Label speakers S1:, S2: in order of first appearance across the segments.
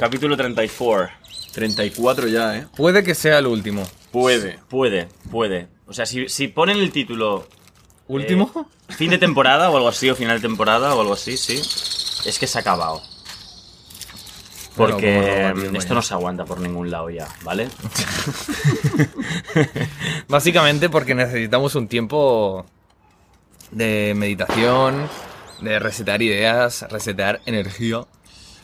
S1: Capítulo 34.
S2: 34 ya, ¿eh?
S3: Puede que sea el último.
S2: Puede.
S1: Puede, puede. O sea, si, si ponen el título
S3: ¿Último?
S1: eh, fin de temporada o algo así, o final de temporada o algo así, sí, es que se ha acabado.
S3: Bueno,
S1: Porque
S3: como no,
S1: mm,
S3: Dios
S1: esto
S3: mío.
S1: no se aguanta por ningún lado ya, ¿vale?
S3: Eh, Básicamente porque necesitamos un tiempo de meditación, de resetar ideas, resetar energía.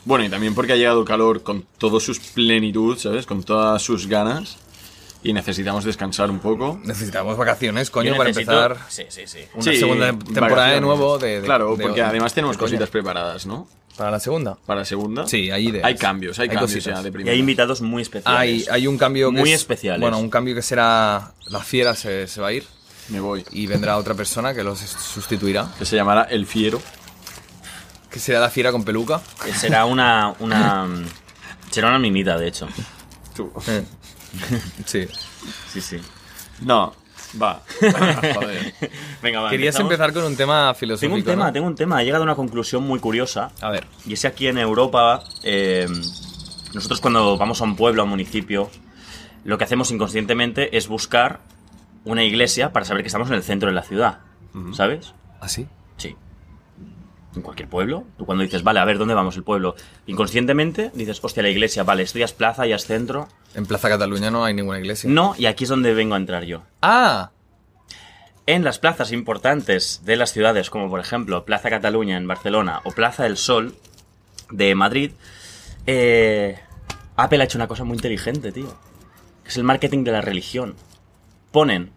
S2: Bueno, y también porque ha llegado calor con toda su plenitud, ¿sabes? Con todas sus ganas. Y necesitamos descansar un poco.
S3: Necesitamos vacaciones, coño,
S1: Yo
S3: para
S1: necesito-
S3: empezar
S1: Sí, sí, sí.
S3: una
S2: Sí,
S3: segunda temporada de
S2: vacaciones.
S3: nuevo. De, de-
S2: claro,
S3: de-
S2: porque además tenemos
S3: de coño.
S2: cositas preparadas, ¿no?
S3: Para la segunda.
S2: Para la segunda.
S3: Sí, hay ideas.
S2: Hay cambios,
S3: Hay
S2: hay, cambios
S3: cositas.
S2: ya de
S1: Y
S2: primera.
S1: hay invitados muy especiales.
S3: Hay, hay un cambio que
S1: Muy
S3: es-
S1: especiales.
S3: Bueno, un cambio que será. La fiera se, se va a ir
S2: Me voy.
S3: y vendrá otra persona que los sustituirá.
S2: Que se llamará El Fiero.
S3: Que será la fiera con peluca.
S1: Que Será una, una... Será una mimita, de hecho.
S2: Tú.
S3: Eh. sí.
S1: Sí, sí.
S2: No, va. Joder.
S1: Venga, va,
S3: Querías
S1: empezamos.
S3: empezar con un tema filosófico.
S1: Tengo un tema,
S3: ¿no?
S1: tengo un tema. He llegado a una conclusión muy curiosa.
S3: A ver.
S1: Y es que aquí en Europa, eh, nosotros cuando vamos a un pueblo, a un municipio, lo que hacemos inconscientemente es buscar una iglesia para saber que estamos en el centro de la ciudad. ¿Sabes?
S3: ¿Así?
S1: ¿Ah, Sí. En cualquier pueblo, tú cuando dices, vale, a ver, ¿dónde vamos el pueblo? Inconscientemente dices, hostia, la iglesia, vale, esto ya es plaza, ya es centro.
S3: En Plaza Cataluña no hay ninguna iglesia.
S1: No, y aquí es donde vengo a entrar yo.
S3: Ah,
S1: En las plazas importantes de las ciudades, como por ejemplo Plaza Cataluña en Barcelona o Plaza del Sol de Madrid, eh, Apple ha hecho una cosa muy inteligente, tío. Que es el marketing de la religión. Ponen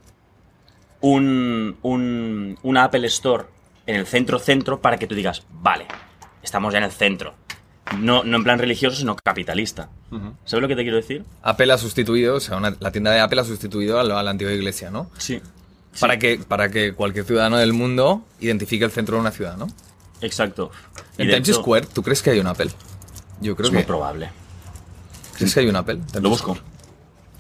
S1: un, un, una Apple Store en el centro-centro para que tú digas, vale, estamos ya en el centro. No, no en plan religioso, sino capitalista.
S2: Ujú.
S1: ¿Sabes lo que te quiero decir?
S3: Apple ha sustituido, o sea, una- la tienda de Apple ha sustituido a la, a la antigua iglesia, ¿no?
S1: Sí.
S3: Para, que, para que cualquier ciudadano del mundo identifique el centro de una ciudad, ¿no?
S1: Exacto. Y
S3: en
S1: de
S3: Times
S1: hecho,
S3: Square, ¿tú crees que hay un Apple? Yo creo
S1: Es muy
S3: que.
S1: probable.
S3: ¿Crees que hay un Apple?
S1: Lo busco.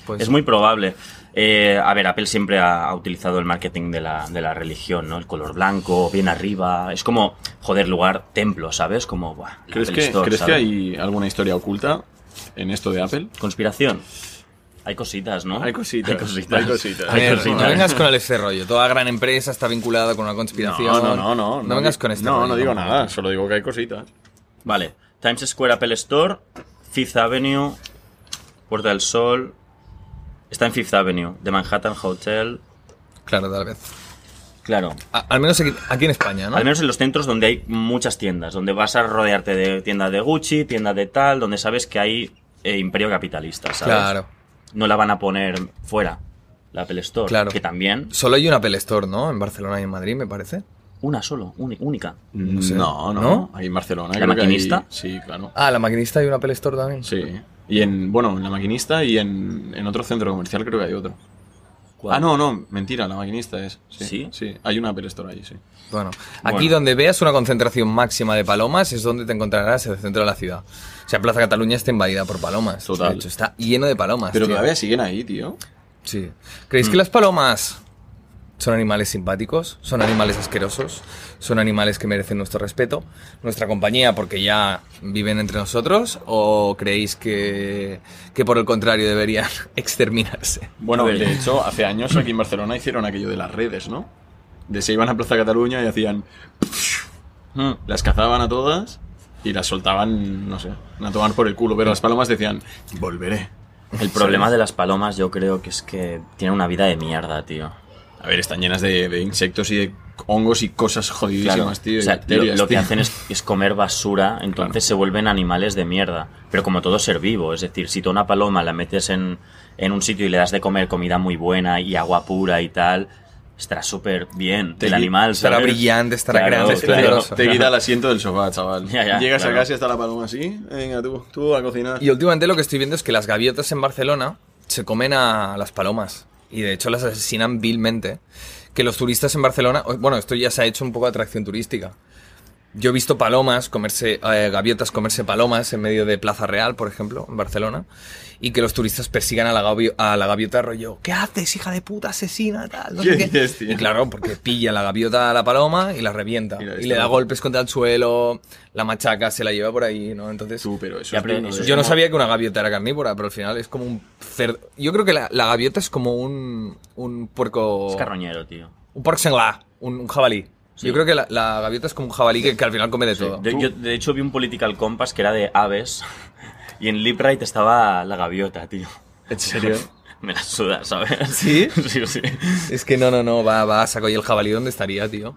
S3: Pues,
S1: Es muy probable. Eh, a ver, Apple siempre ha, ha utilizado el marketing de la, de la religión, ¿no? El color blanco, bien arriba. Es como, joder, lugar templo, ¿sabes? Como, buah, la
S2: ¿Crees,
S1: Apple
S2: que,
S1: Store,
S2: ¿crees que
S1: ¿sabes?
S2: hay alguna historia oculta en esto de Apple?
S1: Conspiración. Hay cositas, ¿no?
S2: Hay cositas,
S1: Hay cositas.
S2: hay cositas.
S3: A
S1: Hay
S3: ver,
S1: cositas.
S3: Eh, no vengas con ese rollo. Toda gran empresa está vinculada con una conspiración.
S2: No, no, no, no.
S3: No vengas con este
S2: No,
S3: rollo
S2: no digo
S3: tampoco.
S2: nada. Solo digo que hay cositas.
S1: Vale. Times Square, Apple Store, Fifth Avenue, Puerta del Sol. Está en Fifth Avenue, The Manhattan Hotel.
S3: Claro, tal vez.
S1: Claro.
S3: A- al menos aquí, aquí en España, ¿no?
S1: Al menos en los centros donde hay muchas tiendas, donde vas a rodearte de tienda de Gucci, tienda de tal, donde sabes que hay eh, imperio capitalista, ¿sabes?
S3: Claro.
S1: No la van a poner fuera, la Apple Store.
S3: Claro.
S1: Que también,
S3: Solo hay un Apple Store, ¿no? En Barcelona y en Madrid, me parece.
S1: una solo, uni- única.
S2: No,
S3: sé.
S2: no,
S3: ¿No?
S2: Ahí en
S1: ¿La
S2: Barcelona. creo que hay-
S1: maquinista?
S2: Sí, claro.
S3: Ah, la maquinista hay un Apple Store también.
S2: Sí. Y en, bueno, en la maquinista y en, en otro centro comercial creo que hay otro.
S1: ¿Cuál?
S2: Ah, no, no, mentira, la maquinista es. Sí.
S1: ¿Sí?
S2: hay una Apple Store ahí, sí.
S3: Bueno, aquí
S1: Bueno.
S3: donde veas una concentración máxima de palomas es donde te encontrarás en el centro de la ciudad. O sea, Plaza Cataluña está invadida por palomas.
S2: Total.
S3: De hecho, está lleno de palomas.
S2: Pero
S3: tío.
S2: todavía Mm. siguen ahí, tío.
S3: Sí. ¿Creéis que las palomas son animales simpáticos? ¿Son animales asquerosos? ¿Son animales que merecen nuestro respeto? ¿Nuestra compañía porque ya viven entre nosotros? ¿O creéis que, que por el contrario deberían exterminarse?
S2: Bueno,
S1: A ver.
S2: de hecho, hace años aquí en Barcelona hicieron aquello de las redes, ¿no? De se iban a Plaza Cataluña y hacían.
S1: Mm.
S2: Las cazaban a todas y las soltaban, no sé, a tomar por el culo. Pero las palomas decían, volveré.
S1: El problema de las palomas yo creo que es que tienen una vida de mierda, tío.
S2: A ver, están llenas de, de insectos y de hongos y cosas jodidísimas,
S1: Claro.
S2: tío. y
S1: o sea, lo,
S2: bacterias,
S1: lo que
S2: tío.
S1: hacen es, es comer basura, entonces
S2: Claro.
S1: se vuelven animales de mierda. Pero como todo ser vivo, es decir, si tú a una paloma la metes en, en un sitio y le das de comer comida muy buena y agua pura y tal, estará súper bien
S2: Te
S1: el
S2: qui-
S1: animal.
S3: estará
S1: ¿sabes?
S3: brillante, estará grande,
S2: Te-
S3: estará
S2: te-
S3: Claro.
S2: Te quita el asiento del sofá, chaval.
S1: Ya, ya,
S2: Llegas
S1: claro.
S2: a casa y está la paloma así. Venga, tú, tú a cocinar.
S3: Y últimamente lo que estoy viendo es que las gaviotas en Barcelona se comen a las palomas. Y de hecho las asesinan vilmente. Que los turistas en Barcelona. Bueno, esto ya se ha hecho un poco de atracción turística. Yo he visto palomas comerse, eh, gaviotas comerse palomas en medio de Plaza Real, por ejemplo, en Barcelona, y que los turistas persigan a la, gavi- a la gaviota rollo, ¿qué haces, hija de puta, asesina, tal? No
S2: ¿Qué
S3: sé qué".
S2: dices, tío?
S3: Y claro, porque pilla la gaviota a la paloma y la revienta.
S2: Y la
S3: y le da
S2: destroza.
S3: golpes contra el suelo, la machaca, se la lleva por ahí, ¿no? Entonces...
S2: Tú, pero eso
S1: Ya,
S2: es
S1: pero
S2: bueno,
S1: eso Pues
S2: ¿eh?
S1: es
S3: Yo no
S1: como-
S3: sabía que una gaviota era carnívora, pero al final es como un cerdo. Yo creo que la, la gaviota es como un, un puerco.
S1: Es carroñero, tío.
S3: Un porc senglar, un, un jabalí.
S1: Sí.
S3: Yo creo que la, la gaviota es como un jabalí que, que al final come de todo.
S1: De, yo, de hecho, vi un Political Compass que era de aves y en Libright estaba la gaviota, tío.
S2: ¿En serio?
S1: Me la suda, ¿sabes?
S3: ¿Sí?
S1: sí, sí.
S3: Es que no, no, no, va, va, saco. ¿Y el jabalí dónde estaría, tío?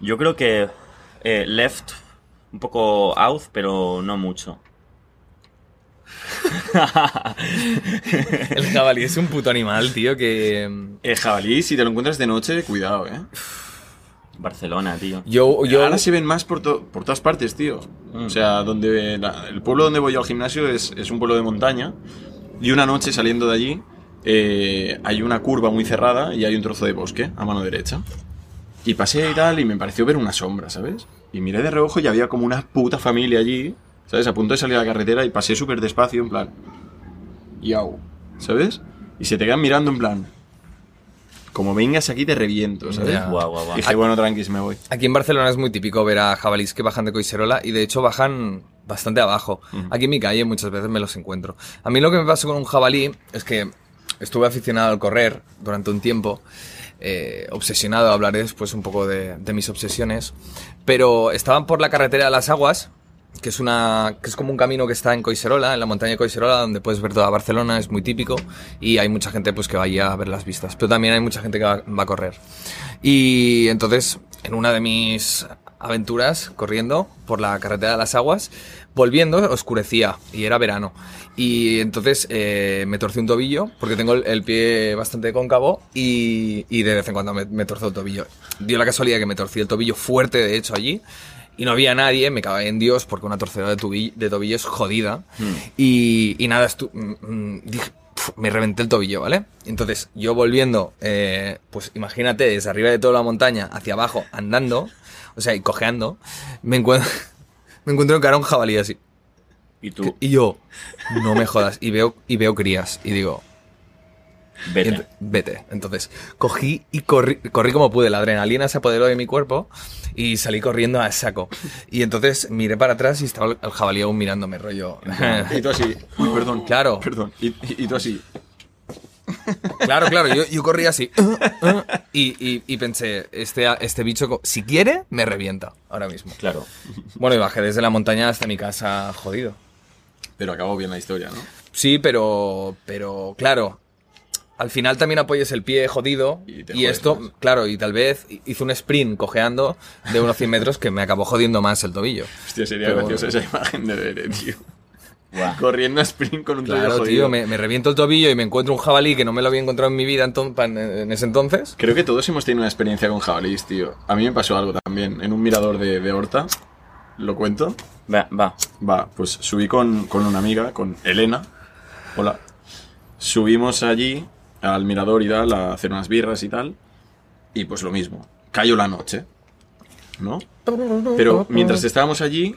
S1: Yo creo que eh, left, un poco out, pero no mucho.
S3: El jabalí es un puto animal, tío, que. mm,
S2: El jabalí, si te lo encuentras de noche, cuidado, ¿eh?
S1: Barcelona, tío.
S3: Yo, yo.
S2: Ahora se ven más por, to- por todas partes, tío. O sea, donde la- el pueblo donde voy yo al gimnasio es, es un pueblo de montaña. Y una noche saliendo de allí eh, hay una curva muy cerrada y hay un trozo de bosque a mano derecha. Y pasé y tal y me pareció ver una sombra, ¿sabes? Y miré de reojo y había como una puta familia allí, ¿sabes? A punto de salir a la carretera y pasé súper despacio en plan... Yau, ¿sabes? Y se te quedan mirando en plan... Como vengas aquí te reviento, ¿sabes?
S3: Ya.
S1: Guau, guau, guau.
S2: Y dije, bueno, tranquis, me voy.
S3: Aquí en Barcelona es muy típico ver a jabalís que bajan de Coiserola y de hecho bajan bastante abajo. Aquí en mi calle muchas veces me los encuentro. A mí lo que me pasó con un jabalí es que estuve aficionado al correr durante un tiempo, eh, obsesionado, hablaré después un poco de, de mis obsesiones, pero estaban por la carretera de las aguas, que es, una, que es como un camino que está en Coiserola, en la montaña de Coiserola, donde puedes ver toda Barcelona, es muy típico, y hay mucha gente pues, que va allí a ver las vistas, pero también hay mucha gente que va- va a correr. Y entonces, en una de mis aventuras, corriendo por la carretera de las aguas, volviendo, oscurecía y era verano. Y entonces eh, me torcí un tobillo, porque tengo el, el pie bastante cóncavo y, y de vez en cuando me, me torzo el tobillo. Dio la casualidad que me torcí el tobillo fuerte, de hecho, allí. Y no había nadie, me cagué en Dios porque una torcedora de, tubi- de tobillo es jodida. Y, y nada, estu- mm, mm, dije, Pf, me reventé el tobillo, ¿vale? Entonces, yo volviendo, eh, pues imagínate, desde arriba de toda la montaña hacia abajo, andando, o sea, y cojeando, me encuentro, me encuentro cara a un jabalí así.
S1: Y tú,
S3: Y yo, no me jodas, y veo, y veo crías, y digo,
S1: vete.
S3: ent- vete. Entonces, cogí y corrí, corrí como pude. La adrenalina se apoderó de mi cuerpo y salí corriendo a saco. Y entonces miré para atrás y estaba el, el jabalí aún mirándome, rollo.
S2: Y tú así. Uy, perdón.
S3: Ah. Claro.
S2: Perdón. Y, y- y tú así.
S3: Claro, claro, yo, yo corría así. "Uh, uh", y, y- y pensé, este, este bicho, co- si quiere, me revienta ahora mismo.
S1: Claro.
S3: Bueno, y bajé desde la montaña hasta mi casa jodido.
S2: Pero acabó bien la historia, ¿no?
S3: Sí, pero, pero claro, al final también apoyes el pie jodido.
S2: Y
S3: Y,
S2: te jodes
S3: esto,
S2: más.
S3: claro, y tal vez hice un sprint cojeando de unos 100 metros que me acabó jodiendo más el tobillo.
S2: Hostia, sería
S3: Pero
S2: graciosa esa imagen de Bere, tío.
S1: Guau.
S2: Corriendo a sprint con un tobillo
S3: Claro,
S2: jodido.
S3: tío, me, me reviento el tobillo y me encuentro un jabalí que no me lo había encontrado en mi vida enton- pan- en ese entonces.
S2: Creo que todos hemos tenido una experiencia con jabalís, tío. A mí me pasó algo también. En un mirador de, de Horta. ¿Lo cuento?
S1: Va, va.
S2: Va, pues subí con, con una amiga, con Elena. Hola. Subimos allí al mirador y tal, a hacer unas birras y tal. Y pues lo mismo. Cayó la noche. ¿No? Pero mientras estábamos allí,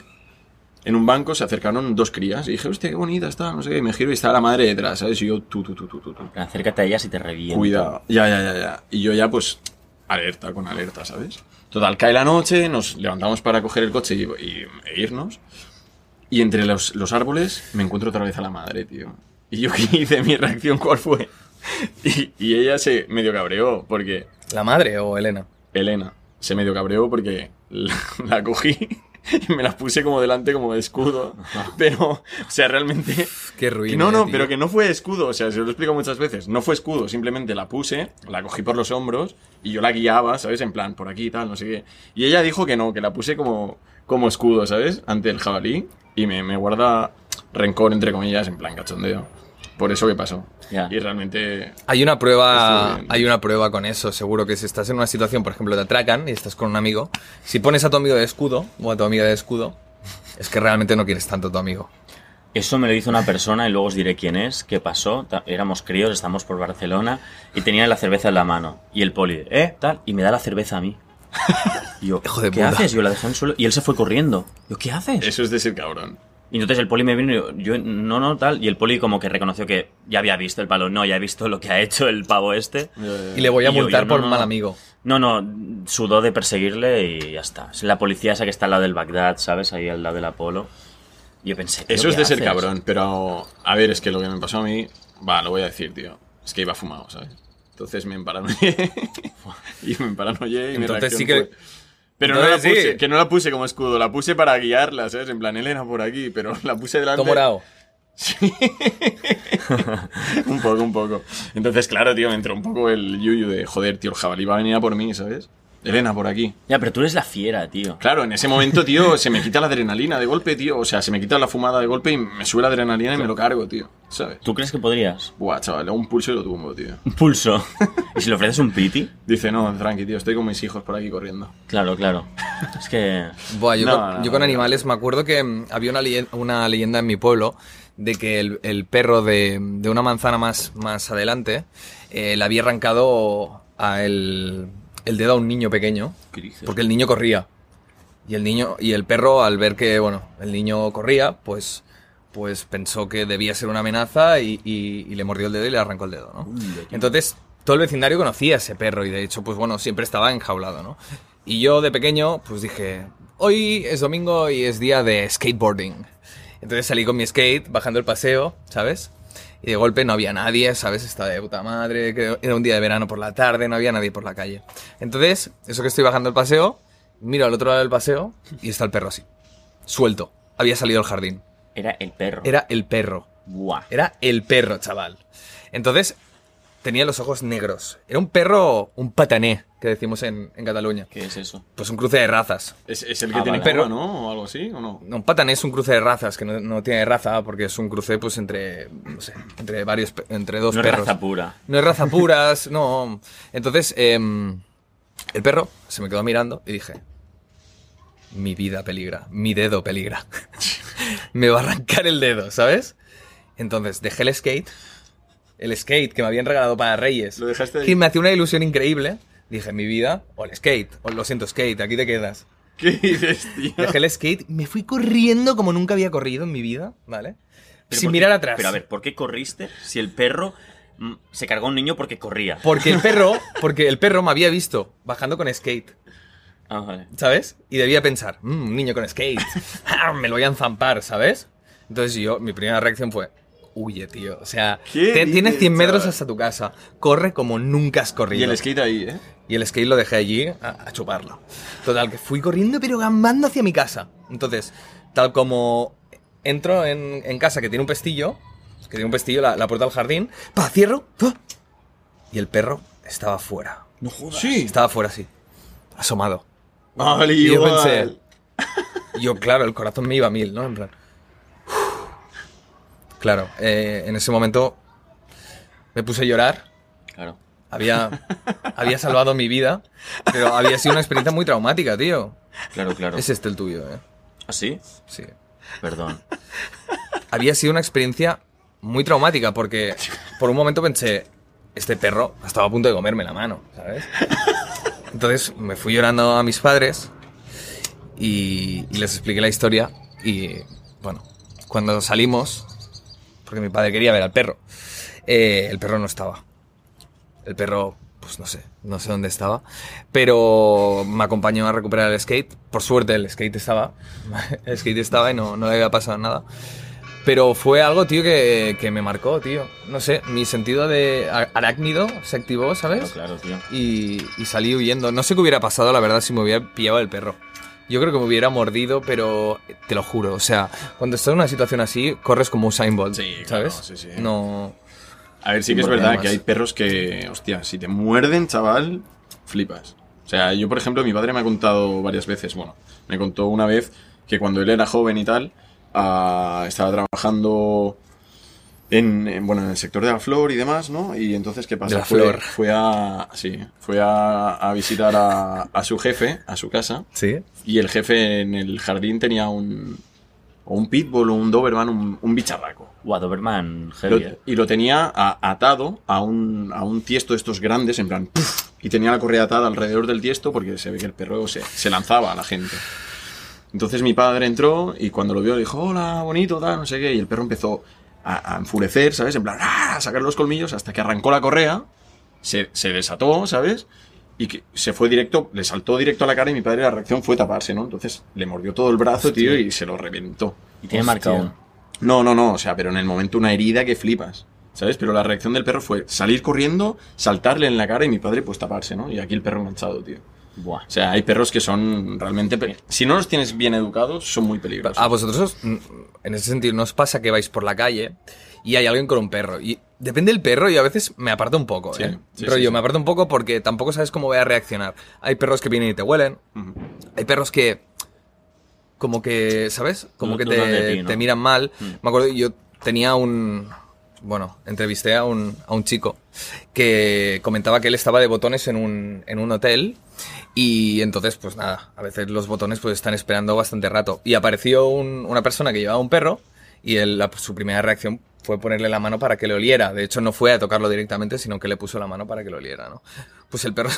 S2: en un banco se acercaron dos crías. Y dije, hostia, qué bonita está, no sé qué. Y me giro y está la madre detrás, ¿sabes? Y yo, tú, tú, tú, tú, tú, tú.
S1: Acércate a ellas y te reviento.
S2: Cuidado. Ya, ya, ya, ya. Y yo ya, pues, alerta, con alerta, ¿sabes? Total, cae la noche, nos levantamos para coger el coche y, y- e irnos. Y entre los, los árboles me encuentro otra vez a la madre, tío. Y yo qué hice, mi reacción, ¿cuál fue? Y, y ella se medio cabreó, porque
S3: ¿La madre o Elena?
S2: Elena se medio cabreó porque la, la cogí y me la puse como delante como de escudo. Pero, o sea, realmente...
S3: Qué ruina.
S2: No, no,
S3: tío.
S2: pero que no fue escudo, o sea, se lo explico muchas veces. No fue escudo, simplemente la puse, la cogí por los hombros y yo la guiaba, ¿sabes? En plan, por aquí y tal, no sé qué. Y ella dijo que no, que la puse como, como escudo, ¿sabes? Ante el jabalí y me, me guarda rencor, entre comillas, en plan cachondeo. Por eso que pasó.
S1: Ya.
S2: Y realmente...
S3: Hay una
S2: Estuvo
S3: prueba,
S2: bien.
S3: hay una prueba con eso, seguro que si estás en una situación, por ejemplo, te atracan y estás con un amigo, si pones a tu amigo de escudo o a tu amiga de escudo, es que realmente no quieres tanto a tu amigo.
S1: Eso me lo hizo una persona y luego os diré quién es, qué pasó. Ta- Éramos críos, estamos por Barcelona y tenía la cerveza en la mano. Y el poli, ¿eh? Tal, y me da la cerveza a mí. Y yo,
S3: Hijo de
S1: ¿qué
S3: puta.
S1: haces? Yo la dejé en el suelo y él se fue corriendo. Yo, ¿qué haces?
S2: Eso es decir, cabrón.
S1: Y entonces el poli me vino y yo, yo, no, no, tal. Y el poli como que reconoció que ya había visto el palo. No, ya he visto lo que ha hecho el pavo este.
S3: Y le voy a
S1: Y yo, yo,
S3: multar
S1: no,
S3: por
S1: no,
S3: mal
S1: no.
S3: amigo.
S1: No, no, sudó de perseguirle y ya está. Es la policía esa que está al lado del Bagdad, ¿sabes? Ahí al lado del Apolo. Yo pensé. tío,
S2: Eso es
S1: ¿qué
S2: de ser
S1: haces?
S2: cabrón, pero a ver, es que lo que me pasó a mí, va, lo voy a decir, tío. Es que iba fumado, ¿sabes? Entonces me emparanoié. y me emparanoié y mi
S3: Entonces
S2: reacción
S3: sí que-
S2: fue- Pero
S3: Entonces
S2: no la
S3: sí.
S2: puse, que no la puse como escudo, la puse para guiarla, ¿sabes? En plan, Elena por aquí, pero la puse delante.
S3: Todo morado.
S2: Un poco, un poco. Entonces, claro, tío, me entró un poco el yuyu de, joder, tío, el jabalí va a venir a por mí, ¿sabes? Elena por aquí.
S1: Ya, pero tú eres la fiera, tío.
S2: Claro, en ese momento, tío, se me quita la adrenalina de golpe, tío. O sea, se me quita la fumada de golpe y me sube la adrenalina y me lo cargo, tío. ¿Sabes?
S1: ¿Tú crees que podrías?
S2: Buah, chaval, le hago un pulso y lo tumbo, tío.
S1: Un pulso. ¿Y si le ofreces un piti?
S2: Dice, no, tranqui, tío, estoy con mis hijos por aquí corriendo.
S1: Claro, claro. Es que.
S3: Buah, yo,
S2: No,
S3: con,
S2: no,
S3: yo con
S2: no.
S3: animales me acuerdo que mm, había una, leyen- una leyenda en mi pueblo de que el, el perro de, de una manzana más, más adelante eh, le había arrancado a el, el dedo a un niño pequeño porque el niño corría y el niño y el perro al ver que bueno el niño corría pues pues pensó que debía ser una amenaza y, y- y le mordió el dedo y le arrancó el dedo no entonces todo el vecindario conocía a ese perro y de hecho pues bueno siempre estaba enjaulado no y yo de pequeño pues dije hoy es domingo y es día de skateboarding entonces salí con mi skate bajando el paseo sabes y de golpe no había nadie, ¿sabes? Estaba de puta madre, creo- era un día de verano por la tarde, no había nadie por la calle. Entonces, eso que estoy bajando el paseo, miro al otro lado del paseo y está el perro así, suelto. Había salido al jardín.
S1: Era el perro.
S3: Era el perro.
S1: Buah.
S3: Era el perro, chaval. Entonces, tenía los ojos negros. Era un perro, un patané, que decimos en, en Cataluña.
S1: ¿Qué es eso?
S3: Pues un cruce de razas.
S2: Es, es el que
S1: Ah,
S2: tiene
S1: vale.
S2: perro,
S3: Pero-
S2: ¿no? O algo así, ¿o no?
S3: No, un patané es un cruce de razas, que no, no tiene raza, porque es un cruce, pues, entre, no sé, entre varios, pe- entre dos
S1: No es
S3: perros.
S1: raza pura.
S3: No es raza puras, no. Entonces, em, el perro se me quedó mirando y dije, mi vida peligra, mi dedo peligra. me va a arrancar el dedo, ¿sabes? Entonces dejé el skate, el skate que me habían regalado para Reyes,
S2: Lo dejaste ahí.
S3: que me hacía una ilusión increíble. Dije, mi vida, o el skate, o lo siento, skate, aquí te quedas.
S2: ¿Qué dices, tío?
S3: Dejé el skate, me fui corriendo como nunca había corrido en mi vida, ¿vale?
S1: Pero
S3: Sin
S1: ¿por qué-
S3: mirar atrás.
S1: Pero a ver, ¿por qué corriste si el perro mm, se cargó a un niño porque corría?
S3: Porque el perro, porque el perro me había visto bajando con skate.
S1: Ah, vale.
S3: ¿sabes? Y debía pensar, "Mm, un niño con skate, Ah, me lo voy a enzampar, ¿sabes? Entonces yo, mi primera reacción fue, huye, tío, o sea,
S2: ¿Qué
S3: te- tienes
S2: dices,
S3: 100 metros
S2: chaval?
S3: hasta tu casa, corre como nunca has corrido.
S2: Y el skate ahí, ¿eh?
S3: Y el skate lo dejé allí a, a chuparlo. Total, que fui corriendo pero gambando hacia mi casa. Entonces, tal como entro en, en casa que tiene un pestillo, que tiene un pestillo, la, la puerta al jardín, pa, cierro, pa, y el perro estaba fuera.
S1: No jodas.
S2: Sí.
S3: Estaba fuera así, asomado.
S2: Vale,
S3: Y yo
S2: igual.
S3: pensé. Yo, claro, el corazón me iba a mil, ¿no? En plan. uf. Claro, eh, en ese momento me puse a llorar.
S1: Claro.
S3: Había, había salvado mi vida, pero había sido una experiencia muy traumática, tío.
S1: Claro, claro.
S3: Es este el tuyo, ¿eh?
S1: ¿Ah, sí?
S3: Sí.
S1: Perdón.
S3: Había sido una experiencia muy traumática porque por un momento pensé, este perro estaba a punto de comerme la mano, ¿sabes? Entonces me fui llorando a mis padres y, y les expliqué la historia y bueno, cuando salimos, porque mi padre quería ver al perro, eh, el perro no estaba. El perro, pues no sé, no sé dónde estaba, pero me acompañó a recuperar el skate. Por suerte el skate estaba, el skate estaba y no, no le había pasado nada. Pero fue algo, tío, que, que me marcó, tío. No sé, mi sentido de ar- arácnido se activó, ¿sabes?
S1: Claro, claro, tío.
S3: y, y salí huyendo. No sé qué hubiera pasado, la verdad, si me hubiera pillado el perro. Yo creo que me hubiera mordido, pero te lo juro. O sea, cuando estás en una situación así, corres como Usain Bolt,
S2: Sí, claro,
S3: ¿sabes?
S2: sí, sí.
S3: No...
S2: A ver, sí que es
S3: Porque
S2: verdad
S3: además-
S2: que hay perros que, hostia, si te muerden, chaval, flipas. O sea, yo, por ejemplo, mi padre me ha contado varias veces, bueno, me contó una vez que cuando él era joven y tal, ah, estaba trabajando en, en, bueno, en el sector de la flor y demás, ¿no? Y entonces, ¿qué pasa?
S3: De la
S2: fue,
S3: flor.
S2: Fue a, sí, fue a, a visitar a, a su jefe, a su casa,
S3: ¿Sí?
S2: y el jefe en el jardín tenía un, o un pitbull o un doberman, un, un bicharraco.
S1: Guau, Doberman,
S2: Lo-
S1: heavy, eh.
S2: y lo tenía a- atado a un, a un tiesto de estos grandes, en plan. ¡puf! y tenía la correa atada alrededor del tiesto porque se ve que el perro se, se lanzaba a la gente. Entonces mi padre entró y cuando lo vio le dijo, hola, bonito, tal, no sé qué. Y el perro empezó a, a enfurecer, ¿sabes? En plan, ¡ah! a sacar los colmillos hasta que arrancó la correa, se, se desató, ¿sabes? Y que se fue directo, le saltó directo a la cara y mi padre la reacción fue taparse, ¿no? Entonces le mordió todo el brazo, tío, y se lo reventó.
S1: Y tiene
S3: Hostia.
S1: marca aún.
S2: No, no, no, o sea, pero en el momento una herida que flipas, ¿sabes? Pero la reacción del perro fue salir corriendo, saltarle en la cara y mi padre pues taparse, ¿no? Y aquí el perro enganchado, tío.
S1: Buah.
S2: O sea, hay perros que son realmente... pe- Si no los tienes bien educados, son muy peligrosos.
S3: A vosotros, mm, en ese sentido, ¿no os pasa que vais por la calle y hay alguien con un perro? Y depende del perro y a veces me aparto un poco,
S2: Sí,
S3: ¿eh?
S2: sí,
S3: Rollo,
S2: sí, sí.
S3: me aparto un poco porque tampoco sabes cómo voy a reaccionar. Hay perros que vienen y te huelen,
S2: Ujú.
S3: hay perros que como que, ¿sabes? Como
S1: Tú-
S3: que
S1: tú
S3: te,
S1: no de ti, ¿no? Mm.
S3: te miran mal. Me acuerdo, que yo tenía un... Bueno, entrevisté a un, a un chico que comentaba que él estaba de botones en un, en un hotel y entonces, pues nada, a veces los botones pues están esperando bastante rato. Y apareció un- una persona que llevaba un perro y él, la- su primera reacción fue ponerle la mano para que le oliera. De hecho, no fue a tocarlo directamente, sino que le puso la mano para que lo oliera, ¿no? Pues el perro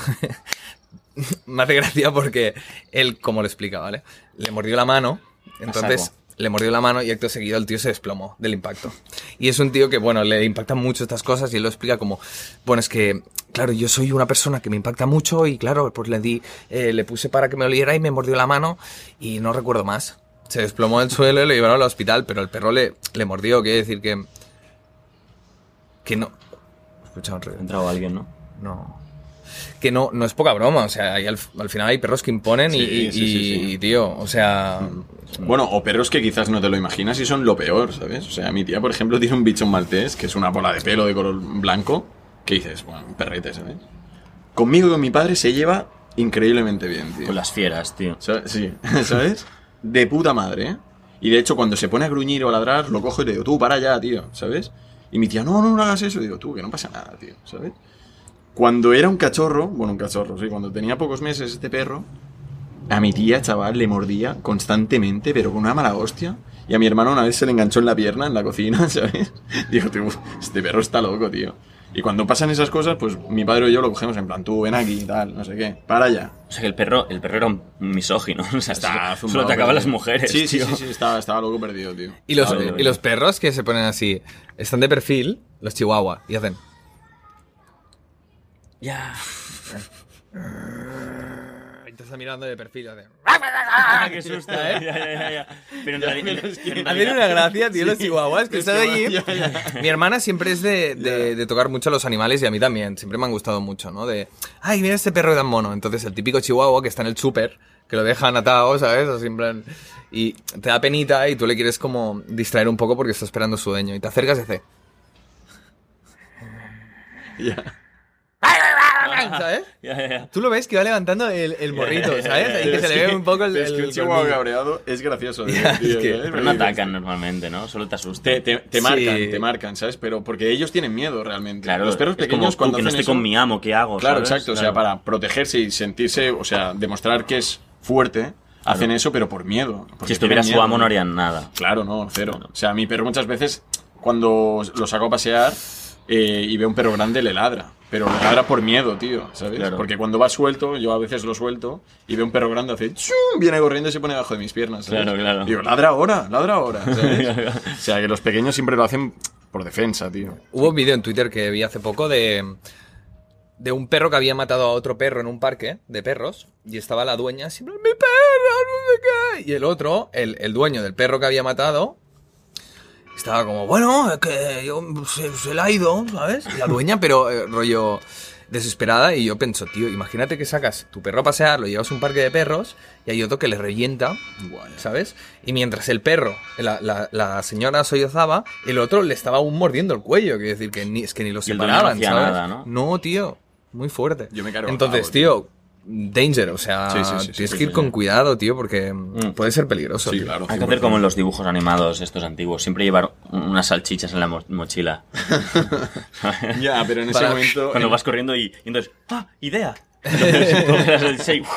S3: me hace gracia porque él, como lo explica, ¿vale? Le mordió la mano, entonces
S1: saco.
S3: le mordió la mano y acto seguido el tío se desplomó del impacto. Y es un tío que, bueno, le impactan mucho estas cosas y él lo explica como, bueno, es que, claro, yo soy una persona que me impacta mucho y, claro, pues le di, eh, le puse para que me oliera y me mordió la mano y no recuerdo más. Se desplomó del suelo y lo llevaron al hospital, pero el perro le, le mordió, quiere decir que... Que no... Escucha un
S1: Ha
S3: ruido.
S1: entrado alguien, ¿no?
S3: No. Que no, no es poca broma, o sea, hay al, al final hay perros que imponen y,
S2: Sí,
S3: y-
S2: sí, sí, Mm. sí.
S3: y, tío, o sea...
S2: Bueno, o perros que quizás no te lo imaginas y son lo peor, ¿sabes? O sea, mi tía, por ejemplo, tiene un bicho maltés, que es una bola de pelo de color blanco, que dices, bueno, un perrete, ¿sabes? Conmigo y con mi padre se lleva increíblemente bien, tío.
S1: Con las fieras, tío.
S2: Sa- Sí, ¿sabes? De puta madre, ¿eh? Y de hecho, cuando se pone a gruñir o a ladrar, lo cojo y le digo, tú, para ya, tío, ¿sabes? Y mi tía, no, no, no hagas eso. Y digo, tú, que no pasa nada, tío, ¿sabes? Cuando era un cachorro, bueno, un cachorro, sí, cuando tenía pocos meses este perro, a mi tía, chaval, le mordía constantemente, pero con una mala hostia. Y a mi hermano una vez se le enganchó en la pierna, en la cocina, ¿sabes? Digo, tú, este perro está loco, tío. Y cuando pasan esas cosas, pues mi padre y yo lo cogemos en plan, tú, ven aquí, tal, no sé qué, para ya.
S1: O sea que el perro, el perro era un misógino. O sea,
S2: Está
S1: solo- solo,
S2: zumbado,
S1: atacaba a
S2: perdido.
S1: las mujeres.
S2: Sí, sí,
S1: tío.
S2: sí, sí, estaba, estaba loco perdido, tío.
S3: Y los,
S1: Claro,
S3: y los perros que se ponen así, están de perfil, los chihuahua, y hacen...
S1: Ya.
S3: Y te está mirando de perfil, hacen...
S1: Ah, qué susto, eh. Ya, ya, ya, ya. Pero en, reali- en
S3: Hacen
S1: realidad.
S3: una gracia, tío, los chihuahuas, que
S2: Los
S3: están allí.
S2: chihuahuas,
S3: Mi hermana siempre es de, de- de tocar mucho a los animales y a mí también, siempre me han gustado mucho, ¿no? De, ay, mira este perro tan mono. Entonces, el típico chihuahua que está en el súper, que lo dejan atado, ¿sabes? Así en plan- y te da penita y tú le quieres como distraer un poco porque está esperando su dueño. Y te acercas y hace,
S2: Ya.
S3: ¿sabes?
S1: Ya, ya, ya.
S3: Tú lo ves que va levantando el, el morrito, ¿sabes? Y que se le ve un poco el,
S2: Es que un
S3: el
S2: chihuahua
S3: colmillo.
S2: cabreado es gracioso, tío.
S3: Ya,
S2: tío,
S3: es que-
S2: ¿sabes?
S1: Pero no
S2: Porque
S1: atacan normalmente, ¿no? Solo te asustan.
S2: Te, te, te
S3: Sí.
S2: marcan, te marcan, ¿sabes? Pero porque ellos tienen miedo realmente.
S1: Claro,
S2: los perros
S1: es como,
S2: pequeños
S1: "Tú,
S2: cuando
S1: que no
S2: hacen
S1: esté con
S2: eso-
S1: mi amo, ¿qué hago?
S2: Claro,
S1: ¿sabes?
S2: exacto. O sea,
S1: Claro.
S2: para protegerse y sentirse, o sea, demostrar que es fuerte, hacen eso, pero por miedo.
S1: Si
S2: porque
S1: estuviera
S2: tienen
S1: su
S2: miedo.
S1: amo no harían nada.
S2: Claro, no, cero. O sea, mi perro muchas veces, cuando lo saco a pasear eh, y veo un perro grande, le ladra. Pero le ladra por miedo, tío, ¿sabes?
S1: Claro.
S2: Porque cuando va suelto, yo a veces lo suelto y veo un perro grande, hace chum, viene corriendo y se pone debajo de mis piernas. ¿sabes?
S1: Claro, claro.
S2: Digo, ladra ahora, ladra ahora. ¿sabes? o sea, que los pequeños siempre lo hacen por defensa, tío.
S3: Hubo un vídeo en Twitter que vi hace poco de, de un perro que había matado a otro perro en un parque de perros y estaba la dueña siempre, mi perro, no sé qué. Y el otro, el, el dueño del perro que había matado, estaba como, bueno, es que yo, se, se la ha ido, ¿sabes? Y la dueña, pero eh, rollo desesperada y yo pienso, tío, imagínate que sacas tu perro a pasear, lo llevas a un parque de perros y hay otro que le revienta
S2: Guay.
S3: ¿sabes? Y mientras el perro, la, la- la señora sollozaba, el otro le estaba aún mordiendo el cuello, quiero decir, que ni, es que ni lo
S1: Y el dueño no
S3: separaban,
S1: hacía
S3: ¿sabes?
S1: nada, ¿no?
S3: tío, muy fuerte.
S2: Yo me cargo al
S3: Entonces,
S2: pavo,
S3: tío, danger, o sea,
S2: Sí, sí, sí, sí,
S3: tienes
S2: sí,
S3: que ir
S2: sí.
S3: con cuidado, tío, porque mm, puede ser peligroso,
S2: Sí,
S3: tío.
S2: claro.
S1: Hay que hacer
S2: 100%.
S1: como en los dibujos animados estos antiguos. Siempre llevar un- unas salchichas en la mo- mochila.
S2: Ya, pero en ese
S3: Para-
S2: momento. eh,
S1: Cuando
S2: en-
S1: vas corriendo y, y entonces, ¡ah, idea! Entonces, coges la salchicha y, ¡uf!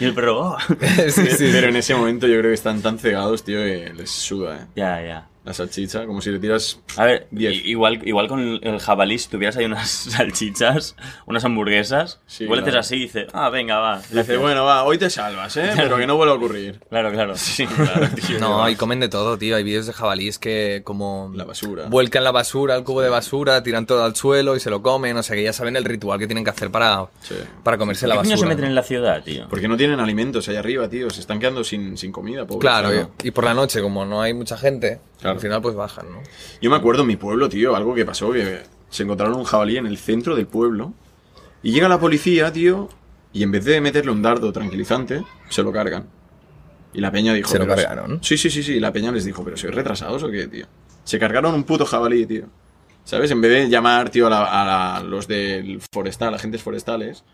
S1: y el perro, ¡oh!
S3: sí, sí, sí.
S2: Pero en ese momento yo creo que están tan cegados, tío, que les suda, eh.
S1: Ya, ya.
S2: La salchicha, como si le tiras.
S1: A ver,
S2: Diez.
S1: i- igual, igual con el jabalí, si tuvieras ahí unas salchichas, unas hamburguesas,
S2: Sí,
S1: igual le haces
S2: claro.
S1: así y dices, ah, venga, va.
S2: Dice, bueno, va, hoy te salvas, ¿eh? Pero que no vuelva a ocurrir.
S1: Claro, claro.
S2: Sí, claro, tío.
S3: No, y comen de todo, tío. Hay vídeos de jabalíes que como...
S2: La basura.
S3: Vuelcan la basura, el cubo de basura, tiran todo al suelo y se lo comen. O sea que ya saben el ritual que tienen que hacer para,
S2: Sí.
S3: para comerse
S1: ¿Qué
S3: la
S1: coño
S3: basura.
S1: se meten en la ciudad, tío?
S2: Porque no tienen alimentos allá arriba, tío. Se están quedando sin, sin comida, pobre.
S3: Claro, y, y por la noche, como no hay mucha gente,
S2: Claro.
S3: al final pues bajan, ¿no?
S2: Yo me acuerdo en mi pueblo, tío, algo que pasó, que se encontraron un jabalí en el centro del pueblo. Y llega la policía, tío, y en vez de meterle un dardo tranquilizante, se lo cargan. Y la peña dijo...
S3: Se lo
S2: "Pero-
S3: cargaron".
S2: Sí, sí, sí, sí. y La peña les dijo, pero ¿sois retrasados o qué, tío? Se cargaron un puto jabalí, tío. ¿Sabes? En vez de llamar, tío, a, la- a la- los del forestal, agentes forestales.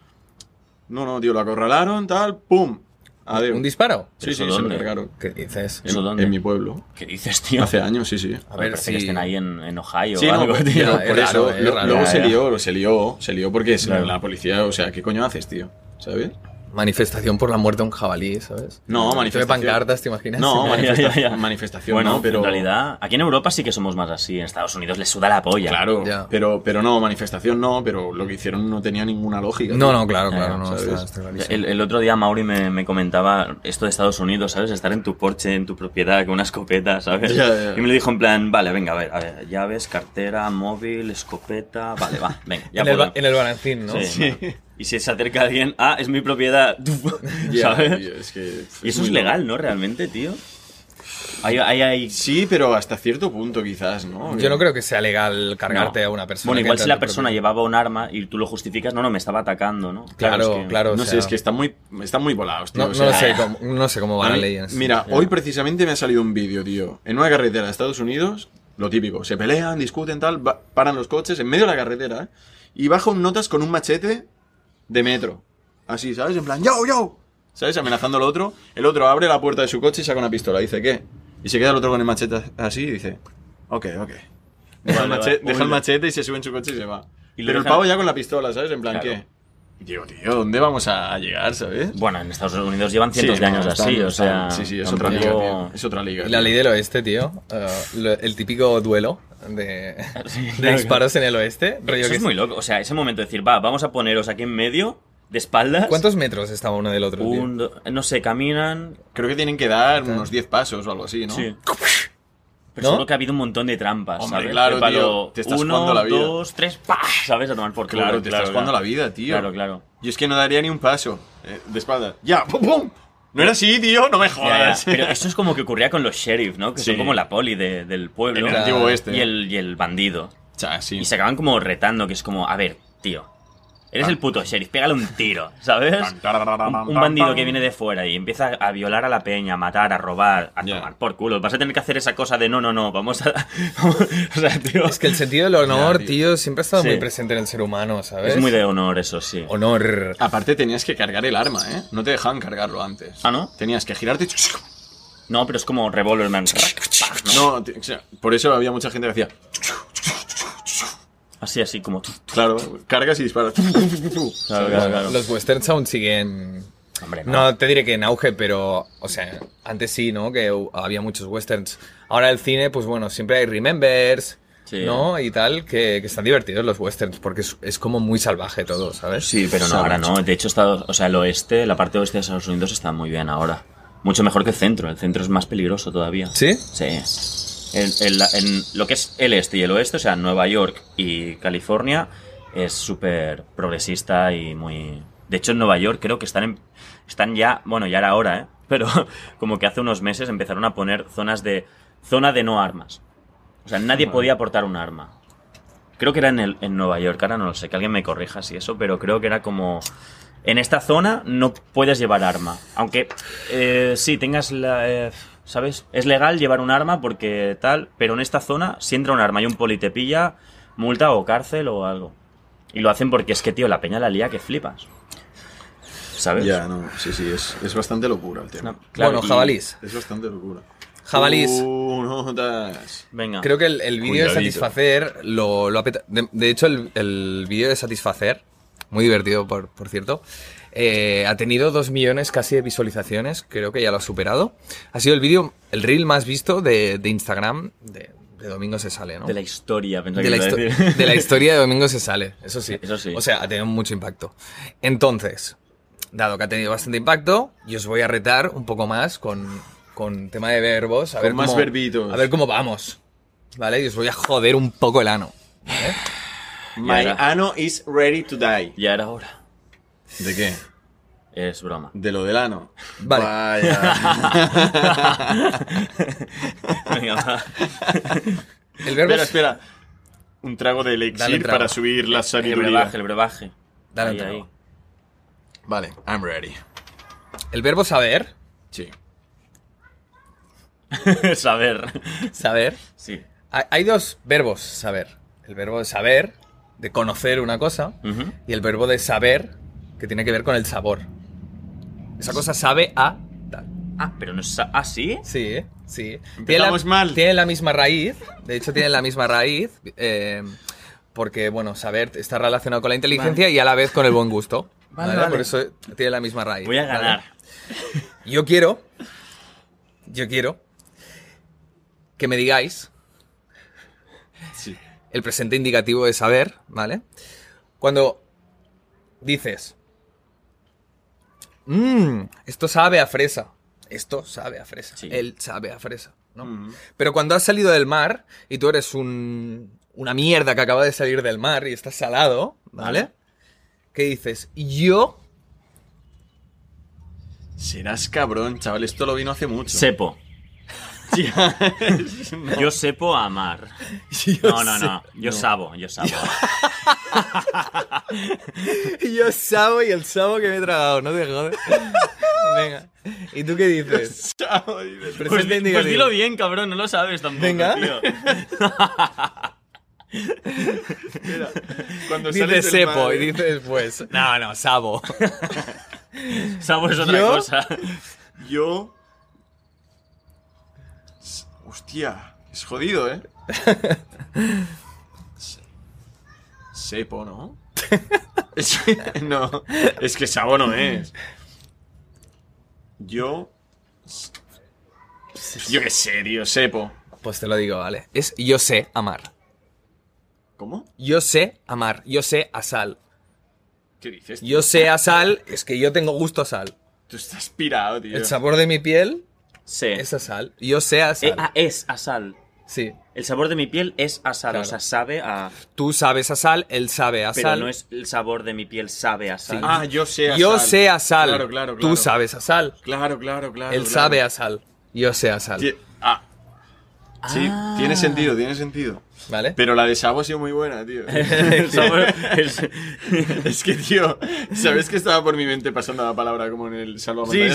S2: No, no, tío, lo acorralaron, tal, pum. Adiós.
S3: ¿Un disparo?
S2: Sí,
S1: ¿Eso
S2: sí, se lo
S1: dónde?
S2: cargaron.
S3: ¿Qué dices?
S1: ¿Eso
S2: En,
S1: dónde?
S2: en mi pueblo.
S1: ¿Qué dices, tío?
S2: Hace años, sí, sí.
S3: A ver
S1: Parece
S3: si-
S1: que estén ahí en, en Ohio
S2: Sí,
S1: o
S2: no,
S1: algo,
S2: pero-
S1: tío.
S2: no,
S3: es
S2: por
S3: raro,
S2: eso.
S3: es
S2: lo-
S3: raro.
S2: luego
S1: Ya,
S2: se
S1: ya.
S2: lió, se lió, se lió porque se-
S1: Claro.
S2: la policía, o sea, ¿qué coño haces, tío? ¿Sabes?
S3: Manifestación por la muerte de un jabalí, ¿sabes?
S2: No,
S3: Manifestación.
S2: manifestación.
S3: pancartas, ¿te imaginas?
S2: No,
S1: Ya, ya,
S2: manifesta-
S1: ya.
S2: manifestación,
S1: Bueno,
S2: no, pero.
S1: en realidad, aquí en Europa sí que somos más así. En Estados Unidos les suda la polla.
S2: Claro,
S3: Ya.
S2: pero, pero no, manifestación no, pero lo que hicieron no tenía ninguna lógica.
S3: No,
S2: tío.
S3: no, claro, claro,
S1: Eh,
S3: no,
S2: ¿sabes?
S3: está, está clarísimo.
S1: El, el otro día Mauri me, me comentaba esto de Estados Unidos, ¿sabes? Estar en tu porche, en tu propiedad, con una escopeta, ¿sabes?
S2: Ya, ya.
S1: Y me lo dijo en plan, vale, venga, a ver, a ver, llaves, cartera, móvil, escopeta, vale, va, venga, ya
S3: en, el, ba-
S1: puedo.
S3: en el balancín, ¿no?
S1: Sí, no. Y si se acerca alguien, ah, es mi propiedad,
S2: Ya,
S1: ¿sabes?
S2: tío, es que
S1: y eso
S2: muy
S1: es
S2: loco.
S1: legal, ¿no? Realmente, tío. Hay, hay, hay-
S2: Sí, pero hasta cierto punto, quizás, ¿no?
S3: Yo no creo que sea legal cargarte
S1: No.
S3: a una persona.
S1: Bueno,
S3: que
S1: igual
S3: entra
S1: si
S3: en
S1: la
S3: tu
S1: persona
S3: propio-
S1: llevaba un arma y tú lo justificas, no, no, me estaba atacando, ¿no?
S3: Claro,
S1: es que-
S3: claro. o
S2: No sé,
S3: sea-
S2: es que están muy, están muy volados, tío.
S3: No,
S2: o
S3: no
S2: sea,
S3: lo sé, cómo, no sé cómo
S2: A
S3: van las
S2: mí-
S3: leyes.
S2: Mira, hoy precisamente me ha salido un vídeo, tío. En una carretera de Estados Unidos, lo típico, se pelean, discuten, tal, va- paran los coches en medio de la carretera ¿eh? y baja un notas con un machete de metro. Así, ¿sabes? En plan, yo, yo. ¿Sabes? Amenazando al otro. El otro abre la puerta de su coche y saca una pistola. Dice, ¿qué? Y se queda el otro con el machete así y dice, ok, ok. Deja, el,
S1: Vale,
S2: machete,
S1: vale.
S2: deja el
S1: Uy.
S2: machete y se sube en su coche y se va.
S1: Y lo
S2: Pero
S1: dejan-
S2: el pavo ya con la pistola, ¿sabes? En plan,
S1: Claro.
S2: ¿qué? Digo, tío, ¿dónde vamos a llegar, sabes?
S1: Bueno, en Estados Unidos llevan cientos
S2: Sí,
S1: de
S2: no,
S1: años
S2: están-
S1: así, o sea.
S2: están- Sí, sí, es otra liga,
S1: tampoco-
S2: tío, Es otra liga.
S3: Y la
S2: tío.
S3: ley del oeste, tío. uh, lo- el típico duelo de, de
S1: claro.
S3: disparos en el oeste. rollo
S1: Eso
S3: que
S1: es muy loco. O sea, ese momento de decir, va, vamos a poneros aquí en medio, de espaldas.
S3: ¿Cuántos metros estaba uno del otro? tío?
S1: Un, do- no sé, caminan.
S2: Creo que tienen que dar unos 10 pasos o algo así, ¿no?
S1: Sí. Pero
S3: ¿No?
S1: seguro que ha habido un montón de trampas,
S2: Hombre,
S1: ¿sabes?
S2: claro,
S1: De palo,
S2: tío, te estás
S1: uno,
S2: jugando la vida.
S1: dos, tres, ¡pah! ¿Sabes? A tomar por culo,
S2: Claro, te estás jugando la vida, tío.
S1: Claro, claro.
S2: Yo es que no daría ni un paso eh, de espalda. ¡Ya! ¡Pum, pum! No era así, tío, no me
S1: Ya, ya.
S2: jodas.
S1: Pero eso es como que ocurría con los sheriff, ¿no? Que son
S2: Ah, Sí.
S1: como la poli de- del pueblo.
S2: En el antiguo este. oeste.
S1: y, el, y el bandido.
S2: Cha, sí.
S1: Y se acaban como retando, que es como, a ver, tío, eres el puto sheriff, pégale un tiro, ¿sabes? Un, un bandido que viene de fuera y empieza a violar a la peña, a matar, a robar, a
S2: Ya.
S1: tomar por culo. Vas a tener que hacer esa cosa de no, no, no, vamos a. o sea, tío.
S3: Es que el sentido del honor,
S2: Ya, tío.
S3: tío. siempre ha estado
S1: Sí.
S3: muy presente en el ser humano, ¿sabes?
S1: es muy de Ah, honor, eso sí.
S3: honor.
S2: Aparte tenías que cargar el arma, ¿eh? No te dejaban cargarlo antes.
S1: Ah, ¿no?
S2: Tenías que girarte. y-
S1: No, pero es como Revolver Man.
S2: No, te- o sea, por eso había mucha gente que hacía.
S1: Así, así como.
S2: Claro, cargas y disparas.
S1: Claro, claro, claro.
S3: Los westerns aún siguen.
S1: Hombre, no.
S3: No te diré que en auge, pero. O sea, antes sí, ¿no? Que hu- había muchos westerns. Ahora el cine, pues bueno, siempre hay remembers.
S1: Sí.
S3: ¿No? Y tal, que, que están divertidos los westerns, porque es, es como muy salvaje todo, ¿sabes?
S1: Sí, pero no, ahora no. De hecho, Estados, o sea, el oeste, la parte oeste de Estados Unidos está muy bien ahora. Mucho mejor que el centro. El centro es más peligroso todavía.
S3: ¿Sí?
S1: Sí. En, en la- en lo que es el este y el oeste, o sea, Nueva York y California, es súper progresista y muy... De hecho, en Nueva York creo que están, en- están ya, bueno, ya era ahora, ¿eh? Pero como que hace unos meses empezaron a poner zonas de... Zona de no armas. O sea, nadie podía portar un arma. Creo que era en, el, en Nueva York, ahora no lo sé, que alguien me corrija si eso, pero creo que era como... En esta zona no puedes llevar arma. Aunque eh, sí, tengas la... eh, ¿Sabes? Es legal llevar un arma porque tal, pero en esta zona si entra un arma y un poli te pilla, multa o cárcel o algo. Y lo hacen porque es que, tío, la peña la lía que flipas. ¿Sabes?
S2: Ya, no, sí, sí, es, es bastante locura el tema.
S1: No, claro,
S3: bueno,
S1: y-
S3: jabalís.
S2: Es bastante locura. Uh,
S3: Jabalís.
S2: Tú notas.
S1: Venga.
S3: Creo que el, el vídeo de
S2: Cuidadito.
S3: satisfacer lo, lo ha peta- de, de hecho, el, el vídeo de satisfacer muy divertido por, por cierto. Eh, ha tenido 2 millones casi de visualizaciones, creo que ya lo ha superado. Ha sido el vídeo, el reel más visto de, de Instagram, de, de Domingo se sale, ¿no?
S1: De la historia, pensaba que
S3: de la,
S1: iba a
S3: histo-
S1: decir.
S3: de la historia de Domingo se sale, eso sí.
S1: Eso sí.
S3: O sea, ha tenido mucho impacto. Entonces, dado que ha tenido bastante impacto, yo os voy a retar un poco más con, con tema de verbos. A
S2: Con
S3: ver
S2: más
S3: cómo,
S2: verbitos.
S3: A ver cómo vamos. ¿Vale? Y os voy a joder un poco el ano.
S2: My
S1: era.
S2: ano is ready to die.
S1: Ya era hora.
S2: ¿De qué?
S1: Es broma.
S2: De lo del ano.
S3: Vale.
S2: Vaya.
S1: Venga, va.
S3: El verbo
S2: espera,
S3: es-
S2: espera. Un trago de
S3: Dale un
S2: elixir
S3: trago.
S2: para subir la
S1: El
S2: sabiduría.
S1: brebaje, el brebaje.
S3: Dale un
S1: Ahí,
S3: trago.
S1: ahí.
S2: Vale, I'm ready.
S3: el verbo saber,
S2: Sí.
S1: Saber.
S3: saber,
S1: Sí.
S3: hay, hay dos verbos saber. El verbo de saber, de conocer una cosa,
S1: Ujú.
S3: y el verbo de saber, que tiene que ver con el sabor. Esa cosa sabe a tal.
S1: Ah, pero no es. sa- Ah, sí.
S3: Sí, ¿eh? sí.
S2: Empezamos mal.
S3: Tiene la misma raíz. De hecho, tiene la misma raíz. eh, porque, bueno, saber está relacionado con la inteligencia y a la vez con el buen gusto.
S1: Vale,
S3: Vale,
S1: vale.
S3: Por eso tiene la misma raíz.
S1: Voy a
S3: ¿vale?
S1: ganar.
S3: Yo quiero. Yo quiero. Que me digáis
S2: Sí.
S3: el presente indicativo de saber, ¿vale? Cuando dices, mmm, esto sabe a fresa, esto sabe a fresa,
S1: Sí.
S3: él sabe a fresa, ¿no?
S2: Mm.
S3: Pero cuando has salido del mar y tú eres un, una mierda que acaba de salir del mar y estás salado, ¿vale? ¿Qué dices? Yo,
S2: Serás cabrón, chaval. Esto lo vino hace mucho.
S1: Sepo. Yo sepo a amar.
S3: yo
S1: No, no, no. Yo sabo, yo sabo.
S3: sé- yo sabo y el sabo que me he tragado, no te jodas. Venga. ¿Y tú qué dices?
S2: Chaval,
S1: Pues, di-
S3: Presente
S1: pues
S3: indicativo.
S1: dilo bien, cabrón, no lo sabes tampoco,
S3: Venga.
S1: tío.
S2: Cuando
S3: Dice
S2: sales del
S3: sepo
S2: mar- eh.
S3: y dice después. No, no, sabo.
S1: Sabo es otra
S3: ¿Yo?
S1: cosa.
S2: Yo. S- Hostia, es jodido, ¿eh? Se- Sepo, ¿no? Es que- no, es que Sabo no es. Yo. s- Yo qué sé, tío, Sepo.
S3: Pues te lo digo, vale. Es yo sé amar.
S2: ¿Cómo?
S3: Yo sé amar. Yo sé a sal.
S2: ¿Qué dices?
S3: Yo sé a sal. Es que yo tengo gusto a sal.
S2: Tú estás pirado, tío.
S3: El sabor de mi piel
S1: Sé.
S3: es a sal. Yo sé a
S1: Eh,
S3: sal.
S1: ah, es a sal.
S3: Sí.
S1: El sabor de mi piel es a sal. O
S3: Claro.
S1: sea, sabe a.
S3: Tú sabes a sal, él sabe a
S1: Pero
S3: sal.
S1: no es el sabor de mi piel sabe a sal.
S3: Sí.
S2: Ah, yo sé a
S3: yo
S2: sal.
S3: sé a sal.
S2: Claro, claro, claro.
S3: Tú sabes a sal.
S2: Claro, claro, claro.
S3: él
S2: claro.
S3: sabe a sal. Yo sé a sal. Ah.
S2: Ti- ah. Sí, tiene sentido, tiene sentido.
S3: ¿Vale?
S2: Pero la de Sabo ha sido muy buena, tío.
S1: El sabor es-
S2: es que, tío, ¿sabes que estaba por mi mente pasando la palabra como en el salvamontañas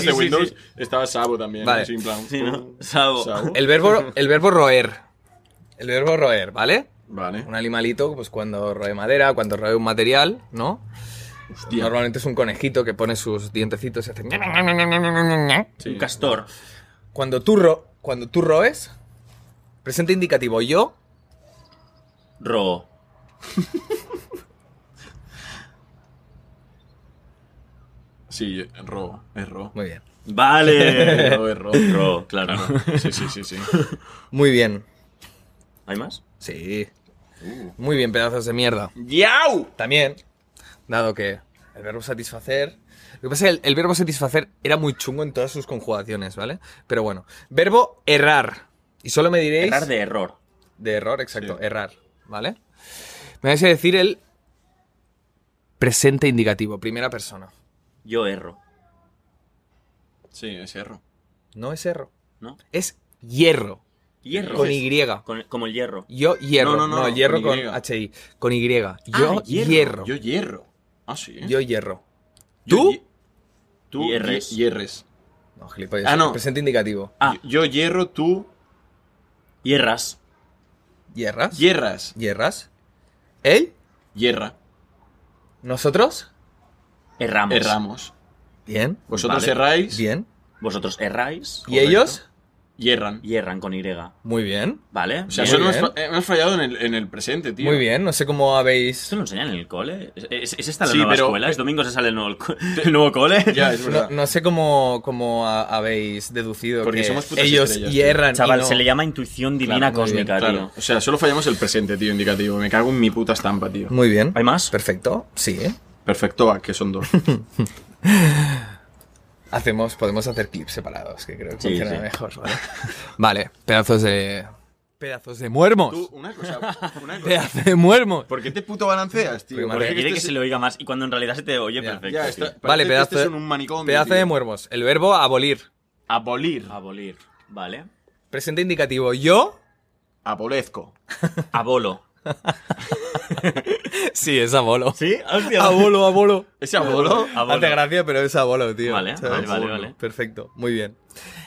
S1: Sí, sí,
S2: de
S1: sí,
S2: Windows?
S1: sí.
S2: Estaba Sabo también,
S3: Vale.
S2: ¿no? Sí, en plan,
S1: Sí, ¿no?
S2: pum,
S1: Sabo.
S3: El verbo, el verbo roer. El verbo roer, ¿vale?
S2: Vale.
S3: Un animalito, pues cuando roe madera, cuando roe un material, ¿no?
S2: Hostia.
S3: Normalmente es un conejito que pone sus dientecitos y hace... ña, ña, ña, ña, ña, ña, ña.
S2: Sí.
S1: Un castor.
S3: Cuando tú, ro- cuando tú roes, presente indicativo yo,
S1: Ro.
S2: Sí, robo, es robo.
S3: muy bien.
S1: Vale.
S2: Ro, es ro.
S1: Ro, claro.
S2: Sí, sí, sí, sí.
S3: Muy bien.
S1: ¿Hay más?
S3: Sí. Muy bien, pedazos de mierda.
S2: ¡Yau!
S3: También, dado que el verbo satisfacer... Lo que pasa es que el, el verbo satisfacer era muy chungo en todas sus conjugaciones, ¿vale? Pero bueno, verbo errar. Y solo me diréis...
S1: Errar de error.
S3: De error, exacto,
S2: Sí.
S3: errar, ¿vale? Me vais a decir el presente indicativo, primera persona.
S1: Yo erro.
S2: Sí, es erro.
S3: No es erro,
S1: ¿No?
S3: es hierro,
S1: Hierro.
S3: con Y.
S1: Con- como el hierro.
S3: Yo hierro,
S2: No,
S3: no,
S2: no, no,
S3: hierro con,
S2: con Y.
S3: HI, con Y. Yo Ah, hierro,
S2: Yo hierro. Ah, sí. ¿eh?
S3: yo hierro.
S2: Yo
S3: ¿Tú?
S2: hi- Tú
S1: Hierres.
S2: hierres. hierres.
S3: No, gilipollas,
S2: Ah, no.
S3: presente indicativo.
S1: Ah.
S2: Yo hierro, tú
S1: Hierras.
S3: ¿Hierras?
S2: hierras.
S3: ¿Hierras? ¿Él?
S2: Hierra.
S3: ¿Nosotros?
S1: Erramos.
S2: Erramos.
S3: Bien,
S2: Vosotros
S1: Vale.
S2: erráis.
S3: bien.
S1: Vosotros erráis.
S3: ¿Y ellos?
S2: Y erran.
S1: Y erran con Y.
S3: Muy bien.
S1: ¿Vale?
S2: O sea,
S1: Bien.
S2: solo hemos,
S3: bien.
S2: fa- eh, hemos fallado en el, en el presente, tío.
S3: Muy bien, no sé cómo habéis...
S1: ¿Esto lo enseñan en el cole? ¿Es, es- es esta la
S2: Sí,
S1: nueva
S2: pero-
S1: escuela? ¿Es domingo se sale el nuevo, el nuevo cole?
S2: Ya, es
S3: No,
S2: verdad.
S3: no sé cómo, cómo ha- habéis deducido
S2: Porque
S3: que
S2: somos putas
S3: ellos
S2: estrellas, tío.
S3: hierran.
S1: Chaval,
S3: y no-
S1: se le llama intuición divina
S3: Claro, muy bien,
S1: cósmica,
S2: Claro.
S1: tío.
S2: O sea, solo fallamos el presente, tío, indicativo. Me cago en mi puta estampa, tío.
S3: Muy bien.
S1: ¿Hay más?
S3: Perfecto, sí. ¿eh?
S2: Perfecto, ah, que son dos.
S3: Hacemos, podemos hacer clips separados, que creo que
S1: Sí,
S3: funciona
S1: sí.
S3: mejor, ¿vale? vale, pedazos de... Pedazos de muermos.
S2: Tú, una cosa, una cosa.
S3: Pedazos de muermos.
S2: ¿Por qué te puto balanceas,
S3: Porque
S2: tío?
S3: me
S2: ¿Por qué
S1: Porque quiere que
S2: este
S1: se le oiga más y cuando en realidad se te oye
S3: Ya,
S1: perfecto.
S2: Ya,
S1: tío.
S2: está.
S3: Vale,
S2: parece que
S3: pedazo,
S2: Este es un manicomio,
S3: pedazo
S2: tío.
S3: de muermos. El verbo abolir.
S2: Abolir.
S1: Abolir. ¿Vale?
S3: Presente indicativo. Yo.
S2: Abolezco.
S1: Abolo.
S3: Sí, es abolo.
S1: ¿Sí? Hostia.
S3: Abolo, abolo.
S2: ¿Ese abolo?
S1: Abolo.
S3: Hace gracia, pero es abolo, tío.
S1: Vale, vale,
S3: ¿sabes?
S1: vale, vale.
S3: Perfecto, muy bien.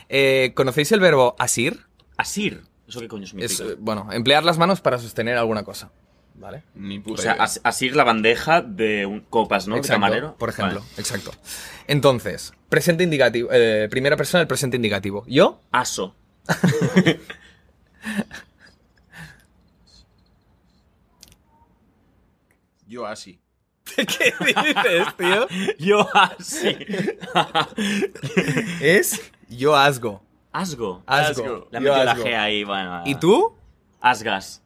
S3: Eh, ¿Conocéis el verbo asir?
S1: Asir. ¿Eso qué coño significa?
S3: Es, eh, bueno, emplear las manos para sostener alguna cosa. ¿Vale?
S2: Ni
S1: o
S2: puta
S1: sea,
S2: idea.
S1: as- asir la bandeja de un- copas, ¿no? De
S3: eh, Exacto,
S1: camarero.
S3: Por ejemplo,
S1: Vale.
S3: exacto. Entonces, presente indicativo. eh, primera persona, el presente indicativo. Yo.
S1: Aso.
S2: yo así.
S3: ¿Qué dices, tío?
S1: Yo así.
S3: Es yo asgo.
S1: Asgo.
S3: Asgo.
S1: La
S3: Yo
S1: metió la
S3: asgo.
S1: G ahí, bueno.
S3: ¿Y tú?
S1: Asgas.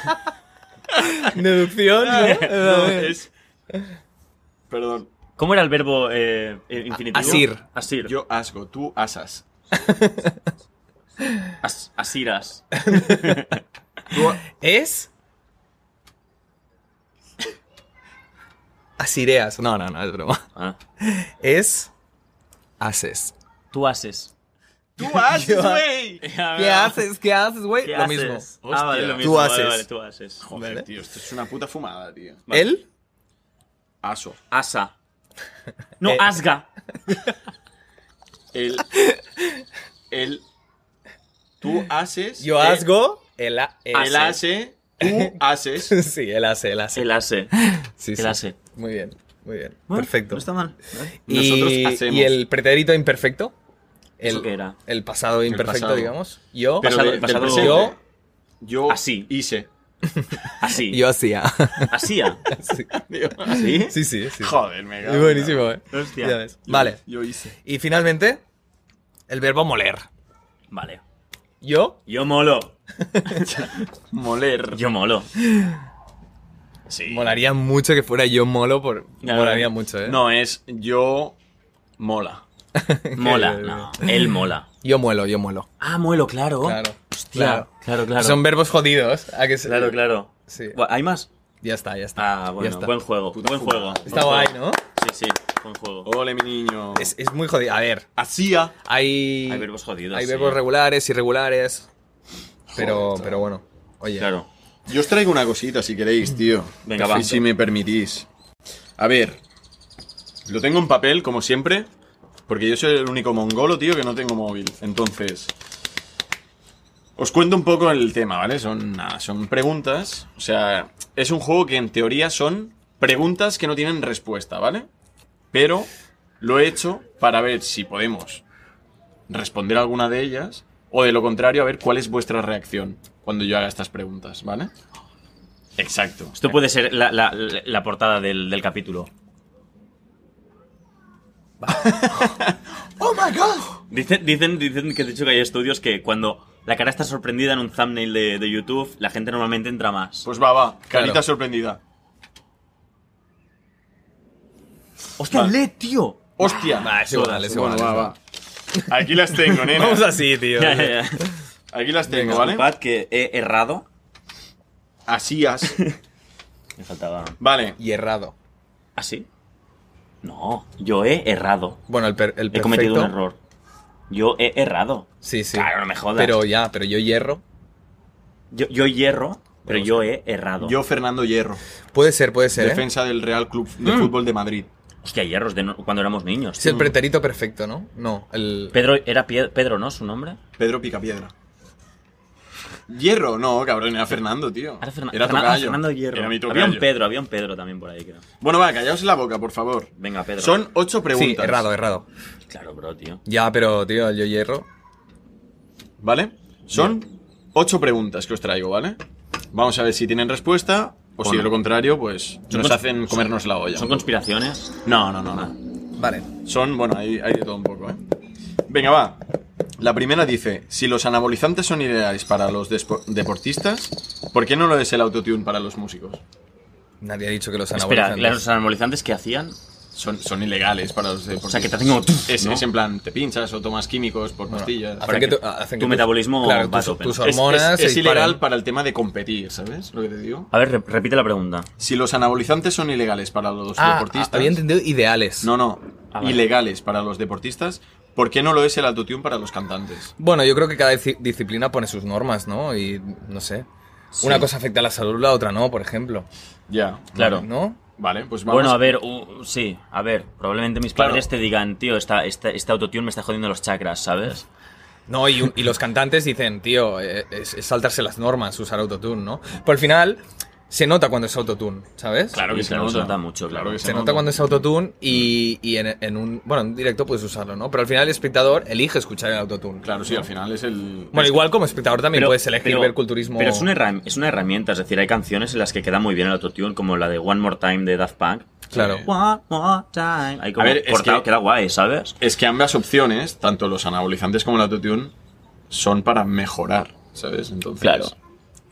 S3: Deducción, ¿no?
S2: No,
S3: eh.
S2: es- Perdón.
S1: ¿Cómo era el verbo eh, eh, infinitivo?
S3: Asir.
S1: Asir.
S2: Yo asgo, tú asas.
S1: As- asiras.
S2: Tú a-
S3: es. Asireas. No, no, no, es broma.
S1: Ah.
S3: Es. Haces.
S1: Tú haces.
S2: ¡Tú haces,
S3: Yo-
S2: güey!
S3: ¿Qué haces? ¿Qué haces, güey?
S1: ¿Qué
S3: Lo
S1: haces?
S3: mismo.
S1: Ah, vale,
S2: Hostia.
S1: lo
S2: Tú
S1: mismo. vale,
S3: haces.
S1: vale, tú haces.
S2: Joder, tío, esto es una puta fumada, tío.
S3: Él.
S2: Aso.
S1: Asa. No,
S3: Eh.
S1: asga.
S2: El. El. Tú haces.
S3: Yo
S2: eh,
S3: asgo. Él, ha-
S2: Él hace. Tú haces.
S3: Sí, él hace, él hace.
S1: El ase.
S3: Sí,
S1: el
S3: sí.
S1: hace.
S3: Muy bien, muy bien.
S1: Bueno,
S3: Perfecto.
S1: No está mal.
S2: Nosotros
S3: y,
S2: hacemos.
S3: y el pretérito imperfecto.
S1: ¿Eso
S3: El,
S1: qué era?
S3: el pasado imperfecto,
S2: pasado.
S3: digamos. Yo.
S2: Pero
S1: Pasado-
S2: de- del
S1: pasado-
S2: presente.
S3: Yo-
S2: Yo.
S1: Así.
S2: Hice.
S1: Así.
S3: Yo hacía.
S1: Hacía.
S3: sí,
S2: Tío.
S1: ¿Sí?
S3: sí, sí. sí.
S2: Joder, me cago
S3: Es
S2: en la-
S3: buenísimo, eh.
S1: Hostia.
S3: Ya ves.
S2: Yo-
S3: Vale.
S2: Yo hice.
S3: Y finalmente, el verbo moler.
S1: Vale.
S3: Yo.
S1: Yo molo.
S2: Moler.
S1: Yo molo. Sí.
S3: Molaría mucho que fuera yo molo por.
S1: Ya,
S3: molaría
S1: ya.
S3: mucho, ¿eh?
S2: No, es yo. Mola.
S1: Mola. No. Él mola.
S3: Yo muelo, yo muelo.
S1: Ah, muelo, claro.
S3: Claro.
S1: Hostia. Claro, claro. Claro,
S3: Son verbos jodidos. ¿a que se-
S1: claro. claro.
S3: Sí.
S1: Bu- ¿Hay más?
S3: Ya está, ya está.
S1: Ah,
S3: ya
S1: bueno.
S3: está.
S1: Buen juego.
S2: Puta
S1: buen
S2: fumada.
S1: juego.
S3: Está guay, ¿no?
S1: Sí, sí. Buen juego.
S2: Ole, mi niño.
S3: Es, es muy jodido. A ver,
S2: Hacía.
S3: hay.
S1: Hay verbos jodidos.
S3: Hay
S1: sí.
S3: verbos regulares, irregulares. Pero,
S2: Joder,
S3: pero bueno. Oye.
S1: Claro.
S2: Yo os traigo una cosita si queréis, tío.
S1: Mm. Venga,
S2: Si-
S1: va.
S2: Si me permitís. A ver. Lo tengo en papel, como siempre. Porque yo soy el único mongolo, tío, que no tengo móvil. Entonces. Os cuento un poco el tema, ¿vale? Son, nada, son preguntas. O sea, es un juego que en teoría son preguntas que no tienen respuesta, ¿vale? Pero lo he hecho para ver si podemos responder alguna de ellas o de lo contrario a ver cuál es vuestra reacción cuando yo haga estas preguntas, ¿vale? Exacto.
S1: Esto puede ser la, la- la- la portada del, del capítulo.
S2: ¡Oh my god!
S1: Dicen, dicen, dicen que de hecho que hay estudios que cuando la cara está sorprendida en un thumbnail de, de YouTube, la gente normalmente entra más.
S2: Pues va, va, carita
S3: Claro.
S2: sorprendida.
S1: ¡Hostia,
S2: va.
S1: LED, tío! Ah,
S2: ¡Hostia!
S3: Va, Ah, es igual, es
S2: Bueno,
S3: igual,
S2: va,
S3: es
S2: va. Aquí las tengo, nena.
S3: Vamos así, tío.
S1: Ya, ya, ya.
S2: Aquí las tengo,
S1: Disculpad
S2: ¿vale?
S1: que he errado.
S2: Así as.
S1: Me faltaba.
S2: Vale.
S3: Y errado.
S1: ¿Ah, sí? No, yo he errado.
S3: Bueno, el, per- el
S1: He cometido un
S3: perfecto-
S1: error. Yo he errado.
S3: Sí, sí.
S1: Claro, no me jodas.
S3: Pero ya, pero yo hierro.
S1: Yo, yo hierro, pero
S3: Vamos
S1: yo he errado.
S2: Yo, Fernando Hierro,
S3: Puede ser, puede ser. ¿eh?
S2: defensa del Real Club de
S1: Mm.
S2: Fútbol de Madrid.
S1: Hostia, hierros de no- cuando éramos niños.
S3: Es el pretérito perfecto, ¿no? No, el.
S1: Pedro, era Pie- Pedro, ¿no? Su nombre.
S2: Pedro Picapiedra. Hierro, no, cabrón, era Fernando, tío.
S1: Ahora Fernan-
S2: era
S1: Fernan- ah,
S2: tocayo.
S1: Fernando Hierro.
S2: Era mi
S1: había un
S2: tocayo.
S1: Pedro, había un Pedro también por ahí, creo.
S2: Bueno, va, callaos la boca, por favor.
S1: Venga, Pedro.
S2: Son ocho preguntas.
S3: Sí, errado, errado.
S1: Claro, bro, tío.
S3: Ya, pero, tío, el yo hierro.
S2: ¿vale? Son ocho preguntas que os traigo, ¿vale? Vamos a ver si tienen respuesta o si de lo contrario, pues
S1: Son
S2: nos
S1: cons-
S2: hacen comernos la olla.
S1: ¿Son conspiraciones?
S2: No, no, no, no.
S3: Vale.
S2: Son, bueno, hay, hay de todo un poco, ¿eh? Venga, va. La primera dice, si los anabolizantes son ideales para los despo- deportistas, ¿por qué no lo es el autotune para los músicos?
S3: Nadie ha dicho que los
S1: Espera,
S3: anabolizantes.
S1: ¿los anabolizantes que hacían?
S2: Son, son ilegales para los deportistas.
S1: que te hacen como tú,
S2: Es,
S1: ¿no?
S2: es en plan, te pinchas o tomas químicos por pastillas.
S3: hacen
S1: para
S3: que
S1: que
S3: tu- hacen que
S1: tu
S3: tus-
S1: metabolismo
S3: claro,
S1: va a
S3: tus-
S1: tope.
S3: tus
S1: Es-
S2: Es-
S3: hormonas
S2: es,
S3: se
S2: es ilegal
S3: disparan.
S2: para el tema de competir, ¿sabes? Lo que te digo.
S1: A ver, re- repite la pregunta.
S2: Si los anabolizantes son ilegales para los
S3: Ah,
S2: deportistas.
S3: había entendido ideales.
S2: No, no.
S1: Ah, vale.
S2: Ilegales para los deportistas, ¿por qué no lo es el autotune para los cantantes?
S3: Bueno, yo creo que cada disci- disciplina pone sus normas, ¿no? Y no sé. Una cosa afecta a la salud, la otra no, por ejemplo.
S2: Ya.
S1: Claro.
S3: ¿No?
S2: Vale, pues vamos.
S1: Bueno, a ver, u- sí, a ver, probablemente mis
S2: Claro.
S1: padres te digan, tío, esta, esta- este autotune me está jodiendo los chakras, ¿sabes?
S3: No, y, un- y los cantantes dicen, tío, eh, es, es saltarse las normas usar autotune, ¿no? Pero al final se nota cuando es autotune, ¿sabes?
S1: Claro que se nota. mucho, claro.
S3: Se nota cuando es autotune y, y en, en un. Bueno, en directo puedes usarlo, ¿no? Pero al final el espectador elige escuchar el autotune.
S2: Claro, sí, al final es el.
S3: Bueno, igual como espectador también
S1: Pero-
S3: puedes elegir
S1: pero-
S3: ver culturismo.
S1: Pero es una, herram- es una herramienta, es decir, hay canciones en las que queda muy bien el autotune, como la de One More Time de Daft Punk.
S3: Claro.
S2: Sí.
S1: One More Time. Ahí como
S2: A ver, es
S1: cortado,
S2: que-
S1: queda guay, ¿sabes?
S2: Es que ambas opciones, tanto los anabolizantes como el autotune, son para mejorar, ¿sabes? Entonces.
S1: Claro.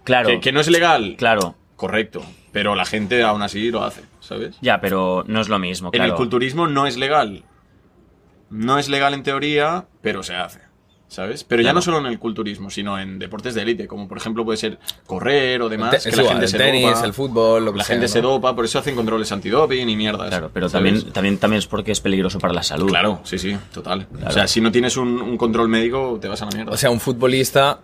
S1: Claro,
S2: Que, que no es legal.
S1: claro.
S2: Correcto. Pero la gente aún así lo hace, ¿sabes?
S1: Ya, pero no es lo mismo,
S3: Pues
S2: En
S1: claro.
S2: el culturismo no es legal. No es legal en teoría, pero se hace. ¿Sabes? Pero ya
S1: Claro.
S2: no solo en el culturismo, sino en deportes de élite, como por ejemplo puede ser correr o demás,
S3: Es
S2: que la
S3: igual,
S2: gente
S3: el
S2: se
S3: tenis,
S2: dopa.
S3: el fútbol, lo que
S2: la
S3: sea,
S2: gente
S3: ¿no?
S2: se dopa, por eso hacen controles antidoping y mierdas.
S1: Claro, pero
S2: ¿sabes?
S1: también, también, también es porque es peligroso para la salud.
S2: Claro, sí, sí, total. O sea, si no tienes un, un control médico, te vas a la mierda.
S3: O sea, un futbolista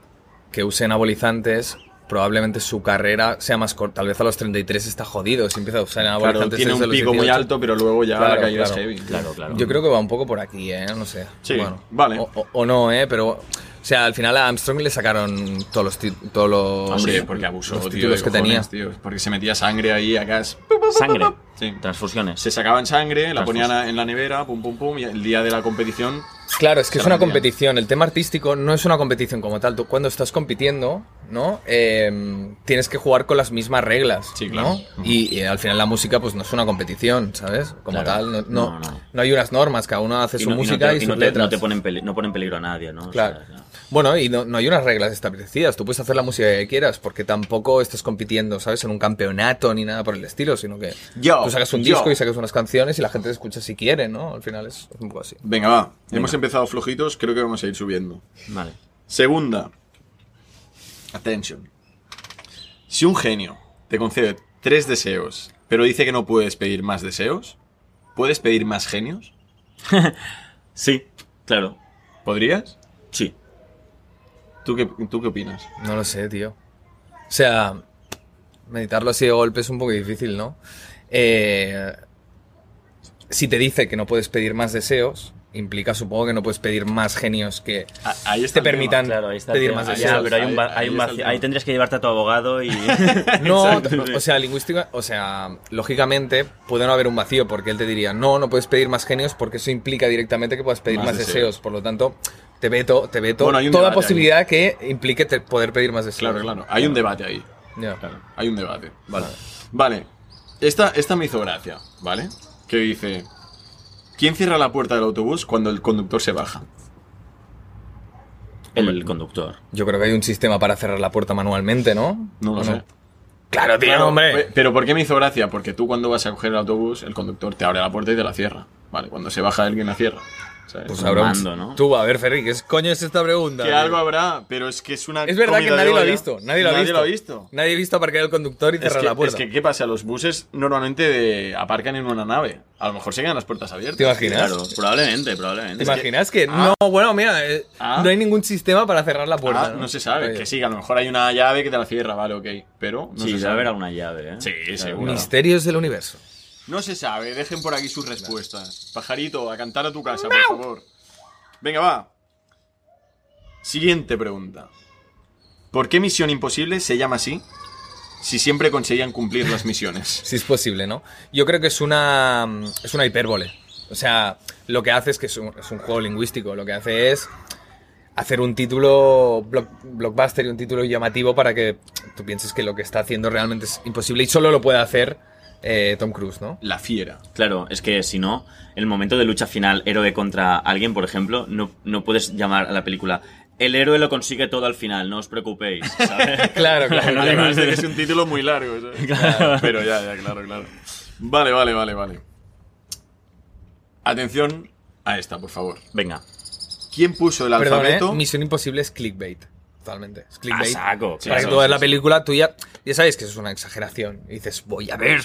S3: que use anabolizantes, probablemente su carrera sea más corta. Tal vez a los 33 está jodido si empieza a usar
S2: Claro,
S3: anabolizantes.
S2: tiene
S3: desde
S2: un
S3: los
S2: pico muy
S3: 18.
S2: alto, pero luego ya
S3: Claro,
S2: la caída
S3: claro.
S2: es heavy.
S1: Claro, claro.
S3: Yo creo que va un poco por aquí, ¿eh? No sé.
S2: Sí,
S3: Bueno.
S2: vale.
S3: O, o- o no, ¿eh? Pero, o sea, al final a Armstrong le sacaron todos los, ti- todos los,
S2: Hombre, porque abusó,
S3: los
S2: tío, de
S3: títulos que
S2: cojones,
S3: tenía.
S2: tío, Porque se metía sangre ahí acá. es-
S1: Sangre.
S2: Sí.
S1: Transfusiones.
S2: Se sacaban sangre, la
S1: Transfus-
S2: ponían a- en la nevera, pum, pum, pum, y el día de la competición.
S3: Claro, es que es
S2: Se
S3: una
S2: rendían.
S3: competición. El tema artístico no es una competición como tal. Tú cuando estás compitiendo, ¿no? Eh, tienes que jugar con las mismas reglas.
S2: Sí, claro.
S3: ¿no? Y, y al final la música, pues no es una competición, ¿sabes? Como
S1: Claro.
S3: tal. No,
S1: No,
S3: no,
S1: no.
S3: no hay unas normas. Cada uno hace
S1: Y
S3: su
S1: no- y no
S3: música
S1: te-
S3: y,
S1: y
S3: sus
S1: no te,
S3: letras.
S1: no te ponen peli- no ponen peligro a nadie, ¿no? O
S3: Claro.
S1: sea, no.
S3: Bueno, y no, no hay unas reglas establecidas. Tú puedes hacer la música que quieras, porque tampoco estás compitiendo, ¿sabes? En un campeonato ni nada por el estilo, sino que
S2: Yo,
S3: tú sacas un
S2: yo.
S3: disco y sacas unas canciones y la gente te escucha si quiere, ¿no? Al final es un poco así.
S2: Venga, va. Hemos empezado flojitos, creo que vamos a ir subiendo.
S1: Vale.
S2: Segunda. Attention. Si un genio te concede tres deseos, pero dice que no puedes pedir más deseos, ¿puedes pedir más genios?
S1: Sí, claro.
S2: ¿Podrías?
S1: Sí.
S2: ¿Tú qué, tú qué opinas?
S3: No lo sé, tío. O sea, meditarlo así de golpe es un poco difícil, ¿no? Eh, si te dice que no puedes pedir más deseos, implica, supongo, que no puedes pedir más genios que
S2: A- Ahí está
S3: te
S2: el tema.
S3: permitan
S1: Claro, ahí está. el
S3: pedir
S1: tema.
S3: más
S1: Ya,
S3: deseos.
S1: pero hay un, va- hay
S2: Ahí-
S1: un
S2: ahí está el
S1: vacío.
S2: tema.
S1: Ahí tendrías que llevarte a tu abogado y.
S3: No,
S2: Exacto, sí.
S3: o sea, lingüística, o sea, lógicamente puede no haber un vacío porque él te diría, no, no puedes pedir más genios porque eso implica directamente que puedas pedir
S2: Más
S3: más,
S2: deseos.
S3: deseos. Por lo tanto, te veto, te veto
S2: Bueno, hay un
S3: toda
S2: debate
S3: posibilidad que implique te- poder pedir más deseos.
S2: Claro, claro. Hay un debate ahí.
S3: Ya.
S2: Claro, hay un debate. Vale. Vale. Esta, esta me hizo gracia, ¿vale? Que dice: ¿Quién cierra la puerta del autobús cuando el conductor se baja?
S1: El conductor.
S3: Yo creo que hay un sistema para cerrar la puerta manualmente, ¿no?
S2: No lo
S3: ¿O
S2: sé.
S3: Claro, tío,
S2: Claro, pues, pe-
S3: hombre.
S2: Pero ¿por qué me hizo gracia? Porque tú cuando vas a coger el autobús, el conductor te abre la puerta y te la cierra. Vale, cuando se baja alguien la cierra. ¿sabes?
S3: Pues
S1: un
S3: habrá un-
S1: mando, ¿no?
S3: Tú, a ver, Ferri, ¿qué es- coño es esta pregunta?
S2: que algo habrá, pero es que es una.
S3: Es verdad que
S2: comida de
S3: nadie lo ha
S2: olla.
S3: visto. Nadie lo ha visto. Nadie ha visto aparcar el conductor y
S2: Es
S3: cerrar
S2: que,
S3: la puerta.
S2: es que, ¿qué pasa? Los buses normalmente de- aparcan en una nave. A lo mejor se quedan las puertas abiertas.
S3: ¿Te imaginas?
S1: Claro, probablemente, probablemente.
S3: ¿Te imaginas que, no? Bueno, mira, eh,
S2: Ah.
S3: no hay ningún sistema para cerrar la puerta.
S2: Ah, no se sabe.
S3: Oye,
S2: Que sí, que a lo mejor hay una llave que te la cierra, vale, ok. Pero no
S1: sí,
S2: se
S1: debe
S2: sabe.
S1: haber alguna llave, ¿eh?
S2: Sí, seguro.
S3: Misterios del universo.
S2: No se sabe. Dejen por aquí sus respuestas. Pajarito, a cantar a tu casa, por favor. Venga, va. Siguiente pregunta. ¿Por qué Misión Imposible se llama así si siempre conseguían cumplir las misiones?
S3: Si es posible, ¿no? Yo creo que es una, mm, es una hipérbole. O sea, lo que hace es que es un, es un juego lingüístico. Lo que hace es hacer un título block- blockbuster y un título llamativo para que tú pienses que lo que está haciendo realmente es imposible y solo lo puede hacer eh, Tom Cruise, ¿no?
S2: La fiera.
S1: Claro, es que si no, el momento de lucha final, héroe contra alguien, por ejemplo, no, no puedes llamar a la película. El héroe lo consigue todo al final, no os preocupéis. ¿sabes?
S3: Claro, claro,
S1: No
S3: claro.
S1: le vas a
S2: es
S1: decir-
S2: un título muy largo, ¿sabes? Pero ya, ya, claro, claro. Vale, vale, vale, vale. Atención a esta, por favor.
S1: Venga,
S2: ¿Quién puso el
S3: Perdón, ¿eh?
S2: alfabeto?
S3: Misión Imposible es clickbait. Totalmente. Es clickbait.
S1: A Ah, saco,
S3: Para
S1: claro,
S3: que tú veas
S1: sí,
S3: la
S1: sí.
S3: película, tú ya, ya sabes que eso es una exageración. Y dices, voy a ver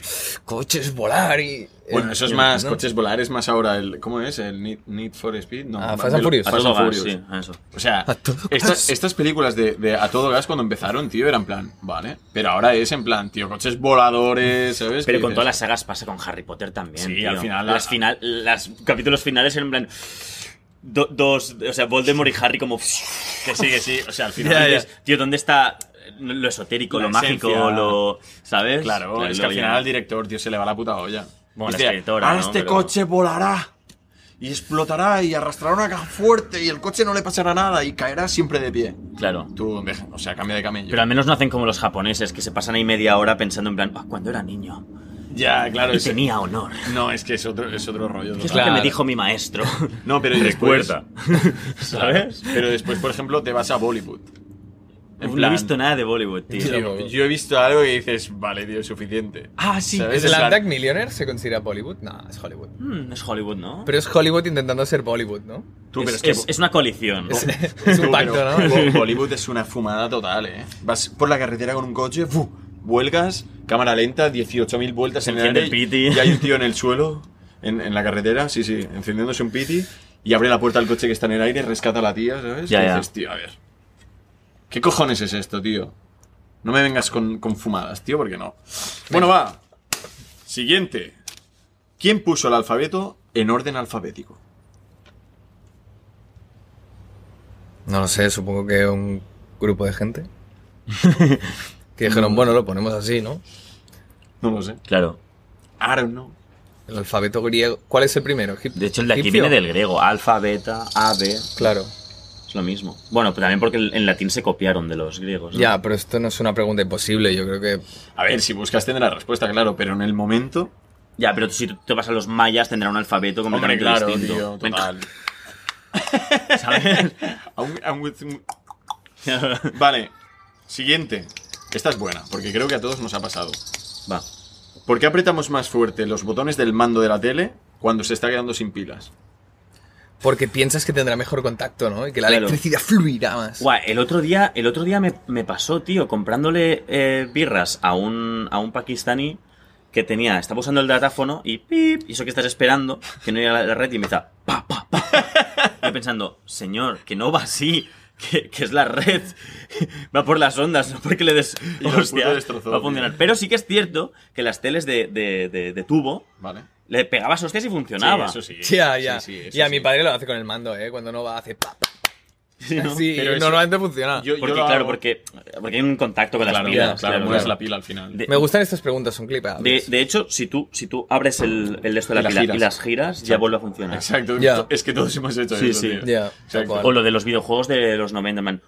S3: coches volar y.
S2: Bueno,
S3: eh,
S2: eso es más
S3: ¿no?
S2: coches volares, más ahora el. ¿Cómo es? ¿El Need, Need for Speed? No,
S3: Ah,
S2: no,
S3: Fast and
S2: el-
S3: Furious.
S1: a
S2: Fast
S1: todo
S2: and
S1: gas,
S2: Furious.
S1: sí, a eso.
S2: O sea,
S3: A todo gas.
S2: estas, estas películas de, de A todo gas cuando empezaron, tío, eran plan, vale. Pero ahora es en plan, tío, coches voladores, ¿sabes?
S1: Pero
S2: Que
S1: con
S2: dices,
S1: todas las sagas pasa con Harry Potter también.
S2: Sí,
S1: tío.
S2: al final-
S1: Las, final, las capítulos finales eran en plan. do- dos. O sea, Voldemort y Harry como. Que sí, que sí. O sea, al final
S3: Ya, ya.
S1: dices, tío, ¿dónde está lo esotérico,
S2: La
S1: lo mágico,
S2: esencia.
S1: lo. ¿Sabes?
S2: Claro, es que
S1: lo
S2: al
S1: ya-
S2: final al director, tío, se le va la puta olla.
S1: Bueno, la
S2: Dice,
S1: escritora,
S2: "Ah,
S1: ¿no?
S2: este
S1: Pero-
S2: coche volará y explotará y arrastrará una caja fuerte y el coche no le pasará nada y caerá siempre de pie.
S1: Claro.
S2: Tú, deja- o sea, cambia de camello.
S1: Pero al menos no hacen como los japoneses, que se pasan ahí media hora pensando en plan, "Ah, cuando era niño.
S2: ya, claro.
S1: Y
S2: es-
S1: tenía honor.
S2: No, es que es otro, es otro rollo.
S1: Es
S2: total.
S1: lo que me
S3: Claro.
S1: dijo mi maestro.
S2: No, pero y después-
S1: ¿Sabes?
S2: Pero después, por ejemplo, te vas a Bollywood. En
S1: No
S2: plan-
S1: he visto nada de Bollywood, tío.
S3: Sí.
S2: Tío, yo he visto algo que dices, vale, tío, suficiente.
S1: Ah, sí.
S2: ¿Sabes?
S3: ¿Es
S2: En
S3: el
S2: plan-
S3: Andac Millionaire? ¿Se considera Bollywood? No, es Hollywood.
S1: Mm, es Hollywood, ¿no?
S3: Pero es Hollywood intentando ser Bollywood, ¿no?
S2: Tú, pero
S1: es,
S2: es que-
S1: es- es una coalición.
S3: Es
S2: Tú,
S3: un pacto,
S2: pero
S3: ¿no?
S2: Bo- Bollywood es una fumada total, ¿eh? Vas por la carretera con un coche, ¡fu! vuelcas, cámara lenta, 18.000 vueltas
S1: Se
S2: en el
S1: enciende
S2: aire,
S1: el piti.
S2: y hay un tío en el suelo, en, en la carretera, sí, sí, encendiéndose un piti, y abre la puerta al coche que está en el aire, rescata a la tía, ¿sabes?
S1: Ya,
S2: y
S1: ya.
S2: dices, tío, a ver, ¿qué cojones es esto, tío? No me vengas con, con fumadas, tío, porque no. Bueno, va. Siguiente. ¿Quién puso el alfabeto en orden alfabético?
S3: No lo sé, supongo que un grupo de gente. que dijeron, bueno, lo ponemos así, ¿no?
S2: No lo sé.
S1: Claro.
S2: I don't know.
S3: El alfabeto griego. ¿Cuál es el primero? Egip-
S1: De hecho, el de aquí
S3: egipcio?
S1: viene del griego. Alfa, beta, ave.
S3: Claro.
S1: Es lo mismo. Bueno, pero también porque en latín se copiaron de los griegos. ¿no?
S3: Ya, pero esto no es una pregunta imposible. Yo creo que.
S2: A ver, si buscas tendrás respuesta, claro, pero en el momento.
S1: Ya, pero si tú te vas a los mayas tendrá un alfabeto
S2: Hombre,
S1: completamente
S2: claro,
S1: distinto.
S2: tío,
S1: Me enca-
S2: total.
S1: ¿Sabes?
S2: Aún- aún with- Vale, siguiente. Esta es buena, porque creo que a todos nos ha pasado.
S1: Va.
S2: ¿Por qué apretamos más fuerte los botones del mando de la tele cuando se está quedando sin pilas?
S3: Porque piensas que tendrá mejor contacto, ¿no? Y que la
S1: Claro.
S3: electricidad fluirá más.
S1: Guau, el otro día, el otro día me, me pasó, tío, comprándole eh, birras a un, a un pakistaní que tenía, estaba usando el datáfono y pip, y eso que estás esperando, que no llega la, la red y empieza pa, pa, pa. Yo pensando, señor, que no va así, que, que es la red, va por las ondas, no porque le des.
S2: Y la puta destrozó,
S1: va a funcionar.
S2: tío.
S1: Pero sí que es cierto que las teles de, de- de- de tubo
S2: Vale.
S1: le pegabas hostias y funcionaba.
S3: Ya, ya.
S2: Sí, sí, eso
S3: ya,
S2: sí.
S3: mi padre lo hace con el mando, ¿eh? Cuando no va, hace. pa, pa,
S1: Sí, ¿no?
S3: así,
S2: Pero
S3: y
S2: eso-
S3: normalmente funciona.
S2: Yo- yo
S1: Porque,
S2: lo
S1: claro,
S2: hago-
S1: porque, porque hay un contacto con
S2: Claro,
S1: las
S2: claro,
S1: pilas. claro,
S2: mueves
S1: claro.
S2: la pila al final.
S1: De-
S3: Me gustan estas preguntas, son clip.
S1: De, de hecho, si tú, si tú abres el, el de esto de
S2: Y
S1: la
S2: las
S1: pila
S2: giras.
S1: y las giras, ya vuelve a funcionar.
S2: Exacto,
S3: Ya.
S2: es que todos hemos hecho
S1: Sí,
S2: eso.
S1: sí.
S2: tío.
S3: Ya, tal
S2: Exacto.
S3: cual.
S1: O lo de los videojuegos de los 90, man.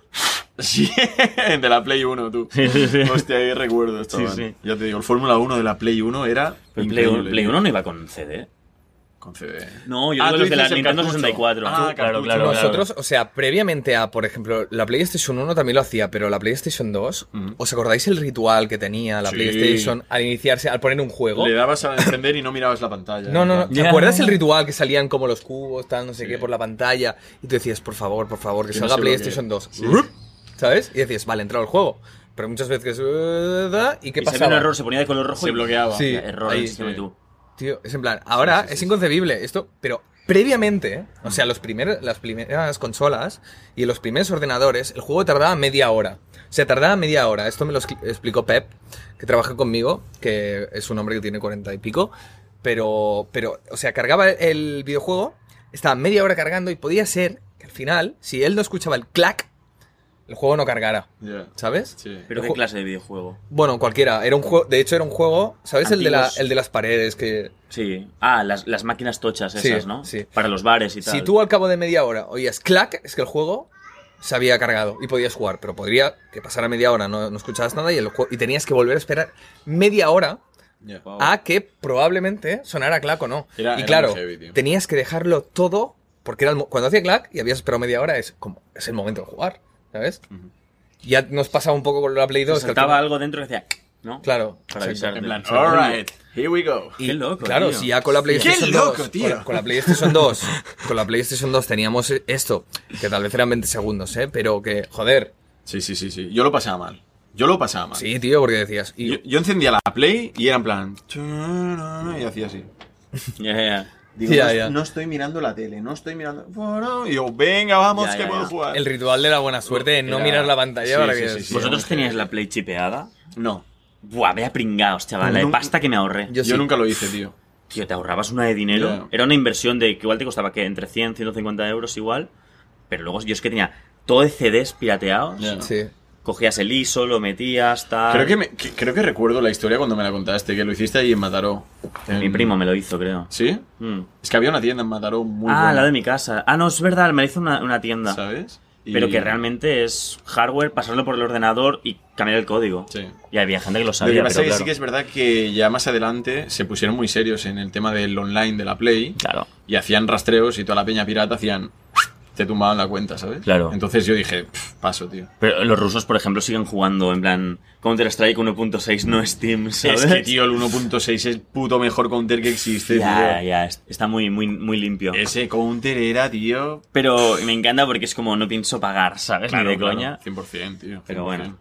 S2: Sí, de la Play 1, tú.
S1: Sí, sí, sí.
S2: Hostia, ahí recuerdo
S1: Sí, sí.
S2: Ya te digo, el Fórmula 1 de la Play 1 era.
S1: El Play,
S2: increíble,
S1: Play
S2: tío.
S1: 1 no iba con CD.
S2: Con CD.
S1: No, yo
S2: Ah,
S1: digo
S2: tú
S1: los de la
S2: dices el
S1: Nintendo
S2: cartucho.
S1: 64.
S2: Ah,
S1: Tú, claro, claro,
S2: cartucho.
S1: claro.
S3: Nosotros, o sea, previamente a, por ejemplo, la PlayStation 1 también lo hacía, pero la PlayStation 2,
S2: Ujú.
S3: ¿os acordáis el ritual que tenía la
S2: Sí.
S3: PlayStation al iniciarse, al poner un juego?
S2: Le dabas a encender y no mirabas la pantalla.
S3: No, no, no.
S2: Ya.
S3: ¿Te
S1: Ya.
S3: acuerdas el ritual que salían como los cubos, tal, no sé
S2: Sí.
S3: qué, por la pantalla? Y tú decías, por favor, por favor, que
S2: Que no
S3: salga
S2: se bloquee.
S3: PlayStation 2.
S2: Sí.
S3: Rup, ¿Sabes? Y decías, vale, entraba el juego. Pero muchas veces. eh, da, ¿Y qué
S1: Y si había
S3: pasaba?
S1: un error, se ponía de color rojo
S2: Se
S1: y
S2: bloqueaba.
S3: Sí.
S1: Error
S3: ahí,
S1: en sistema
S2: sí.
S1: y tú.
S3: Tío, es en plan, ahora
S2: Sí, sí, sí,
S3: es
S2: sí.
S3: inconcebible esto, pero previamente, ¿eh? o sea, los primer- las primeras consolas y los primeros ordenadores, el juego tardaba media hora. O sea, tardaba media hora. Esto me lo escl- explicó Pep, que trabaja conmigo, que es un hombre que tiene cuarenta y pico, pero, pero, o sea, cargaba el videojuego, estaba media hora cargando y podía ser que al final, si él no escuchaba el clac, el juego no cargara,
S2: Ya.
S3: ¿sabes?
S2: Sí.
S1: Pero
S3: El
S1: qué
S3: ju-
S1: clase de videojuego.
S3: Bueno, cualquiera. Era un juego, de hecho era un juego, ¿sabes? El de, la,
S1: Antiguos.
S3: el de las paredes que...
S1: Sí. Ah, las, las máquinas tochas
S3: Sí,
S1: esas, ¿no?
S3: sí.
S1: Para los bares y tal.
S3: Si tú al cabo de media hora oías clac, es que el juego se había cargado y podías jugar, pero podría que pasara media hora, no, no escuchabas nada y, el jue- y tenías que volver a esperar media hora
S2: Ya.
S1: Oh.
S3: a que probablemente sonara clac o no.
S2: Era-
S3: y
S2: era
S3: claro,
S2: muy heavy, tío.
S3: tenías que dejarlo todo, porque era el mo- cuando hacía clac y habías esperado media hora, es como, es el momento de jugar, ¿sabes? Ya nos pasaba un poco con la Play 2. que al
S1: saltaba
S3: final-
S1: algo dentro y decía, ¿no?
S3: Claro,
S1: Para
S3: exacto.
S1: avisar.
S2: En plan,
S1: Exacto.
S2: alright, here we go.
S1: Qué loco,
S3: Claro,
S1: tío.
S3: si ya con la PlayStation
S2: Qué loco,
S3: 2,
S2: tío.
S3: Con, con la PlayStation 2, con la PlayStation 2 teníamos e-, esto, que tal vez eran 20 segundos, ¿eh? Pero que, joder,
S2: Sí, sí, sí, sí. Yo lo pasaba mal. Yo lo pasaba mal.
S3: sí, tío, porque decías, y
S2: Yo, yo encendía la Play y era en plan... Y hacía así.
S1: Ya, ya, ya.
S2: Digo,
S3: Ya,
S2: no,
S3: ya.
S2: no estoy mirando la tele, no estoy mirando... Bueno, y yo, venga, vamos,
S1: Ya,
S2: que
S1: ya,
S2: puedo
S1: ya.
S2: jugar.
S3: el ritual de la buena suerte de no
S2: Era-
S3: mirar la pantalla
S2: sí,
S3: para
S2: sí,
S3: que-
S2: sí, sí.
S1: ¿Vosotros teníais la Play chipeada?
S2: No,
S1: Buah, vea pringaos, chaval. La de
S2: Nunca-
S1: pasta que me ahorré.
S3: Yo
S2: yo,
S3: sí.
S2: nunca lo hice, tío.
S1: Tío, te ahorrabas una de dinero.
S2: Ya.
S1: Era una inversión de que igual te costaba que entre 100, 150 euros igual. Pero luego yo es que tenía todo de CDs pirateados.
S2: Ya.
S3: Sí.
S1: Cogías el ISO, lo metías, tal.
S2: Creo que, me- que- creo que recuerdo la historia cuando me la contaste, que lo hiciste ahí en Mataró.
S1: Mi
S2: En-
S1: primo me lo hizo, creo.
S2: ¿Sí?
S1: Mm.
S2: Es que había una tienda en Mataró muy
S1: ah,
S2: buena.
S1: la de mi casa. Ah, no, es verdad, me la hizo una, una tienda.
S2: ¿Sabes? Y-
S1: Pero que realmente es hardware, pasarlo por el ordenador y cambiar el código.
S2: Sí.
S1: Y había gente que lo
S2: Lo
S1: sabía,
S2: que
S1: pero
S2: pasa es que sí
S1: claro.
S2: que es verdad que ya más adelante se pusieron muy serios en el tema del online de la Play
S1: Claro.
S2: y hacían rastreos y toda la peña pirata hacían... Te tumbaban la cuenta, ¿sabes?
S1: Claro.
S2: Entonces yo dije, "Pff, paso, tío.
S1: Pero los rusos, por ejemplo, siguen jugando en plan Counter-Strike 1.6, no Steam, ¿sabes?
S2: Es que, tío, el 1.6 es el puto mejor counter que existe,
S1: Ya,
S2: tío.
S1: ya, es- está muy, muy, muy limpio.
S2: Ese counter era, tío...
S1: Pero me encanta porque es como no pienso pagar, ¿sabes?
S2: claro,
S1: Ni de
S2: claro,
S1: coña.
S2: 100%, tío.
S1: Pero
S2: 100%.
S1: bueno.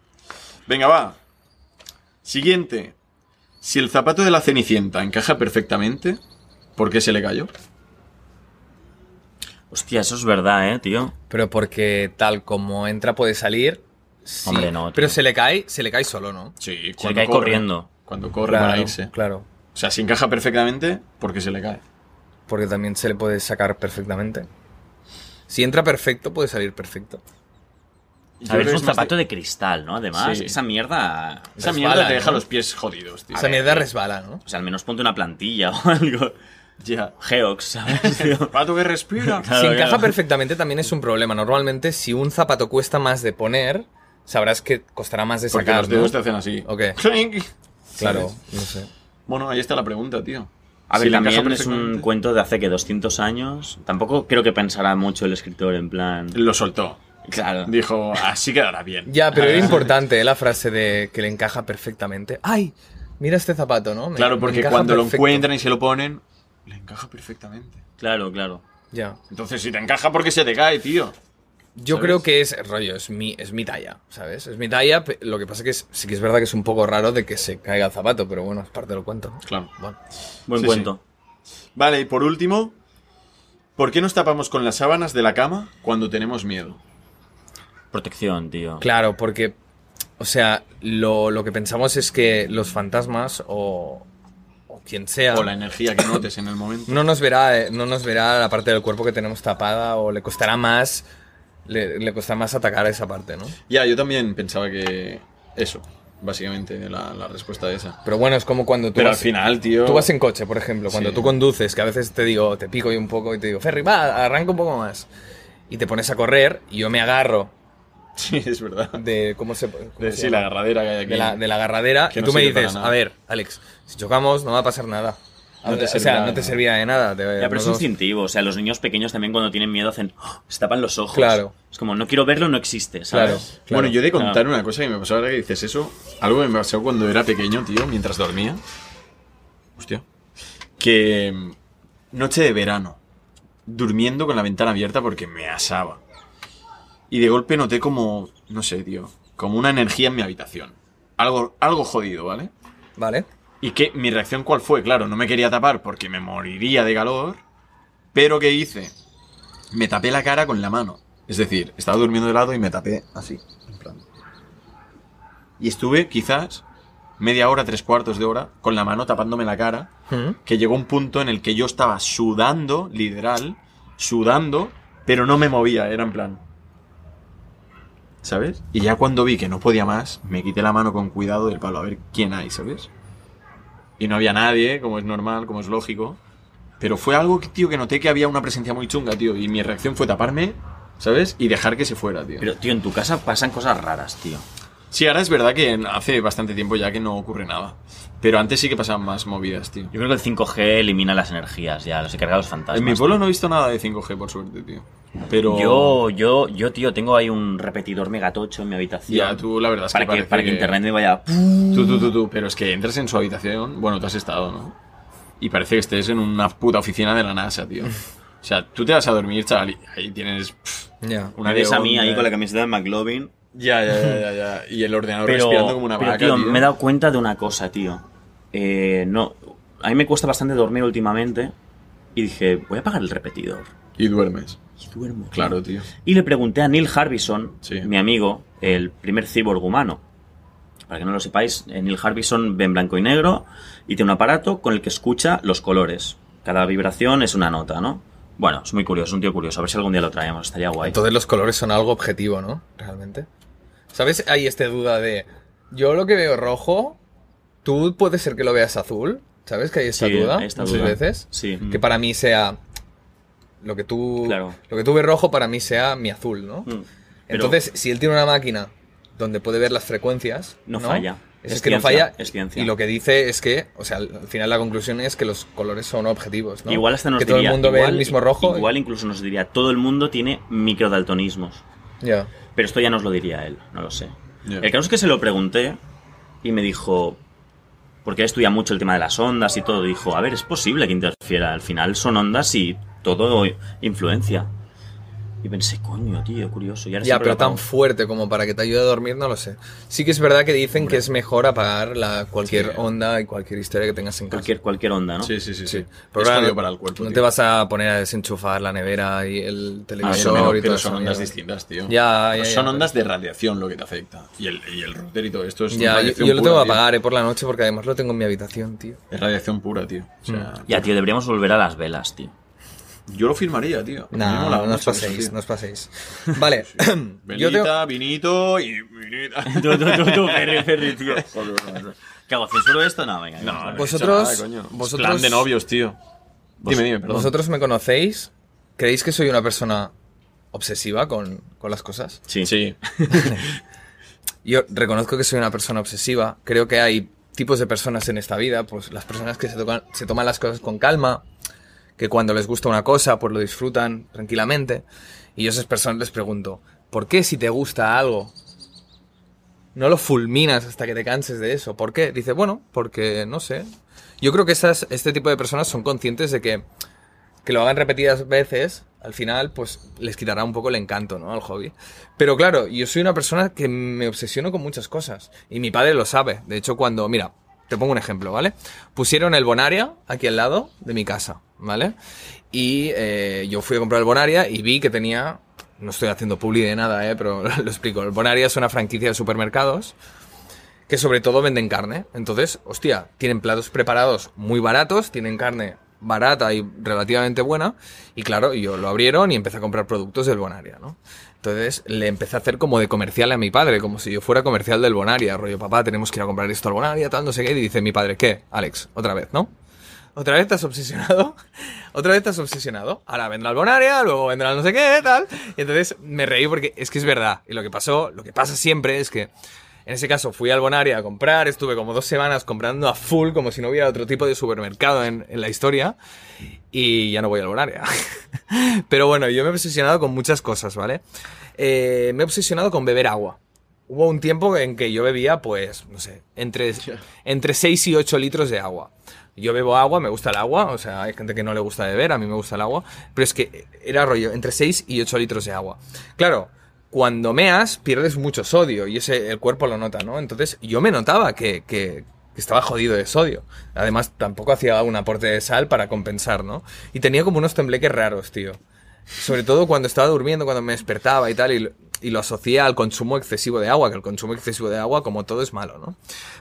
S2: Venga, va. Siguiente. Si el zapato de la Cenicienta encaja perfectamente, ¿por qué se le cayó?
S1: Hostia, eso es verdad, ¿eh, tío?
S3: Pero porque tal como entra puede salir. sí.
S1: Hombre, no, tío.
S3: Pero se le cae, se le cae solo, ¿no?
S2: Sí,
S1: Se le cae corriendo.
S2: Cuando corre para irse.
S3: claro.
S2: O sea, si encaja perfectamente, ¿por qué se le cae?
S3: Porque también se le puede sacar perfectamente. Si entra perfecto, puede salir perfecto.
S1: A ver, es un zapato de... cristal, ¿no? Además,
S2: Sí.
S1: esa mierda...
S2: Esa
S3: Resbala,
S2: mierda te deja
S3: ¿no?
S2: los pies jodidos, tío.
S3: Esa
S1: eh,
S3: mierda resbala, ¿no?
S1: O sea, al menos ponte una plantilla o algo.
S2: Ya.
S1: Geox, ¿sabes, tío?
S2: Zapato que respira.
S1: Claro,
S3: si
S1: claro.
S3: encaja perfectamente también es un problema. Normalmente, si un zapato cuesta más de poner, sabrás que costará más de
S2: Porque
S3: sacar,
S2: los dedos
S3: ¿no?
S2: te hacen así.
S3: Ok.
S2: Clink.
S3: Claro,
S2: ¿Sabes?
S3: no sé.
S2: Bueno, ahí está la pregunta, tío.
S1: A ver,
S2: Si le encaja
S1: también es un
S2: perfectamente.
S1: cuento de hace que 200 años. Tampoco creo que pensará mucho el escritor en plan...
S2: Lo soltó.
S1: Claro.
S2: Dijo, así quedará bien.
S3: Ya, pero era importante ¿eh? la frase de que le encaja perfectamente. ¡Ay! Mira este zapato, ¿no? Me-
S2: Claro,
S3: me
S2: porque
S3: encaja
S2: cuando lo
S3: perfecto.
S2: encuentran y se lo ponen, le encaja perfectamente.
S1: Claro, claro.
S3: Ya.
S2: Entonces, si te encaja, porque se te cae, tío?
S3: Yo
S2: ¿Sabes?
S3: creo que es rollo, es mi, es mi talla, ¿sabes? Es mi talla, pe- lo que pasa que es, sí que es verdad que es un poco raro de que se caiga el zapato, pero bueno, es parte del cuento. ¿no?
S2: Claro.
S3: Bueno.
S1: Buen
S2: Sí,
S1: cuento.
S2: Vale, y por último, ¿por qué nos tapamos con las sábanas de la cama cuando tenemos miedo?
S1: Protección, tío.
S3: Claro, porque, o sea, lo, lo que pensamos es que los fantasmas o, o quien sea
S2: O la energía que notes en el momento.
S3: no nos verá, eh, no nos verá la parte del cuerpo que tenemos tapada o le costará más, le, le costará más atacar a esa parte, ¿no?
S2: Ya, yo también pensaba que eso, básicamente, la, la respuesta de esa.
S3: Pero bueno, es como cuando tú
S2: Pero al
S3: vas-
S2: final, tío...
S3: Tú vas en coche, por ejemplo, cuando
S2: Sí.
S3: tú conduces, que a veces te digo, te pico yo un poco y te digo, Ferry, va, arranca un poco más. Y te pones a correr y yo me agarro
S2: Sí, es verdad.
S3: de cómo se, cómo
S2: Ah. De-
S3: se
S2: sí, la
S3: llama?
S2: agarradera que hay aquí.
S3: de la, de la agarradera
S2: Que
S3: y
S2: no
S3: tú me
S2: sirve para
S3: dices,
S2: nada.
S3: a ver, Alex, si chocamos no va a pasar nada.
S2: No te
S3: o
S2: servirá
S3: sea, no
S2: de
S3: te
S2: nada.
S3: servía de nada. te-
S1: Ya, pero es
S3: nos vamos-
S1: instintivo. O sea, los niños pequeños también cuando tienen miedo hacen... ¡oh! se tapan los ojos.
S3: Claro.
S1: Es como, no quiero verlo, no existe, ¿sabes?
S3: Claro.
S2: Bueno, yo he de
S1: Claro.
S2: contar una cosa que me pasó ahora que dices eso. Algo que me pasó cuando era pequeño, tío, mientras dormía. Hostia. Que mm, noche de verano, durmiendo con la ventana abierta porque me asaba. Y de golpe noté como, no sé, tío, como una energía en mi habitación. Algo, algo jodido, ¿vale?
S3: Vale.
S2: Y que mi reacción cuál fue, claro, no me quería tapar porque me moriría de calor, pero ¿qué hice? Me tapé la cara con la mano. Es decir, estaba durmiendo de lado y me tapé así, en plan. Y estuve quizás media hora, tres cuartos de hora, con la mano tapándome la cara,
S3: Mm.
S2: que llegó un punto en el que yo estaba sudando, literal, sudando, pero no me movía, era en plan. ¿Sabes? Y ya cuando vi que no podía más, me quité la mano con cuidado del palo a ver quién hay, ¿sabes? Y no había nadie, como es normal, como es lógico. Pero fue algo, que, tío, que noté que había una presencia muy chunga, tío. Y mi reacción fue taparme ¿sabes? Y dejar que se fuera, tío.
S1: Pero, tío, en tu casa pasan cosas raras, tío.
S2: Sí, ahora es verdad que en- hace bastante tiempo ya que no ocurre nada. Pero antes sí que pasaban más movidas, tío.
S1: Yo creo que el 5G elimina las energías ya, los encargados fantasmas.
S2: En mi pueblo no he visto nada de 5G, por suerte, tío. Pero.
S1: Yo, yo, yo, tío, tengo ahí un repetidor megatocho en mi habitación.
S2: Ya, tú, la verdad es que
S1: para que,
S2: parece
S1: para que
S2: que-
S1: internet me vaya.
S2: Tú, tú, tú, tú. Pero es que entras en su habitación. Bueno, tú has estado, ¿no? Y parece que estés en una puta oficina de la NASA, tío. O sea, tú te vas a dormir, chaval, y ahí tienes. pff,
S3: Ya.
S2: una
S1: ves a
S2: león, eh.
S1: mí ahí
S2: ya.
S1: con la camiseta de McLovin.
S2: Ya, ya, ya, ya, ya. Y el ordenador
S1: Pero,
S2: respirando como una
S1: pero,
S2: vaca.
S1: tío,
S2: tío.
S1: me he dado cuenta de una cosa, tío. Eh, no, a mí me cuesta bastante dormir últimamente. Y dije, voy a apagar el repetidor.
S2: Y duermes.
S1: Y duermo. tío.
S2: Claro, tío.
S1: Y le pregunté a Neil Harbison,
S2: Sí.
S1: mi amigo, el primer cyborg humano. Para que no lo sepáis, eh, Neil Harbison ve en blanco y negro y tiene un aparato con el que escucha los colores. Cada vibración es una nota, ¿no? Bueno, es muy curioso, es un tío curioso. A ver si algún día lo traemos, estaría guay.
S3: Entonces los colores son algo objetivo, ¿no? Realmente. ¿Sabes? Hay esta duda de. Yo lo que veo rojo, tú puede ser que lo veas azul. ¿Sabes? Que hay esta
S1: Sí,
S3: duda
S1: hay esta
S3: muchas
S1: duda. Mm.
S3: veces.
S1: Sí.
S3: Que para mí sea. Lo que tú.
S1: Claro.
S3: Lo que tú ves rojo para mí sea mi azul, ¿no?
S1: Mm. Pero
S3: Entonces, si él tiene una máquina donde puede ver las frecuencias.
S1: No falla.
S3: Es,
S1: Es
S3: que no
S1: ciencia,
S3: falla.
S1: es ciencia.
S3: Y lo que dice es que, o sea, al al final la conclusión es que los colores son objetivos, ¿no?
S1: Igual hasta nos
S3: Que todo el
S1: diría,
S3: mundo ve
S1: igual-
S3: el mismo rojo. y-
S1: Igual incluso nos diría, todo el mundo tiene microdaltonismos.
S3: Ya.
S1: Pero esto ya nos lo diría él, no lo sé.
S2: Ya.
S1: El caso es que se lo pregunté y me dijo, porque él estudia mucho el tema de las ondas y todo, dijo, a ver, es posible que interfiera, al final son ondas y todo influencia. Y pensé, coño, tío, curioso. Y ahora
S3: Ya,
S1: siempre
S3: pero
S1: lo
S3: tan
S1: hago.
S3: fuerte como para que te ayude a dormir, no lo sé. Sí que es verdad que dicen que es mejor apagar la, cualquier
S2: Sí.
S3: onda y cualquier historia que tengas en casa.
S1: cualquier, cualquier onda, ¿no?
S2: Sí, sí, sí. sí.
S3: Sí.
S2: Es
S3: Pero ahora
S2: jodido
S3: no-
S2: para el cuerpo.
S3: No
S2: tío.
S3: te vas a poner a desenchufar la nevera y el
S2: Ah,
S3: televisor
S2: eso no,
S3: y todo
S2: pero
S3: eso,
S2: son ondas
S3: ya.
S2: distintas, tío. Pues
S3: Ya, ya, ya,
S2: son
S3: pero-
S2: ondas de radiación lo que te afecta. Y el, y el router y todo esto es
S3: Ya, yo,
S2: radiación
S3: yo lo
S2: pura,
S3: tengo que
S2: tío.
S3: apagar eh, por la noche porque además lo tengo en mi habitación, tío.
S2: Es radiación pura, tío. O sea,
S1: Ya, tío, deberíamos volver a las velas, tío.
S2: Yo lo firmaría, tío. A mí me
S3: No,
S2: mola
S3: no, os
S2: mucho eso,
S3: paséis,
S2: tío.
S3: no os paséis. Vale,
S2: Velita,
S3: yo tengo...
S2: vinito y vinita.
S1: Tú, tú, tú, tú, Ferri, Ferri, tío.
S2: Joder, joder.
S1: ¿Qué hago? ¿Censuro esto? No, venga.
S2: No, no he
S3: Vosotros-
S2: dicho nada, coño.
S3: vosotros-
S2: Plan de novios, tío. Dime, dime, perdón.
S3: ¿Vosotros me conocéis? ¿Creéis que soy una persona obsesiva con, con las cosas?
S1: Sí, sí.
S2: Sí.
S3: Yo reconozco que soy una persona obsesiva. Creo que hay tipos de personas en esta vida, pues las personas que se, tocan- se toman las cosas con calma, que cuando les gusta una cosa, pues lo disfrutan tranquilamente. Y yo a esas personas les pregunto, ¿por qué si te gusta algo no lo fulminas hasta que te canses de eso? ¿Por qué? Dice, bueno, porque no sé. Yo creo que estas, este tipo de personas son conscientes de que que lo hagan repetidas veces, al final, pues les quitará un poco el encanto, ¿no? Al hobby. Pero claro, yo soy una persona que me obsesiono con muchas cosas. Y mi padre lo sabe. De hecho, cuando, mira, te pongo un ejemplo, ¿vale? Pusieron el Bonaria aquí al lado de mi casa, ¿vale? Y eh, yo fui a comprar el Bonaria y vi que tenía. No estoy haciendo publi de nada, ¿eh? Pero lo explico. El Bonaria es una franquicia de supermercados que sobre todo venden carne. Entonces, hostia, tienen platos preparados muy baratos, tienen carne barata y relativamente buena. Y claro, yo lo abrieron y empecé a comprar productos del Bonaria, ¿no? Entonces le empecé a hacer como de comercial a mi padre, como si yo fuera comercial del Bonaria. Rollo, papá, tenemos que ir a comprar esto al Bonaria, tal, no sé qué. Y dice mi padre, ¿qué? Alex, otra vez, ¿no? ¿Otra vez estás obsesionado? ¿Otra vez estás obsesionado? Ahora vendrá el Bonaria, luego vendrá el no sé qué, tal. Y entonces me reí porque es que es verdad. Y lo que pasó, lo que pasa siempre es que, en ese caso, fui al Bonaria a comprar, estuve como dos semanas comprando a full, como si no hubiera otro tipo de supermercado en, en la historia, y ya no voy al Bonaria. Pero bueno, yo me he obsesionado con muchas cosas, ¿vale? Eh, me he obsesionado con beber agua. Hubo un tiempo en que yo bebía, pues, no sé, entre, entre 6 y 8 litros de agua. Yo bebo agua, me gusta el agua, o sea, hay gente que no le gusta beber, a mí me gusta el agua, pero es que era rollo, entre 6 y 8 litros de agua. Claro, cuando meas pierdes mucho sodio y ese, el cuerpo lo nota, ¿no? Entonces yo me notaba que, que- que estaba jodido de sodio. Además, tampoco hacía un aporte de sal para compensar, ¿no? Y tenía como unos tembleques raros, tío. Sobre todo cuando estaba durmiendo, cuando me despertaba y tal, y, lo- y lo asocia al consumo excesivo de agua, que el consumo excesivo de agua, como todo, es malo, ¿no?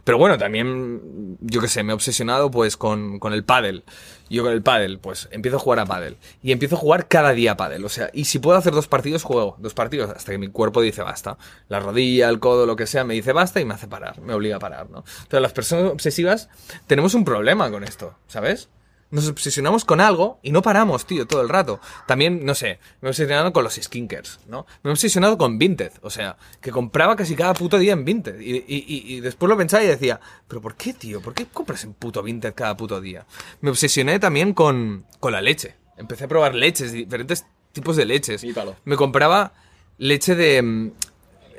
S3: Pero bueno, también, yo qué sé, me he obsesionado pues con, con el pádel. Yo con el pádel, pues empiezo a jugar a pádel. Y empiezo a jugar cada día a pádel. O sea, y si puedo hacer dos partidos, juego dos partidos hasta que mi cuerpo dice basta. La rodilla, el codo, lo que sea, me dice basta y me hace parar, me obliga a parar, ¿no? Entonces las personas obsesivas tenemos un problema con esto, ¿sabes? nos obsesionamos con algo y no paramos, tío, todo el rato. También, no sé, me he obsesionado con los skinkers, ¿no? Me he obsesionado con Vinted, o sea, que compraba casi cada puto día en Vinted. Y, y- y- y después lo pensaba y decía, ¿pero por qué, tío? ¿Por qué compras en puto Vinted cada puto día? Me obsesioné también con, con la leche. Empecé a probar leches, diferentes tipos de leches.
S2: Ítalo.
S3: Me compraba leche de... mm,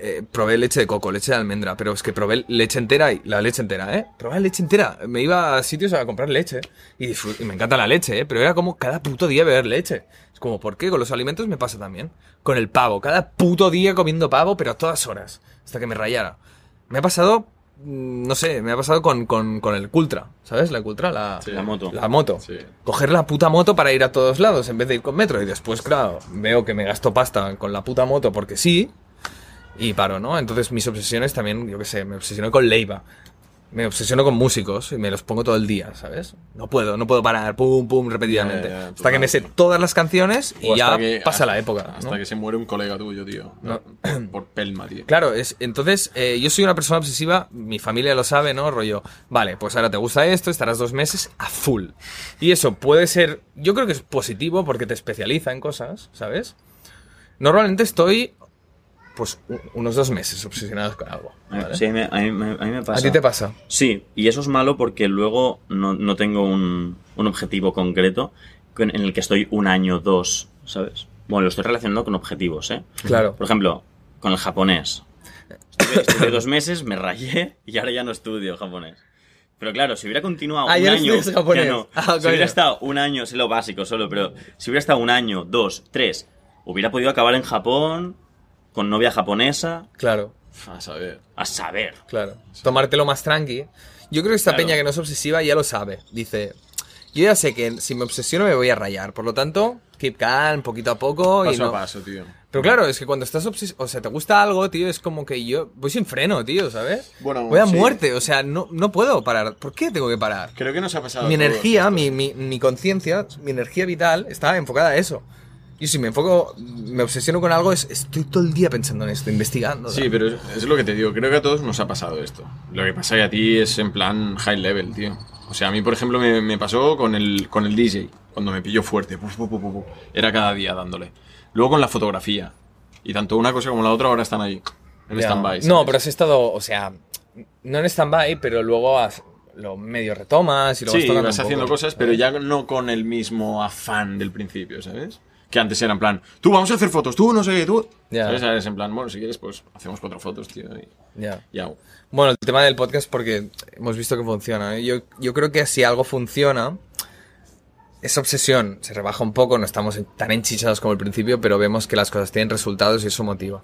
S3: eh, probé leche de coco, leche de almendra, pero es que probé leche entera y la leche entera, ¿eh? Probé leche entera. Me iba a sitios a comprar leche y, disfrut- y me encanta la leche, ¿eh? Pero era como cada puto día beber leche. Es como, ¿por qué? Con los alimentos me pasa también. Con el pavo, cada puto día comiendo pavo, pero a todas horas, hasta que me rayara. Me ha pasado, mm, no sé, me ha pasado con, con- con el Cultra, ¿sabes? La Cultra, la,
S2: Sí.
S1: La moto.
S3: la moto.
S2: Sí.
S3: Coger la puta moto para ir a todos lados en vez de ir con metro. Y después, claro, veo que me gasto pasta con la puta moto porque sí. Y paro, ¿no? Entonces mis obsesiones también, yo qué sé, me obsesiono con Leiva. Me obsesiono con músicos y me los pongo todo el día, ¿sabes? No puedo, no puedo parar, pum, pum, repetidamente.
S2: Ya, ya, ya,
S3: hasta
S2: total.
S3: que me sé todas las canciones
S2: O
S3: y
S2: hasta
S3: ya
S2: que-
S3: pasa
S2: hasta-
S3: la época.
S2: Hasta
S3: ¿no?
S2: que se muere un colega tuyo, tío.
S3: No.
S2: Por, por pelma, tío.
S3: Claro, es, entonces eh, yo soy una persona obsesiva, mi familia lo sabe, ¿no? Rollo, vale, pues ahora te gusta esto, estarás dos meses a full. Y eso puede ser, yo creo que es positivo porque te especializa en cosas, ¿sabes? Normalmente estoy, pues, u- unos dos meses obsesionado con algo. ¿vale?
S1: Ah, Sí, a mí, me- a mí me- a mí me pasa.
S3: a ti te pasa.
S1: Sí, y eso es malo porque luego no, no tengo un, un objetivo concreto con- en el que estoy un año, dos, ¿sabes? Bueno, lo estoy relacionando con objetivos, ¿eh?
S3: Claro.
S1: Por ejemplo, con el japonés. Estuve, estuve dos meses, me rayé y ahora ya no estudio japonés. Pero claro, si hubiera continuado
S3: Ah,
S1: un
S3: ya no
S1: año.
S3: estudias
S1: ya
S3: japonés.
S1: no.
S3: Ah,
S1: si
S3: coño.
S1: hubiera estado un año, sé lo básico solo, pero si hubiera estado un año, dos, tres, hubiera podido acabar en Japón, con novia japonesa,
S3: Claro.
S2: A saber.
S1: a saber.
S3: Claro. Tomártelo más tranqui. Yo creo que esta
S1: Claro.
S3: peña que no es obsesiva ya lo sabe. Dice, yo ya sé que si me obsesiono me voy a rayar. Por lo tanto, keep calm, poquito a poco. y
S2: Paso
S3: no...
S2: a paso, tío.
S3: Pero claro, es que cuando estás obses o sea, te gusta algo, tío, es como que yo voy sin freno, tío, ¿sabes?
S2: Bueno,
S3: voy a
S2: sí.
S3: muerte, o sea, no, no puedo parar. ¿Por qué tengo que parar?
S2: Creo que nos ha pasado. a
S3: Mi
S2: todos
S3: energía,
S2: esto.
S3: mi, mi, mi conciencia, mi energía vital está enfocada a eso. Y si me enfoco, me obsesiono con algo, es, estoy todo el día pensando en esto, investigando.
S2: Sí, pero es, es lo que te digo. Creo que a todos nos ha pasado esto. Lo que pasa que a ti es en plan high level, tío. O sea, a mí, por ejemplo, me, me pasó con el, con el DJ, cuando me pilló fuerte. Puf, puf, puf, puf, puf. Era cada día dándole. Luego con la fotografía. Y tanto una cosa como la otra ahora están ahí, en
S3: Ya.
S2: stand-by.
S3: No,
S2: ¿sabes?
S3: pero has estado, o sea, no en stand-by, pero luego has- lo medio retomas y lo vas
S2: Sí,
S3: tocando
S2: vas
S3: un
S2: haciendo
S3: poco,
S2: cosas,
S3: ¿sabes?
S2: pero ya no con el mismo afán del principio, ¿sabes? Que antes era en plan, tú vamos a hacer fotos, tú no sé qué, tú.
S3: Ya.
S2: ¿Sabes? Ahora es en plan, bueno, si quieres, pues hacemos cuatro fotos, tío. Y
S3: Ya.
S2: ya.
S3: Bueno, el tema del podcast porque hemos visto que funciona. ¿eh? Yo, yo creo que si algo funciona, esa obsesión se rebaja un poco, no estamos en- tan enchichados como al principio, pero vemos que las cosas tienen resultados y eso motiva.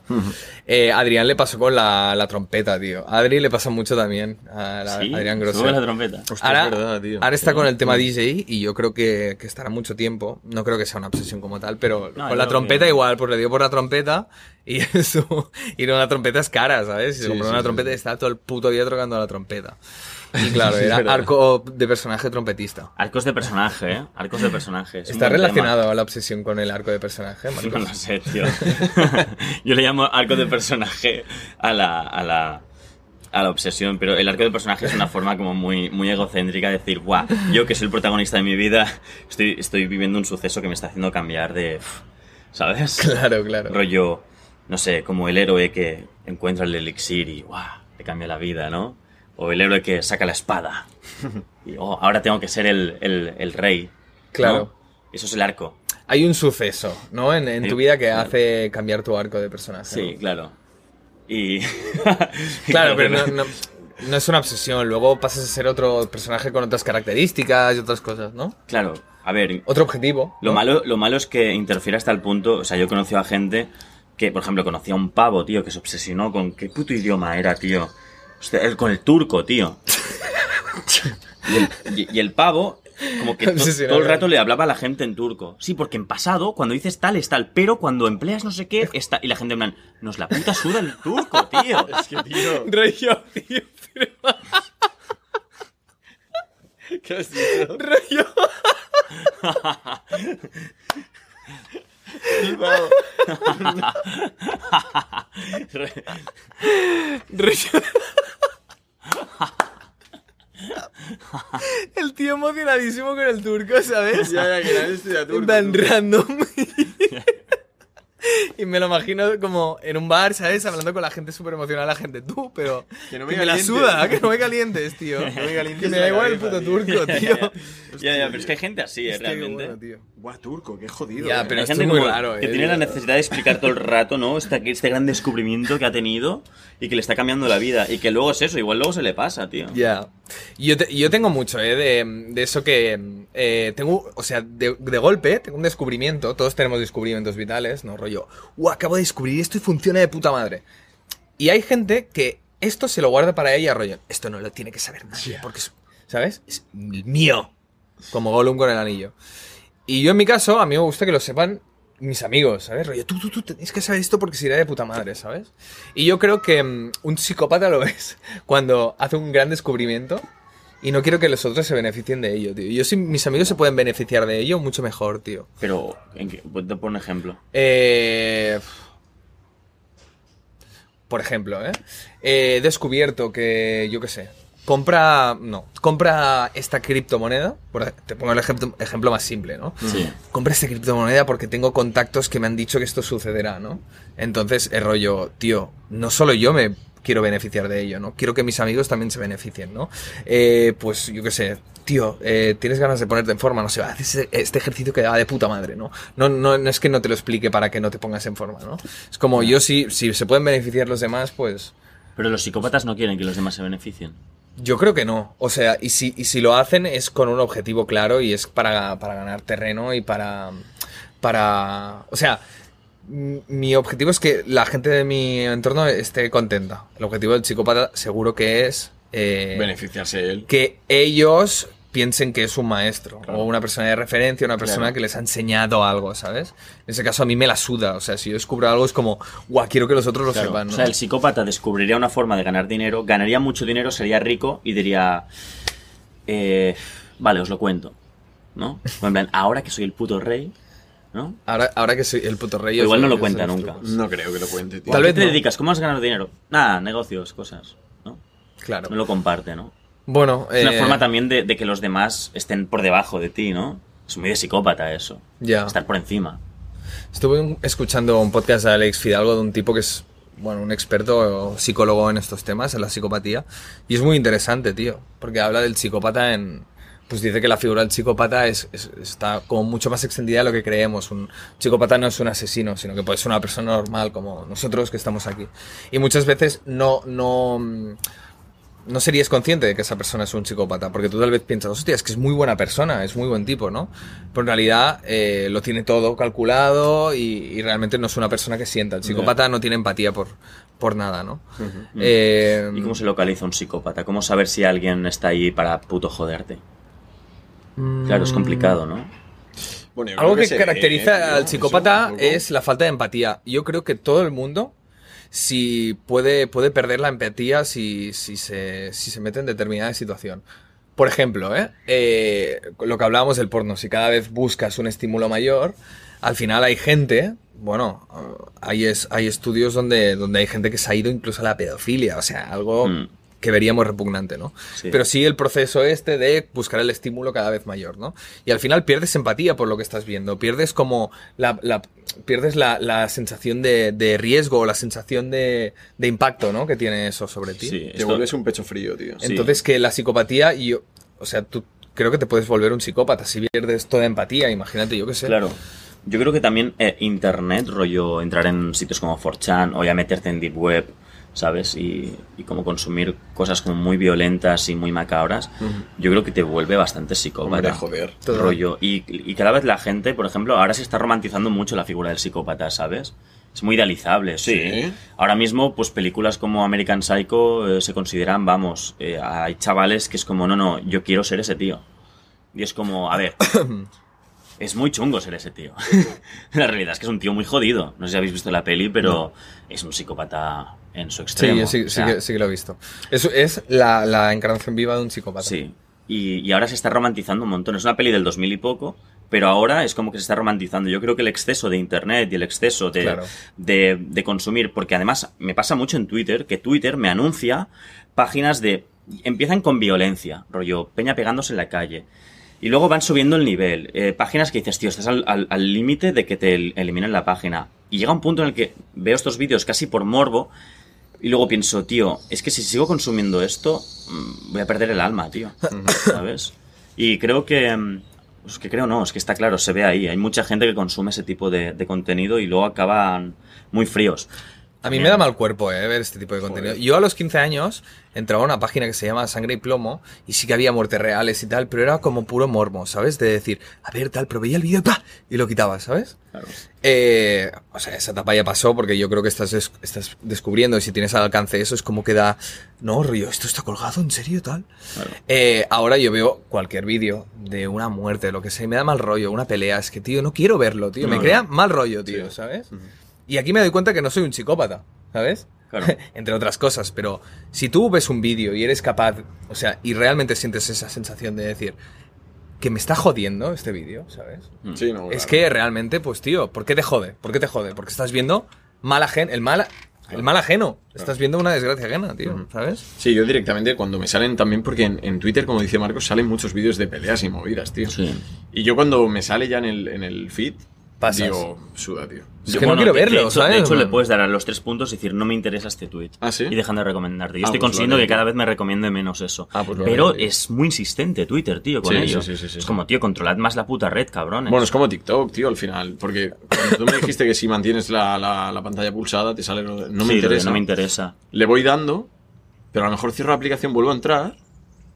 S3: Eh, Adrián le pasó con la, la trompeta, tío. A Adri le pasa mucho también. A la-
S1: sí,
S3: Adrián
S1: sube la
S3: Grosser.
S1: trompeta.
S2: Hostia,
S3: Ahora,
S2: es verdad, tío.
S3: ahora está
S2: Sí.
S3: con el tema DJ y yo creo que, que estará mucho tiempo. No creo que sea una obsesión como tal, pero
S1: No, yo
S3: con la
S1: creo
S3: trompeta
S1: que-
S3: igual, pues le dio por la trompeta y eso. Y no, la trompeta es cara, ¿sabes? Y se
S2: Sí,
S3: compró
S2: sí,
S3: una
S2: sí,
S3: trompeta
S2: sí.
S3: y estaba todo el puto día tocando la trompeta. Y claro,
S2: Sí, es
S3: era
S2: verdad.
S3: arco de personaje trompetista.
S1: Arcos de personaje, ¿eh? Arcos de personaje. es un
S3: ¿Está
S1: buen
S3: relacionado la obsesión con el arco de personaje,
S1: tema.
S3: Marcos?
S1: No lo sé, tío. Yo le llamo arco de personaje a la, a la, a la obsesión, pero el arco de personaje es una forma como muy, muy egocéntrica de decir, guau, yo que soy el protagonista de mi vida, estoy, estoy viviendo un suceso que me está haciendo cambiar de... ¿Sabes?
S3: Claro, claro.
S1: rollo, no sé, como el héroe que encuentra el elixir y ¡guau! le cambia la vida, ¿no? O el héroe que saca la espada. Y oh, ahora tengo que ser el, el- el rey. ¿no?
S3: Claro.
S1: Eso es el arco.
S3: Hay un suceso, ¿no? En, en
S1: Sí,
S3: tu vida que
S1: claro.
S3: hace cambiar tu arco de personaje.
S1: Sí,
S3: ¿no?
S1: claro. Y.
S3: Claro, pero no, no- no es una obsesión. Luego pasas a ser otro personaje con otras características y otras cosas, ¿no?
S1: Claro, a ver,
S3: Otro objetivo.
S1: Lo
S3: ¿no?
S1: malo, lo malo es que interfiere hasta el punto. O sea, yo he conocido a gente que, por ejemplo, conocía a un pavo, tío, que se obsesionó con qué puto idioma era, tío. Hostia, el- con el turco, tío. Y el, y- y el pavo, como que to-
S3: Obsesionado.
S1: todo el rato le hablaba a la gente en turco. Sí, porque en pasado, cuando dices tal, es tal, pero cuando empleas no sé qué, está. Y la gente en plan, nos la puta suda el turco, tío.
S2: Es que, tío.
S3: Rollo, tío, pero-
S2: ¿Qué has dicho?
S3: rollo. rollo- El tío emocionadísimo con el turco, ¿sabes?
S2: ya, ya, que la bestia turca,
S3: Tan
S2: turca.
S3: random. y me lo imagino como en un bar, ¿sabes? Hablando con la gente súper emocionada, la gente tú, pero.
S2: Que
S3: Que
S2: no
S3: no
S2: me
S3: me, la
S2: calientes.
S3: suda, que no me calientes, tío.
S2: Que no me calientes
S3: que me
S2: la
S3: da igual el
S2: cabeza,
S3: puto
S2: tío.
S3: turco, tío.
S1: Ya, ya, pero es que hay gente así, eh,
S3: Hostia, qué
S1: realmente.
S3: bueno, tío.
S2: Buah, turco, qué jodido.
S3: Ya,
S2: eh.
S3: pero
S1: Hay
S3: esto
S1: gente
S3: es muy
S1: como
S3: raro,
S1: que
S3: eh.
S1: tiene la necesidad de explicar todo el rato, ¿no? Este, este gran descubrimiento que ha tenido y que le está cambiando la vida. Y que luego es eso, igual luego se le pasa, tío.
S3: Ya. Yo, te- yo tengo mucho, ¿eh? De, de eso que. eh, tengo, o sea, de, de golpe, tengo un descubrimiento. Todos tenemos descubrimientos vitales, ¿no? Rollo, ¡uh! Acabo de descubrir esto y funciona de puta madre. Y hay gente que esto se lo guarda para ella, rollo. Esto no lo tiene que saber nadie, porque es. ¿Sabes? Es mío. Como Gollum con el anillo. Y yo en mi caso, a mí me gusta que lo sepan mis amigos, ¿sabes? Rollo, tú, tú, tú tenés que saber esto porque se irá de puta madre, ¿sabes? Y yo creo que mm, un psicópata lo es cuando hace un gran descubrimiento y no quiero que los otros se beneficien de ello, tío. Yo si mis amigos se pueden beneficiar de ello, mucho mejor, tío.
S1: Pero, ¿en qué? Pues Te pongo un ejemplo.
S3: Eh, Por ejemplo, ¿eh? He descubierto que, yo qué sé, compra, no, compra esta criptomoneda, por- te pongo el ejemplo, ejemplo más simple, ¿no?
S1: Sí.
S3: compra esta criptomoneda porque tengo contactos que me han dicho que esto sucederá, ¿no? Entonces, el rollo, tío, no solo yo me quiero beneficiar de ello, ¿no? Quiero que mis amigos también se beneficien, ¿no? Eh, pues yo qué sé, tío, eh, tienes ganas de ponerte en forma, no sé, haces este ejercicio que va de puta madre, ¿no? No, no, no es que no te lo explique para que no te pongas en forma, ¿no? Es como yo, si, si se pueden beneficiar los demás, pues...
S1: Pero los psicópatas no quieren que los demás se beneficien.
S3: Yo creo que no. O sea, y si, y si lo hacen es con un objetivo claro y es para, para ganar terreno y para. para. O sea, m- mi objetivo es que la gente de mi entorno esté contenta. El objetivo del psicópata seguro que es. eh,
S2: Beneficiarse él.
S3: que ellos piensen que es un maestro
S2: Claro.
S3: o una persona de referencia, una persona
S2: Claro.
S3: que les ha enseñado algo, ¿sabes? En ese caso a mí me la suda. O sea, si yo descubro algo es como, guau, quiero que los otros lo
S2: Claro.
S3: sepan. ¿no?
S1: O sea, el psicópata descubriría una forma de ganar dinero, ganaría mucho dinero, sería rico y diría... eh, vale, os lo cuento. ¿No? En plan, ahora que soy el puto rey, ¿no?
S3: ahahora, ahora que soy el puto rey.
S1: O
S3: os
S1: igual no
S3: os
S1: lo
S3: doy
S1: cuenta
S3: los
S1: nunca.
S3: trucos.
S2: No creo que lo cuente, tío.
S1: ¿A
S3: Tal
S1: qué
S3: vez
S1: te
S3: no.
S1: dedicas? ¿Cómo has ganado dinero? Nada, negocios, cosas, ¿no?
S3: Claro.
S1: No lo comparte, ¿no?
S3: Bueno,
S1: Es una
S3: eh,
S1: forma también de, de que los demás estén por debajo de ti, ¿no? Es muy de psicópata eso.
S3: Ya.
S1: Estar por encima.
S3: Estuve un- escuchando un podcast de Alex Fidalgo de un tipo que es, bueno, un experto o psicólogo en estos temas, en la psicopatía. Y es muy interesante, tío, porque habla del psicópata en... Pues dice que la figura del psicópata es, es- está como mucho más extendida de lo que creemos. Un psicópata no es un asesino, sino que puede ser una persona normal como nosotros que estamos aquí. Y muchas veces no, no, mm, no serías consciente de que esa persona es un psicópata, porque tú tal vez piensas, hostia, es que es muy buena persona, es muy buen tipo, ¿no? Pero en realidad eh, lo tiene todo calculado y, y realmente no es una persona que sienta. El psicópata no tiene empatía por, por nada, ¿no? Eh,
S1: Mm. ¿Y cómo se localiza un psicópata? ¿Cómo saber si alguien está ahí para puto joderte? Claro,
S3: Mm.
S1: es complicado, ¿no?
S2: Bueno, yo
S3: Algo
S2: creo
S3: que,
S2: se ve,
S3: caracteriza
S2: ¿eh, tío?
S3: al psicópata
S2: Eso, un poco.
S3: es la falta de empatía. Yo creo que todo el mundo, si puede, puede perder la empatía si, si se, si se mete en determinada situación. Por ejemplo, ¿eh? Eh, lo que hablábamos del porno, si cada vez buscas un estímulo mayor, al final hay gente, bueno, eh, hay, es, hay estudios donde, donde hay gente que se ha ido incluso a la pedofilia, o sea, algo
S1: Mm.
S3: que veríamos repugnante, ¿no?
S1: Sí.
S3: Pero sigue el proceso este de buscar el estímulo cada vez mayor, ¿no? Y al final pierdes empatía por lo que estás viendo, pierdes como la, la- pierdes la, la sensación de, de riesgo o la sensación de, de impacto, ¿no? Que tiene eso sobre ti.
S1: Sí,
S2: Te
S1: esto-
S2: vuelves un pecho frío, tío.
S1: Sí.
S3: Entonces que la psicopatía, y yo, o sea, tú creo que te puedes volver un psicópata si pierdes toda empatía, imagínate, yo qué sé.
S1: Claro. Yo creo que también eh, internet, rollo, entrar en sitios como 4chan o ya meterte en Deep Web, ¿sabes? Y, y como consumir cosas como muy violentas y muy macabras, yo creo que te vuelve bastante psicópata.
S2: Hombre, joder.
S3: Todo.
S1: Rollo. Y, y cada vez la gente, por ejemplo, ahora se está romantizando mucho la figura del psicópata, ¿sabes? Es muy idealizable, sí.
S2: Sí.
S1: Ahora mismo, pues películas como American Psycho eh, se consideran, vamos, eh, hay chavales que es como, no, no, yo quiero ser ese tío. Y es como, a ver, es muy chungo ser ese tío. la realidad es que es un tío muy jodido. No sé si habéis visto la peli, pero es un psicópata en su
S3: Sí,
S1: extremo.
S3: yo sí,
S1: O
S3: sí
S1: sea,
S3: que, sí que lo he visto. Eso es la, la encarnación viva de un psicópata.
S1: Sí. Y, y ahora se está romantizando un montón. Es una peli del 2000 y poco, pero ahora es como que se está romantizando. Yo creo que el exceso de internet y el exceso de,
S3: Claro.
S1: de, de consumir, porque además me pasa mucho en Twitter, que Twitter me anuncia páginas de empiezan con violencia, rollo, peña pegándose en la calle. Y luego van subiendo el nivel. eh, páginas que dices, tío, estás al- al al límite de que te el- eliminen la página. Y llega un punto en el que veo estos vídeos casi por morbo. Y luego pienso, tío, es que si sigo consumiendo esto, mm, voy a perder el alma, tío. ¿Sabes? Y creo que. mm, Es que creo no, es que está claro, se ve ahí. Hay mucha gente que consume ese tipo de, de contenido y luego acaban muy fríos.
S3: A mí me da mal cuerpo eh, ver este tipo de contenido.
S2: Joder.
S3: Yo a los 15 años entraba a una página que se llama Sangre y Plomo y sí que había muertes reales y tal, pero era como puro mormo, ¿sabes? De decir, a ver, tal, pero veía el vídeo y ¡pa! y lo quitaba, ¿sabes?
S2: Claro.
S3: Eh, o sea, esa etapa ya pasó porque yo creo que estás, des- estás descubriendo y si tienes al alcance eso es como queda, no, rollo, esto está colgado, ¿en serio tal?
S2: Claro.
S3: Eh, ahora yo veo cualquier vídeo de una muerte, lo que sea, y me da mal rollo, una pelea, es que, tío, no quiero verlo, tío, me
S1: No,
S3: crea
S1: no.
S3: mal rollo, tío,
S2: Sí.
S3: ¿sabes? Y aquí me doy cuenta que no soy un psicópata, ¿sabes?
S1: Claro.
S3: Entre otras cosas, pero si tú ves un vídeo y eres capaz, o sea, y realmente sientes esa sensación de decir, que me está jodiendo este vídeo, ¿sabes?
S2: Sí, no,
S3: Es
S2: claro.
S3: que realmente, pues tío, ¿por qué te jode? ¿Por qué te jode? Porque estás viendo mal ajen- el mal, el mal ajeno. Estás viendo una desgracia ajena, tío, ¿sabes?
S2: Sí, yo directamente cuando me salen también, porque en, en Twitter, como dice Marcos, salen muchos vídeos de peleas y movidas, tío.
S1: Sí.
S2: Y yo cuando me sale ya en el, en el feed,
S3: Pasas.
S2: digo, suda, tío.
S3: Es
S1: Yo,
S3: que no quiero
S1: de-
S3: verlo,
S1: De hecho,
S3: ¿sabes?
S1: de hecho, le
S3: Man.
S1: puedes dar a los tres puntos y decir, no me interesa este tweet.
S2: Mm. ¿Ah, sí?
S1: Y dejando de recomendarte. Yo
S2: Ah,
S1: estoy
S2: pues
S1: consiguiendo
S2: vale.
S1: que cada vez me recomiende menos eso.
S2: Ah, pues vale,
S1: Pero
S2: vale.
S1: es muy insistente Twitter, tío, con
S2: Sí,
S1: ello.
S2: sí, sí, sí, sí.
S1: es como, tío, controlad más la puta red, cabrones.
S2: Bueno, es como TikTok, tío, al final. Porque cuando tú me dijiste que si mantienes la, la- la pantalla pulsada, te sale. lo de- No me
S1: Sí,
S2: interesa.
S1: No me interesa.
S2: Le voy dando, pero a lo mejor cierro la aplicación, vuelvo a entrar,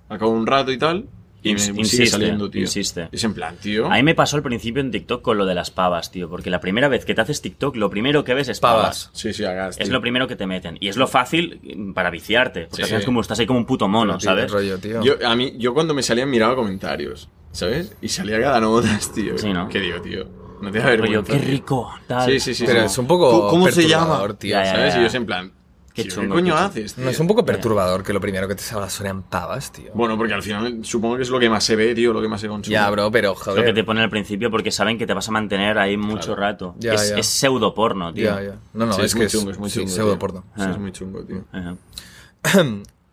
S2: acabo un rato y tal, y me
S1: Ins-
S2: sigue
S1: insiste,
S2: saliendo, tío.
S1: insiste.
S2: Es en plan, tío.
S1: A mí me pasó al principio en TikTok con lo de las pavas, tío. Porque la primera vez que te haces TikTok, lo primero que ves es pavas.
S3: Pavas.
S2: Sí, sí, hagas.
S1: Es
S2: tío.
S1: lo primero que te meten. Y es lo fácil mm, para viciarte. Porque
S2: Sí.
S1: al final es como, estás ahí como un puto mono,
S3: Tío,
S1: ¿sabes?
S3: rollo, tío.
S2: Yo, a mí, yo cuando me salían miraba comentarios, ¿sabes? Y salía cada notas, tío.
S1: Sí, ¿no?
S2: ¿Qué digo, tío? No te da vergüenza.
S1: Rollo, qué
S2: tío.
S1: rico, tal.
S2: Sí, sí, sí.
S3: Pero
S2: sí.
S3: es un poco
S2: ¿Cómo- ¿Cómo se
S3: perturbador,
S2: llama?
S3: tío.
S1: Ya, ya,
S2: ¿Sabes?
S1: ya.
S2: Y yo es en plan.
S1: Qué
S2: tío,
S1: chungo,
S2: coño
S1: qué chungo.
S2: haces?
S3: No
S2: tío?
S3: es un poco
S1: Mira.
S3: perturbador que lo primero que te salga sean pavas, tío.
S2: Bueno, porque al final supongo que es lo que más se ve, tío, lo que más se consume.
S3: ya, bro, pero
S1: Es lo que
S3: joder.
S1: te ponen al principio porque saben que te vas a mantener ahí mucho rato.
S3: Ya,
S1: es,
S3: ya.
S1: es pseudo porno, tío.
S3: Ya, ya. No, no,
S2: Sí,
S3: es, que
S2: muy
S3: es,
S2: chungo, es muy
S3: sí,
S2: chungo. tío.
S3: pseudo porno.
S2: Sí,
S1: Ah.
S2: es muy chungo, tío.
S1: Ajá.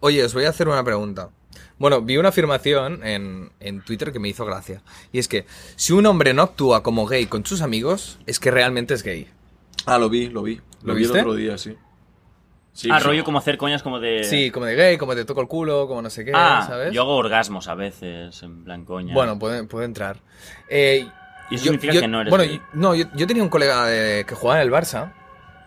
S3: Oye, os voy a hacer una pregunta. Bueno, vi una afirmación en, en Twitter que me hizo gracia. Y es que si un hombre no actúa como gay con sus amigos, es que realmente es gay.
S2: Ah, lo vi, lo vi. Lo,
S3: ¿Lo
S2: vi el
S3: viste?
S2: otro día, sí. Sí,
S1: ah,
S2: sí.
S1: rollo como hacer coñas como de...
S3: Sí, como de gay, como te toco el culo, como no sé qué,
S1: Eh. Ah,
S3: ¿sabes?
S1: yo hago orgasmos a veces, en plan coña.
S3: Bueno, puede, puede entrar. Eh,
S1: Y eso significa que no eres
S3: Bueno,
S1: gay.
S3: yo- no, yo, yo tenía un colega de- que jugaba en el Barça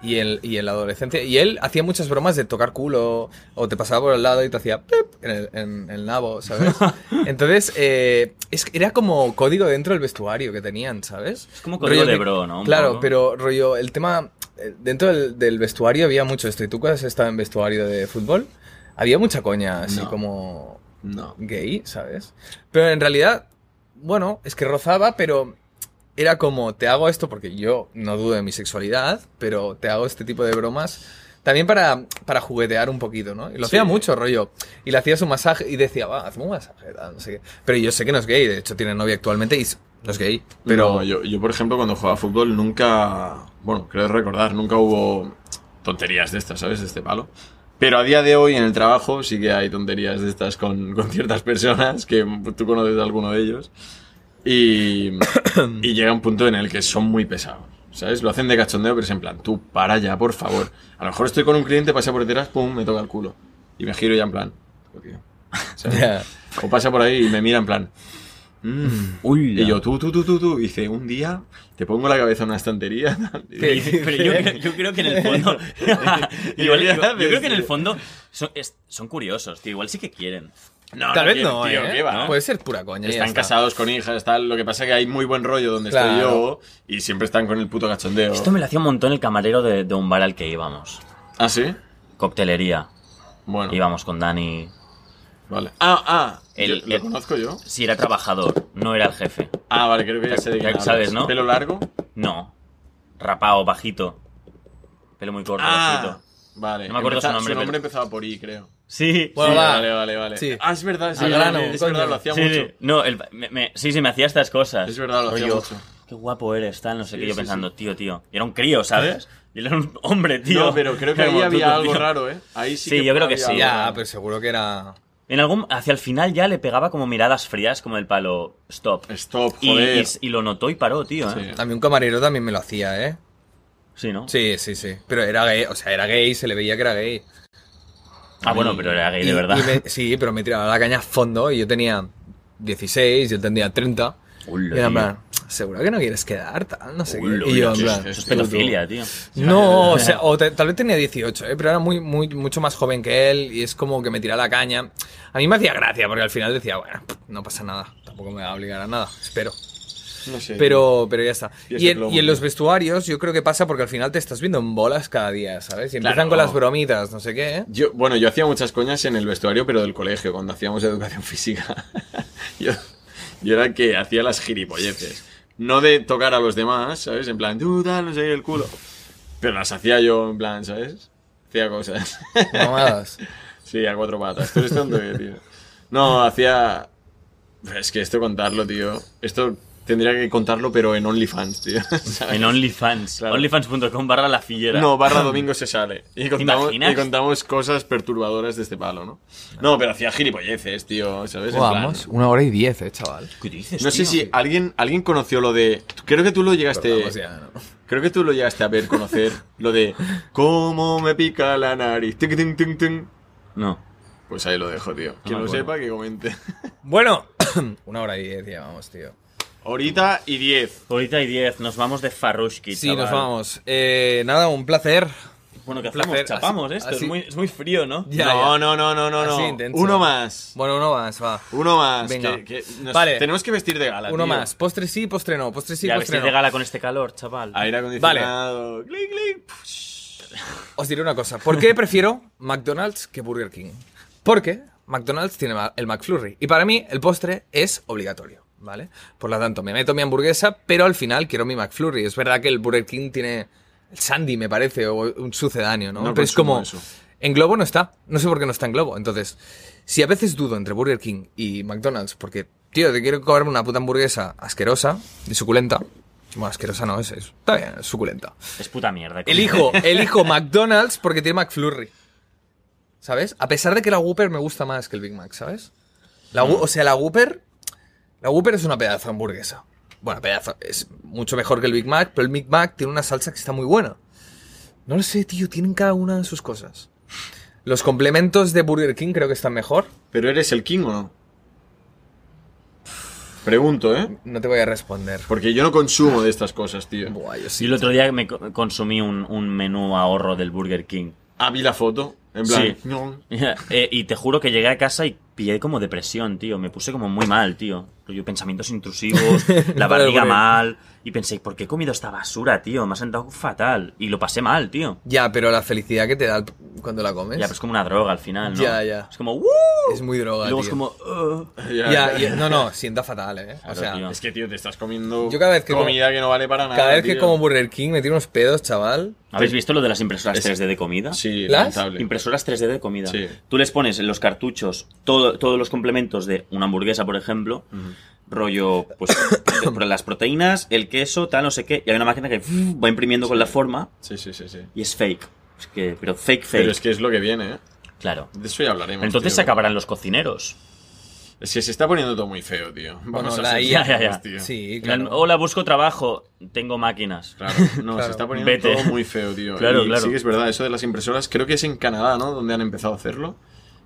S3: y el, y el adolescente, y él hacía muchas bromas de tocar culo o te pasaba por el lado y te hacía plep en el, en el nabo, ¿sabes? Entonces, eh, es, que era como código dentro del vestuario que tenían, ¿sabes?
S1: Es como código de
S3: que-
S1: bro, ¿no? Un
S3: claro,
S1: poco.
S3: pero rollo, el tema, eh, dentro del, del vestuario había mucho esto, y tú cuando has estado en vestuario de fútbol, había mucha coña, así
S2: No.
S3: como
S2: No.
S3: gay, ¿sabes? Pero en realidad, bueno, es que rozaba, pero era como, te hago esto porque yo no dudo de mi sexualidad, pero te hago este tipo de bromas. También para, para juguetear un poquito, ¿no? Y lo hacía
S2: Sí.
S3: mucho, rollo. Y le hacía su masaje y decía, va, hazme un masaje, tal, no sé qué. Pero yo sé que no es gay, de hecho tiene novia actualmente y s- no es gay. Pero
S2: Pero yo, yo, por ejemplo, cuando jugaba a fútbol nunca. Bueno, creo recordar, nunca hubo tonterías de estas, ¿sabes? De este palo. Pero a día de hoy en el trabajo sí que hay tonterías de estas con, con ciertas personas, que tú conoces a alguno de ellos. Y, y llega un punto en el que son muy pesados, ¿sabes? Lo hacen de cachondeo, pero es en plan, tú para ya, por favor. A lo mejor estoy con un cliente, pasa por detrás, pum, me toca el culo. Y me giro ya en plan. "Tío", ¿sabes?
S3: Ya.
S2: O pasa por ahí y me mira en plan. "Mm".
S1: Uy,
S2: Y yo, tú, tú, tú, tú, tú. Y dice, un día te pongo la cabeza en una estantería. Y
S3: ¿Qué?
S2: dice,
S1: Pero yo, creo- yo creo que en el fondo... igual, yo, yo creo que en el
S2: tío.
S1: fondo son, es- son curiosos, tío. Igual sí que quieren.
S2: Ah, no,
S3: Tal
S2: no
S3: vez
S2: quiero,
S3: no,
S2: tío,
S3: ¿eh?
S2: ¿qué va? Pues
S3: Puede ser pura coña. ya
S2: están
S3: está.
S2: casados con hijas, tal. Lo que pasa es que hay muy buen rollo donde estoy
S3: Claro.
S2: yo y siempre están con el puto cachondeo.
S1: Esto me lo hacía un montón el camarero de, de un bar al que íbamos.
S2: ¿Ah, sí?
S1: Coctelería.
S2: Bueno,
S1: Íbamos con Dani.
S2: vale. Ah, ah.
S1: El-
S2: yo- ¿Lo
S1: el-
S2: conozco yo?
S1: Sí, era trabajador, no era el jefe.
S2: Ah, vale, creo que ya sé de
S1: Ya
S2: quién hablas.
S1: sabes, ¿no?
S2: ¿Pelo largo?
S1: No. Rapao, bajito. Pelo muy corto,
S2: Ah,
S1: bajito.
S2: vale.
S1: No me acuerdo su
S2: Empeza-
S1: nombre,
S2: Su nombre
S1: pero-
S2: empezaba por I, creo.
S1: Sí.
S3: Bueno,
S2: Sí,
S3: va.
S2: Vale, vale, vale.
S3: Sí.
S2: Ah, es verdad, sí,
S3: Al grano,
S2: es
S3: coño.
S2: verdad, lo hacía
S1: Sí,
S2: mucho.
S1: sí. No, el- me- me- sí, sí, me hacía estas cosas.
S2: Es verdad, lo hacía
S1: Rollo,
S2: mucho.
S1: Qué guapo eres, tal, no sé
S2: Sí,
S1: qué. Yo
S2: sí,
S1: pensando, tío, tío. Y era un crío, ¿sabes? Y él era un hombre, tío.
S2: No, pero creo que
S1: Era
S2: ahí
S1: como tú,
S2: había
S1: tú,
S2: algo
S1: tío.
S2: raro, ¿eh? Ahí sí,
S1: Sí, yo creo que
S2: había
S1: sí.
S2: algo
S3: Ya,
S2: raro.
S3: pero seguro que era...
S1: En algún, hacia el final ya le pegaba como miradas frías, como el palo, stop.
S2: Stop,
S1: Y,
S2: joder.
S1: y- y lo notó y paró, tío. ¿eh?
S3: A mí un camarero también me lo hacía, ¿eh?
S1: Sí, ¿no?
S3: Sí, sí, sí. Pero era gay, o sea, era gay, se le veía que era gay.
S1: Ah, bueno, pero era gay de verdad.
S3: y me- sí, pero me tiraba la caña a fondo y yo tenía 16 y él tenía 30.
S1: Ulo,
S3: y era en
S1: tío.
S3: plan, ¿seguro que no quieres quedar? Tal, no sé qué".
S1: Ulo,
S3: Y yo, en
S1: tío,
S3: plan,
S1: eso es
S2: tío, tú.
S1: pedofilia, tío.
S3: No, o sea, o te- tal vez tenía 18, ¿eh? pero era muy, muy, mucho más joven que él y es como que me tiraba la caña. A mí me hacía gracia porque al final decía, bueno, no pasa nada, tampoco me va a obligar a nada, espero.
S2: No sé.
S3: Pero, pero ya está.
S2: Pies
S3: Y
S2: de
S3: en,
S2: plomo,
S3: y en los
S2: tío.
S3: vestuarios yo creo que pasa porque al final te estás viendo en bolas cada día, ¿sabes? Y empiezan
S2: Claro.
S3: con las bromitas, no sé qué. ¿eh?
S2: Yo, bueno, yo hacía muchas coñas en el vestuario, pero del colegio, cuando hacíamos educación física. yo, yo era el que hacía las gilipolleces. No de tocar a los demás, ¿sabes? En plan, tú, tal, no sé, qué, el culo. Pero las hacía yo, en plan, ¿sabes? Hacía cosas.
S3: Mamadas.
S2: sí, a cuatro patas. Tú eres tonto, ¿qué, tío. No, hacía... Es que esto contarlo, tío. Esto tendría que contarlo, pero en OnlyFans, tío. ¿sabes?
S1: En OnlyFans.
S2: Claro.
S1: OnlyFans.com barra la fillera.
S2: No, barra domingo se sale. Y contamos,
S1: imaginas?
S2: y contamos cosas perturbadoras de este palo, ¿no? No, pero hacía gilipolleces, tío, ¿sabes? Pues En plan-
S3: Vamos, una hora y diez, ¿eh, chaval?
S1: ¿Qué dices,
S2: no sé
S1: tío?
S2: si alguien, alguien conoció lo de... Creo que tú lo llegaste...
S3: Vamos ya, ¿no?
S2: Creo que tú lo llegaste a ver, conocer. lo de... ¿Cómo me pica la nariz? Tic, tic, tic, tic.
S1: No.
S2: Pues ahí lo dejo, tío.
S3: Ah,
S2: Quien
S1: me
S2: lo
S1: acuerdo.
S2: sepa, que comente.
S3: Bueno, una hora y diez llevamos, tío.
S2: Horita y 10.
S1: Ahorita hay 10, nos vamos de Farrushki,
S3: Sí,
S1: chaval.
S3: nos vamos. Eh, nada, un placer.
S1: Bueno, ¿qué
S3: Placer,
S1: hacemos?
S3: así-
S1: Chapamos esto,
S3: así-
S1: Es, muy, es muy frío, ¿no?
S3: Ya,
S2: no,
S3: ya.
S2: no, no, no, no,
S3: Así
S2: no.
S3: intenso.
S2: Uno más.
S3: Bueno, uno más, va.
S2: Uno más.
S3: Venga.
S2: que- que nos-
S3: Vale.
S2: Tenemos que vestir de gala.
S3: Uno
S2: tío.
S3: más. Postre sí, postre no. Postre sí,
S1: ya
S3: postre
S1: vestir
S3: no.
S1: de gala con este calor, chaval.
S2: Aire acondicionado. Clic, clic.
S3: Os diré una cosa. ¿Por qué prefiero McDonald's que Burger King? Porque McDonald's tiene ma- el McFlurry. Y para mí, el postre es obligatorio, ¿vale? Por lo tanto, me meto mi hamburguesa, pero al final quiero mi McFlurry. Es verdad que el Burger King tiene el Sandy, me parece, o un sucedáneo, ¿no?
S2: No
S3: pero es
S2: consumo
S3: como.
S2: eso.
S3: En Globo no está. No sé por qué no está en Globo. Entonces, si a veces dudo entre Burger King y McDonald's, porque, tío, te quiero comerme una puta hamburguesa asquerosa y suculenta. Bueno, asquerosa no es, es está bien, es suculenta.
S1: Es puta mierda. coño.
S3: Elijo, elijo McDonald's porque tiene McFlurry. ¿Sabes? A pesar de que la Whopper me gusta más que el Big Mac, ¿sabes? La Who- o sea, la Whopper. La Whopper es una pedazo de hamburguesa. Bueno, pedazo. Es mucho mejor que el Big Mac, pero el Big Mac tiene una salsa que está muy buena. No lo sé, tío. Tienen cada una sus cosas. Los complementos de Burger King creo que están mejor.
S2: ¿Pero eres el king o no? Pregunto, ¿eh?
S3: No te voy a responder.
S2: Porque yo no consumo de estas cosas, tío.
S3: Buah, yo
S1: Yo
S3: sí.
S1: el otro día me co- consumí un, un menú ahorro del Burger King.
S2: Ah, vi la foto. En plan.
S1: Sí.
S2: no.
S1: Eh, y te juro que llegué a casa y pillé como depresión, tío. Me puse como muy mal, tío. Yo pensamientos intrusivos, la
S3: Para el
S1: barriga
S3: Burger.
S1: mal. Y pensé, ¿por qué he comido esta basura, tío? Me ha sentado fatal. Y lo pasé mal, tío.
S3: Ya, pero la felicidad que te da el- cuando la comes
S1: Ya, pero es como una droga al final, ¿no?
S3: Ya, ya.
S1: Es como, ¡uh!
S3: es muy droga.
S1: Y luego es
S3: tío.
S1: como, "Uh".
S2: Ya,
S3: Ya, ya, no, no, sienta fatal, ¿eh? o
S1: Claro,
S3: sea,
S1: tío.
S2: Es que, tío, te estás comiendo
S3: Yo cada vez que
S2: comida que no vale para nada.
S3: Cada vez que
S2: tío.
S3: como Burger King me tiro unos pedos, chaval.
S1: ¿Habéis visto lo de las impresoras 3D de comida?
S2: Sí,
S3: ¿Las?
S2: lamentable.
S1: Impresoras 3D de comida.
S2: Sí.
S1: Tú les pones en los cartuchos todo- todos los complementos de una hamburguesa, por ejemplo, rollo, pues, prote- pro- las proteínas, el queso, tal, no sé qué, y hay una máquina que va imprimiendo con la forma
S2: Sí, sí, sí, sí.
S1: y es fake. Es que, pero fake, fake.
S2: Pero es que es lo que viene, ¿eh?
S1: Claro.
S2: De eso ya hablaremos.
S1: Entonces
S2: tío.
S1: se acabarán los cocineros.
S2: Es que se está poniendo todo muy feo, tío. Vamos
S3: Bueno,
S2: a
S3: la
S2: ser
S3: IA,
S1: ya,
S2: sinceros,
S1: ya.
S2: tío.
S3: Sí,
S1: En plan,
S3: claro.
S1: Hola, busco trabajo, tengo máquinas.
S2: Claro, no,
S3: Claro.
S2: se está poniendo
S1: Vete.
S2: todo muy feo, tío.
S1: Claro,
S2: Y
S1: claro.
S2: Sí, que es verdad, eso de las impresoras, creo que es en Canadá, ¿no? Donde han empezado a hacerlo.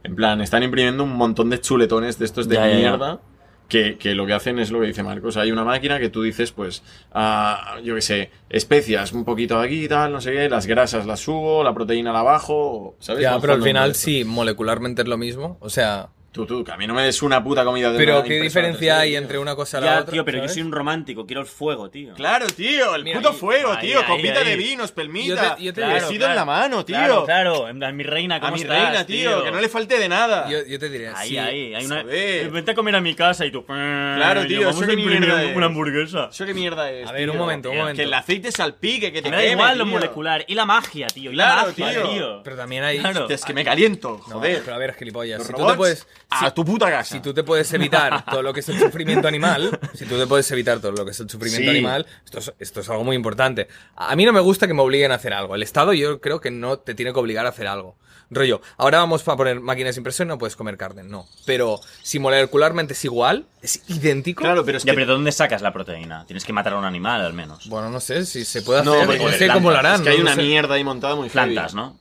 S2: En plan, están imprimiendo un montón de chuletones de estos de
S1: Ya, ya, ya.
S2: mierda. Que, que lo que hacen es lo que dice Marcos. Hay una máquina que tú dices, pues, ah, yo qué sé, especias, un poquito de aquí y tal, no sé qué, las grasas las subo, la proteína la bajo, ¿sabes?
S3: Ya,
S2: Van
S3: pero al
S2: jugando con
S3: final
S2: esto.
S3: sí, molecularmente es lo mismo. O sea,
S2: Tú, tú, que a mí no me des una puta comida de
S3: pero
S2: una
S3: ¿qué
S2: impresora
S3: diferencia
S2: 3D,
S3: hay
S2: tío.
S3: entre una cosa y la
S1: Ya,
S3: otra?
S1: tío, pero yo
S3: ¿sabes?
S1: soy un romántico, quiero el fuego, tío.
S2: Claro, tío, el
S3: Mira,
S2: puto
S3: ahí,
S2: fuego,
S1: ahí,
S2: tío,
S1: ahí,
S2: copita
S1: ahí.
S2: de vino, espelmita,
S3: Yo te- yo te-
S2: vestido
S3: Claro,
S2: en la mano, tío.
S1: Claro, claro. En plan, mi reina,
S2: A
S1: ¿cómo
S2: mi
S1: estás,
S2: reina, tío, que no le falte de nada.
S3: Yo, yo te diré,
S1: Ahí,
S3: sí,
S1: ahí, hay una.
S2: joder.
S1: eh, Vente a comer a mi casa y tú. Claro,
S2: tío, eso
S1: vamos a
S2: qué
S1: imprimir
S2: mierda
S1: una,
S2: es.
S1: una hamburguesa.
S2: ¿Eso qué mierda es?
S3: A ver,
S2: tío?
S3: un momento, un
S1: que
S3: momento.
S2: Que el aceite salpique, que te
S1: Me da
S2: queme,
S1: igual lo
S2: tío.
S1: molecular. Y la magia, tío. Y
S2: Claro,
S1: la magia,
S2: tío.
S1: tío.
S3: Pero también hay...
S1: Claro.
S2: Hostia, Es que me caliento,
S3: No,
S2: joder.
S3: pero a ver, gilipollas,
S2: ¿Los
S3: si tú, te
S2: robots? Ah,
S3: puedes,
S2: a tu puta casa.
S3: Si tú te puedes evitar todo lo que es el sufrimiento animal, si tú te puedes evitar todo lo que es el sufrimiento
S2: Sí.
S3: animal, esto es, esto es algo muy importante. A mí no me gusta que me obliguen a hacer algo. El Estado yo creo que no te tiene que obligar a hacer algo. Rollo, ahora vamos a poner máquinas de impresión, no puedes comer carne, no. Pero si molecularmente es igual, es idéntico.
S2: Claro, pero es
S1: Ya,
S2: que-
S1: pero ¿de dónde sacas la proteína? Tienes que matar a un animal, al menos.
S3: Bueno, no sé si se puede
S2: No,
S3: hacer.
S2: porque
S3: No, sé
S1: plantas,
S3: cómo lo harán.
S2: es que hay
S3: no lo
S2: una
S3: sé.
S2: mierda ahí montada muy heavy.
S1: Plantas, ¿no?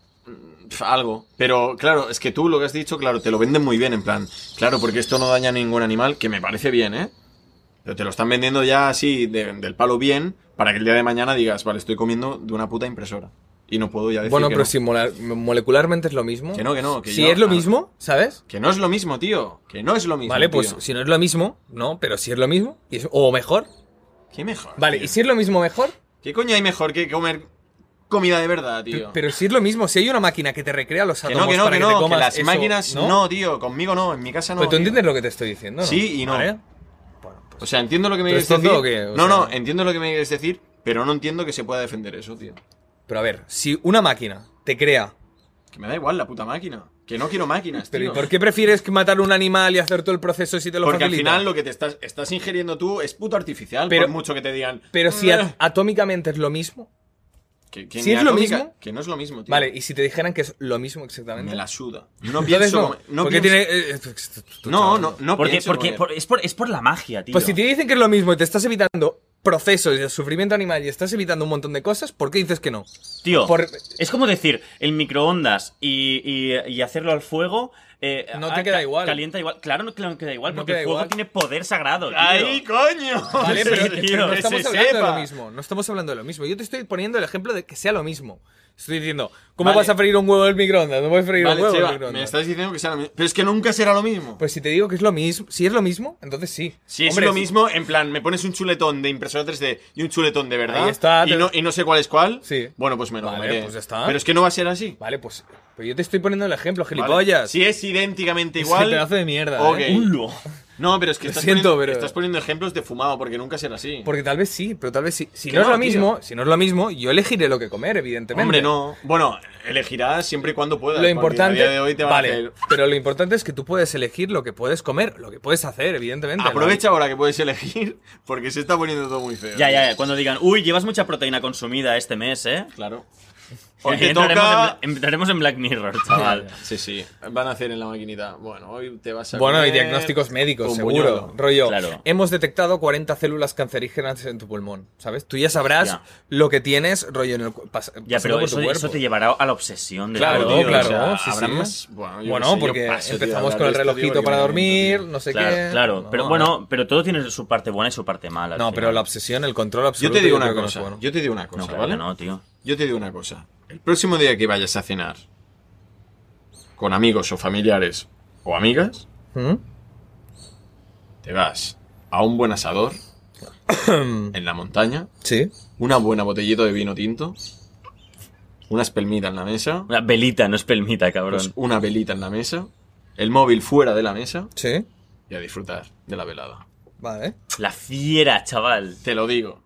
S2: Pf, Algo. Pero claro, es que tú lo que has dicho, claro, te lo venden muy bien, en plan. Claro, porque esto no daña a ningún animal, que me parece bien, ¿eh? Pero te lo están vendiendo ya así, de- del palo bien, para que el día de mañana digas, vale, estoy comiendo de una puta impresora. Y no puedo ya decir
S3: Bueno,
S2: que
S3: pero
S2: no.
S3: si mola- molecularmente es lo mismo.
S2: Que no, que no, que
S3: si
S2: yo-
S3: es lo
S2: ah.
S3: mismo, ¿sabes?
S2: Que no es lo mismo, tío. Que no es lo mismo.
S3: Vale, pues
S2: tío.
S3: si no es lo mismo, no, pero si es lo mismo, y es- o mejor.
S2: ¿Qué mejor?
S3: Vale,
S2: tío?
S3: y si es lo mismo, mejor.
S2: ¿Qué coño hay mejor que comer comida de verdad,
S3: pe-
S2: tío?
S3: Pero si es lo mismo, si hay una máquina que te recrea los
S2: que
S3: átomos
S2: no, que no,
S3: para
S2: que
S3: que, te
S2: no. Que
S3: comas
S2: las
S3: eso,
S2: máquinas no. tío. Conmigo no, en mi casa no.
S3: pero tú
S2: tío.
S3: entiendes lo que te estoy diciendo, ¿no?
S2: Sí y no.
S3: Vale. Bueno, pues-
S2: O sea, entiendo lo que me
S3: ¿Pero
S2: quieres
S3: es tonto
S2: decir.
S3: o qué? O
S2: no, no,
S3: sea-
S2: entiendo lo que me quieres decir, pero no entiendo que se pueda defender eso, tío.
S3: pero a ver, si una máquina te crea,
S2: Que me da igual la puta máquina. Que no quiero máquinas,
S3: pero ¿y
S2: tío.
S3: por qué prefieres que matar un animal y hacer todo el proceso si te lo
S2: Porque al
S3: facilita?
S2: final lo que te estás, estás ingiriendo tú es puto artificial,
S3: Pero-
S2: por mucho que te digan.
S3: Pero si
S2: "Eh".
S3: at- atómicamente es lo mismo,
S2: Que- que
S3: si
S2: ni
S3: es lo
S2: atómica-
S3: mismo-
S2: Que no es lo mismo, tío.
S3: vale, y si te dijeran que es lo mismo exactamente.
S2: Me la suda. No
S3: Entonces
S2: pienso.
S3: no,
S2: comer- no
S3: porque
S2: pienso-
S3: tiene- eh, eh, tú,
S2: No,
S3: chaval,
S2: no, no
S1: porque,
S2: pienso
S1: porque,
S2: comer.
S1: por- es, por, es por la magia, tío.
S3: Pues si te dicen que es lo mismo y te estás evitando procesos de sufrimiento animal y estás evitando un montón de cosas, ¿por qué dices que no?
S1: Tío,
S3: por-
S1: es como decir, el microondas y, y- y hacerlo al fuego... eh,
S3: No te
S1: ah,
S3: queda
S1: ca-
S3: igual.
S1: Calienta igual. Claro, no, claro, no queda igual,
S3: No
S1: porque
S3: queda
S1: el fuego
S3: igual.
S1: tiene poder sagrado, tío.
S2: ¡Ahí, coño!
S3: Vale,
S1: Sí,
S3: pero,
S1: tío,
S3: pero no
S1: que
S3: estamos
S2: se
S3: hablando de
S2: sepa.
S3: lo mismo. No estamos hablando de lo mismo. Yo te estoy poniendo el ejemplo de que sea lo mismo. Estoy diciendo, ¿cómo
S2: Vale.
S3: vas a freír un huevo del microondas? No puedes freír
S2: Vale,
S3: un huevo del
S2: Seba,
S3: microondas.
S2: me estás diciendo que sea lo mismo. Pero es que nunca será lo mismo.
S3: Pues si te digo que es lo mismo, si es lo mismo, entonces sí.
S2: Si es
S3: Hombre,
S2: lo mismo, en plan, me pones un chuletón de impresora 3D y un chuletón de verdad.
S3: Ahí está,
S2: y,
S3: te-
S2: no, y no sé cuál es cuál.
S3: Sí.
S2: Bueno, pues me lo
S3: Vale,
S2: comeré.
S3: pues ya está.
S2: Pero es que no va a ser así.
S3: Vale, pues pero yo te estoy poniendo el ejemplo,
S2: Vale.
S3: gilipollas.
S2: Si es idénticamente
S3: Es
S2: igual.
S3: un pedazo de mierda,
S2: ok.
S3: ¿eh?
S1: Ulo.
S2: No, pero es que
S3: Lo
S2: estás,
S3: siento,
S2: poniendo,
S3: pero-
S2: estás poniendo ejemplos de fumado porque nunca será así.
S3: Porque tal vez sí, pero tal vez sí. Si
S2: Que
S3: no, es
S2: no,
S3: lo mismo,
S2: tío.
S3: si no es lo mismo, yo elegiré lo que comer, evidentemente.
S2: Hombre, no. Bueno, elegirás siempre y cuando puedas.
S3: Lo
S2: porque
S3: importante,
S2: A día de hoy te van a
S3: vale,
S2: hacer-
S3: pero lo importante es que tú puedes elegir lo que puedes comer, lo que puedes hacer, evidentemente.
S2: Aprovecha ahora que puedes elegir porque se está poniendo todo muy feo.
S1: Ya, ya, ya. Cuando digan, uy, llevas mucha proteína consumida este mes, ¿eh?
S2: Claro. Hoy
S1: Ahí
S2: te
S1: entraremos,
S2: toca.
S1: en, Bla- entraremos en Black Mirror, chaval.
S2: Sí, sí. Van a hacer en la maquinita. Bueno, hoy te vas a.
S3: Bueno, y
S2: comer
S3: diagnósticos médicos,
S2: un
S3: seguro.
S2: buñuelo.
S3: Rollo,
S1: Claro.
S3: hemos detectado 40 células cancerígenas en tu pulmón, ¿sabes? Tú ya sabrás
S1: Ya.
S3: lo que tienes, rollo, en el, cu- pas-
S1: ya,
S3: pasando
S1: pero
S3: por
S1: eso,
S3: tu cuerpo.
S1: eso te llevará a la obsesión de
S3: Claro,
S1: todo, tío.
S3: claro,
S1: O sea,
S3: sí,
S2: habrá
S3: sí.
S2: más- Bueno, yo
S3: Bueno,
S2: qué sé, yo
S3: porque
S2: paso, tío,
S3: empezamos
S2: hablar
S3: con el
S2: de esto, tío,
S3: relojito
S2: porque
S3: para
S2: me
S3: dormir,
S2: alimento,
S3: no sé qué.
S1: Claro, claro.
S3: No,
S1: pero bueno, pero todo tiene su parte buena y su parte mala. al
S3: No, pero
S1: final.
S3: la obsesión, el control
S2: tío. Yo
S3: absoluto.
S2: te digo una
S3: creo que no es
S2: cosa.
S3: bueno.
S2: Yo te digo una
S1: No,
S2: cosa,
S1: claro
S2: ¿vale?
S1: que no, tío.
S2: Yo te digo una cosa. El próximo día que vayas a cenar con amigos o familiares o amigas,
S3: ¿Mm?
S2: te vas a un buen asador en la montaña,
S3: Sí.
S2: una buena botellita de vino tinto, una espelmita en la mesa,
S1: Una velita, no es pelmita, cabrón.
S2: pues una velita en la mesa, el móvil fuera de la mesa
S3: Sí.
S2: y a disfrutar de la velada.
S3: Vale.
S1: La fiera, chaval.
S2: Te lo digo.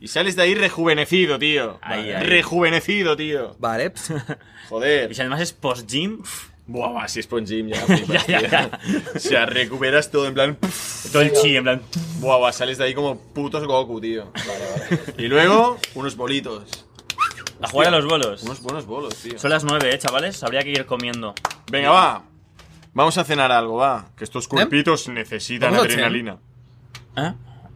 S2: Y sales de ahí rejuvenecido, tío.
S1: Ahí, ahí.
S2: Rejuvenecido, tío.
S3: Vale.
S2: Joder.
S1: Y si además es post-gym, pf,
S2: Buah, va, si es por gym ya.
S1: Ya,
S2: flipas,
S1: ya,
S2: tío.
S1: ya.
S2: O sea, recuperas todo en plan. pff,
S1: todo el chi, en plan.
S2: Buah, va, sales de ahí como putos Goku, tío. Y luego, unos bolitos.
S1: A jugar a los bolos.
S2: Unos buenos bolos, tío.
S1: Son las nueve, eh, chavales. Habría que ir comiendo.
S2: Venga, va. Vamos a cenar algo, va. Que estos cuerpitos necesitan
S3: Vamos al
S2: adrenalina.
S1: ¿Eh?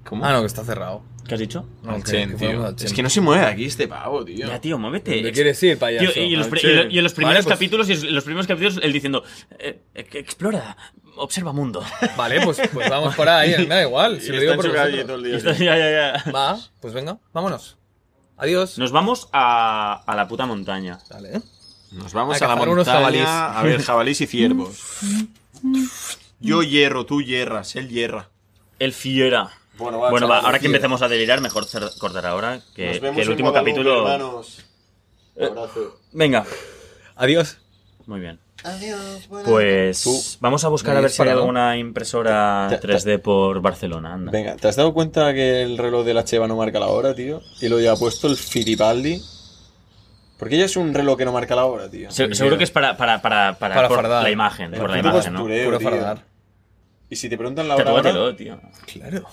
S2: ¿Cómo?
S3: Ah, no, que está cerrado.
S1: ¿Qué has dicho?
S3: No,
S2: Al
S3: que-
S2: Chen,
S3: que fuéramos
S2: tío.
S3: al
S2: Es
S3: Chen.
S2: que no se mueve de aquí este pavo, tío.
S1: Ya, tío, muévete.
S3: ¿Dónde quieres ir, payaso?
S1: Tío, Eh, y, en los
S2: Al
S1: pri-
S2: Che.
S1: y lo- y en los
S3: Vale,
S1: primeros
S3: pues-
S1: capítulos, y en los primeros capítulos, él diciendo, eh, eh, que explora, observa mundo.
S3: Vale, pues, pues vamos por ahí, me da igual. Si
S2: Y
S3: lo
S2: está
S3: digo
S2: en
S3: por
S2: su calle todo
S3: vosotros.
S2: el
S1: Y
S2: día,
S1: está-
S2: tío.
S1: ya, ya, ya.
S3: Va, pues venga, vámonos. Adiós.
S1: Nos vamos a, a la puta montaña.
S3: Dale, ¿eh?
S2: Nos vamos
S3: A
S2: a, la
S3: cazar
S2: montaña
S3: unos jabalís.
S2: a ver jabalís y ciervos. Yo hierro, tú hierras, él hierra.
S1: El fiera.
S2: Bueno, va, Eh,
S1: bueno,
S2: Ah, chaval,
S1: va, ahora
S2: el
S1: que
S2: fiera.
S1: empecemos a delirar, mejor cer- cortar ahora que,
S2: Nos
S1: que
S2: vemos
S1: el
S2: en
S1: último
S2: Guadalupe,
S1: capítulo.
S2: hermanos. Eh. Abrazo.
S1: Venga,
S3: Adiós.
S1: muy bien.
S4: Adiós, buenas
S1: Pues
S2: Tú.
S1: vamos a buscar a
S3: ¿Me
S1: ver
S3: habías
S1: si hay
S3: parado?
S1: alguna impresora 3D por Barcelona. Anda.
S2: Venga, ¿te has dado cuenta que el reloj de la Cheva no marca la hora, tío? Y lo lleva puesto el Fittipaldi. Porque ella es un reloj que no marca la hora, tío.
S1: Se- seguro que es para, para, para, para,
S3: Para
S1: por
S3: fardar.
S1: la imagen,
S3: El
S1: por la
S2: típico
S1: imagen, ¿no?
S2: postureo. Eh,
S3: Puro
S2: tío.
S3: fardar.
S2: Y si te preguntan la hora, ahora,
S1: Tatúatelo, tío.
S3: Claro.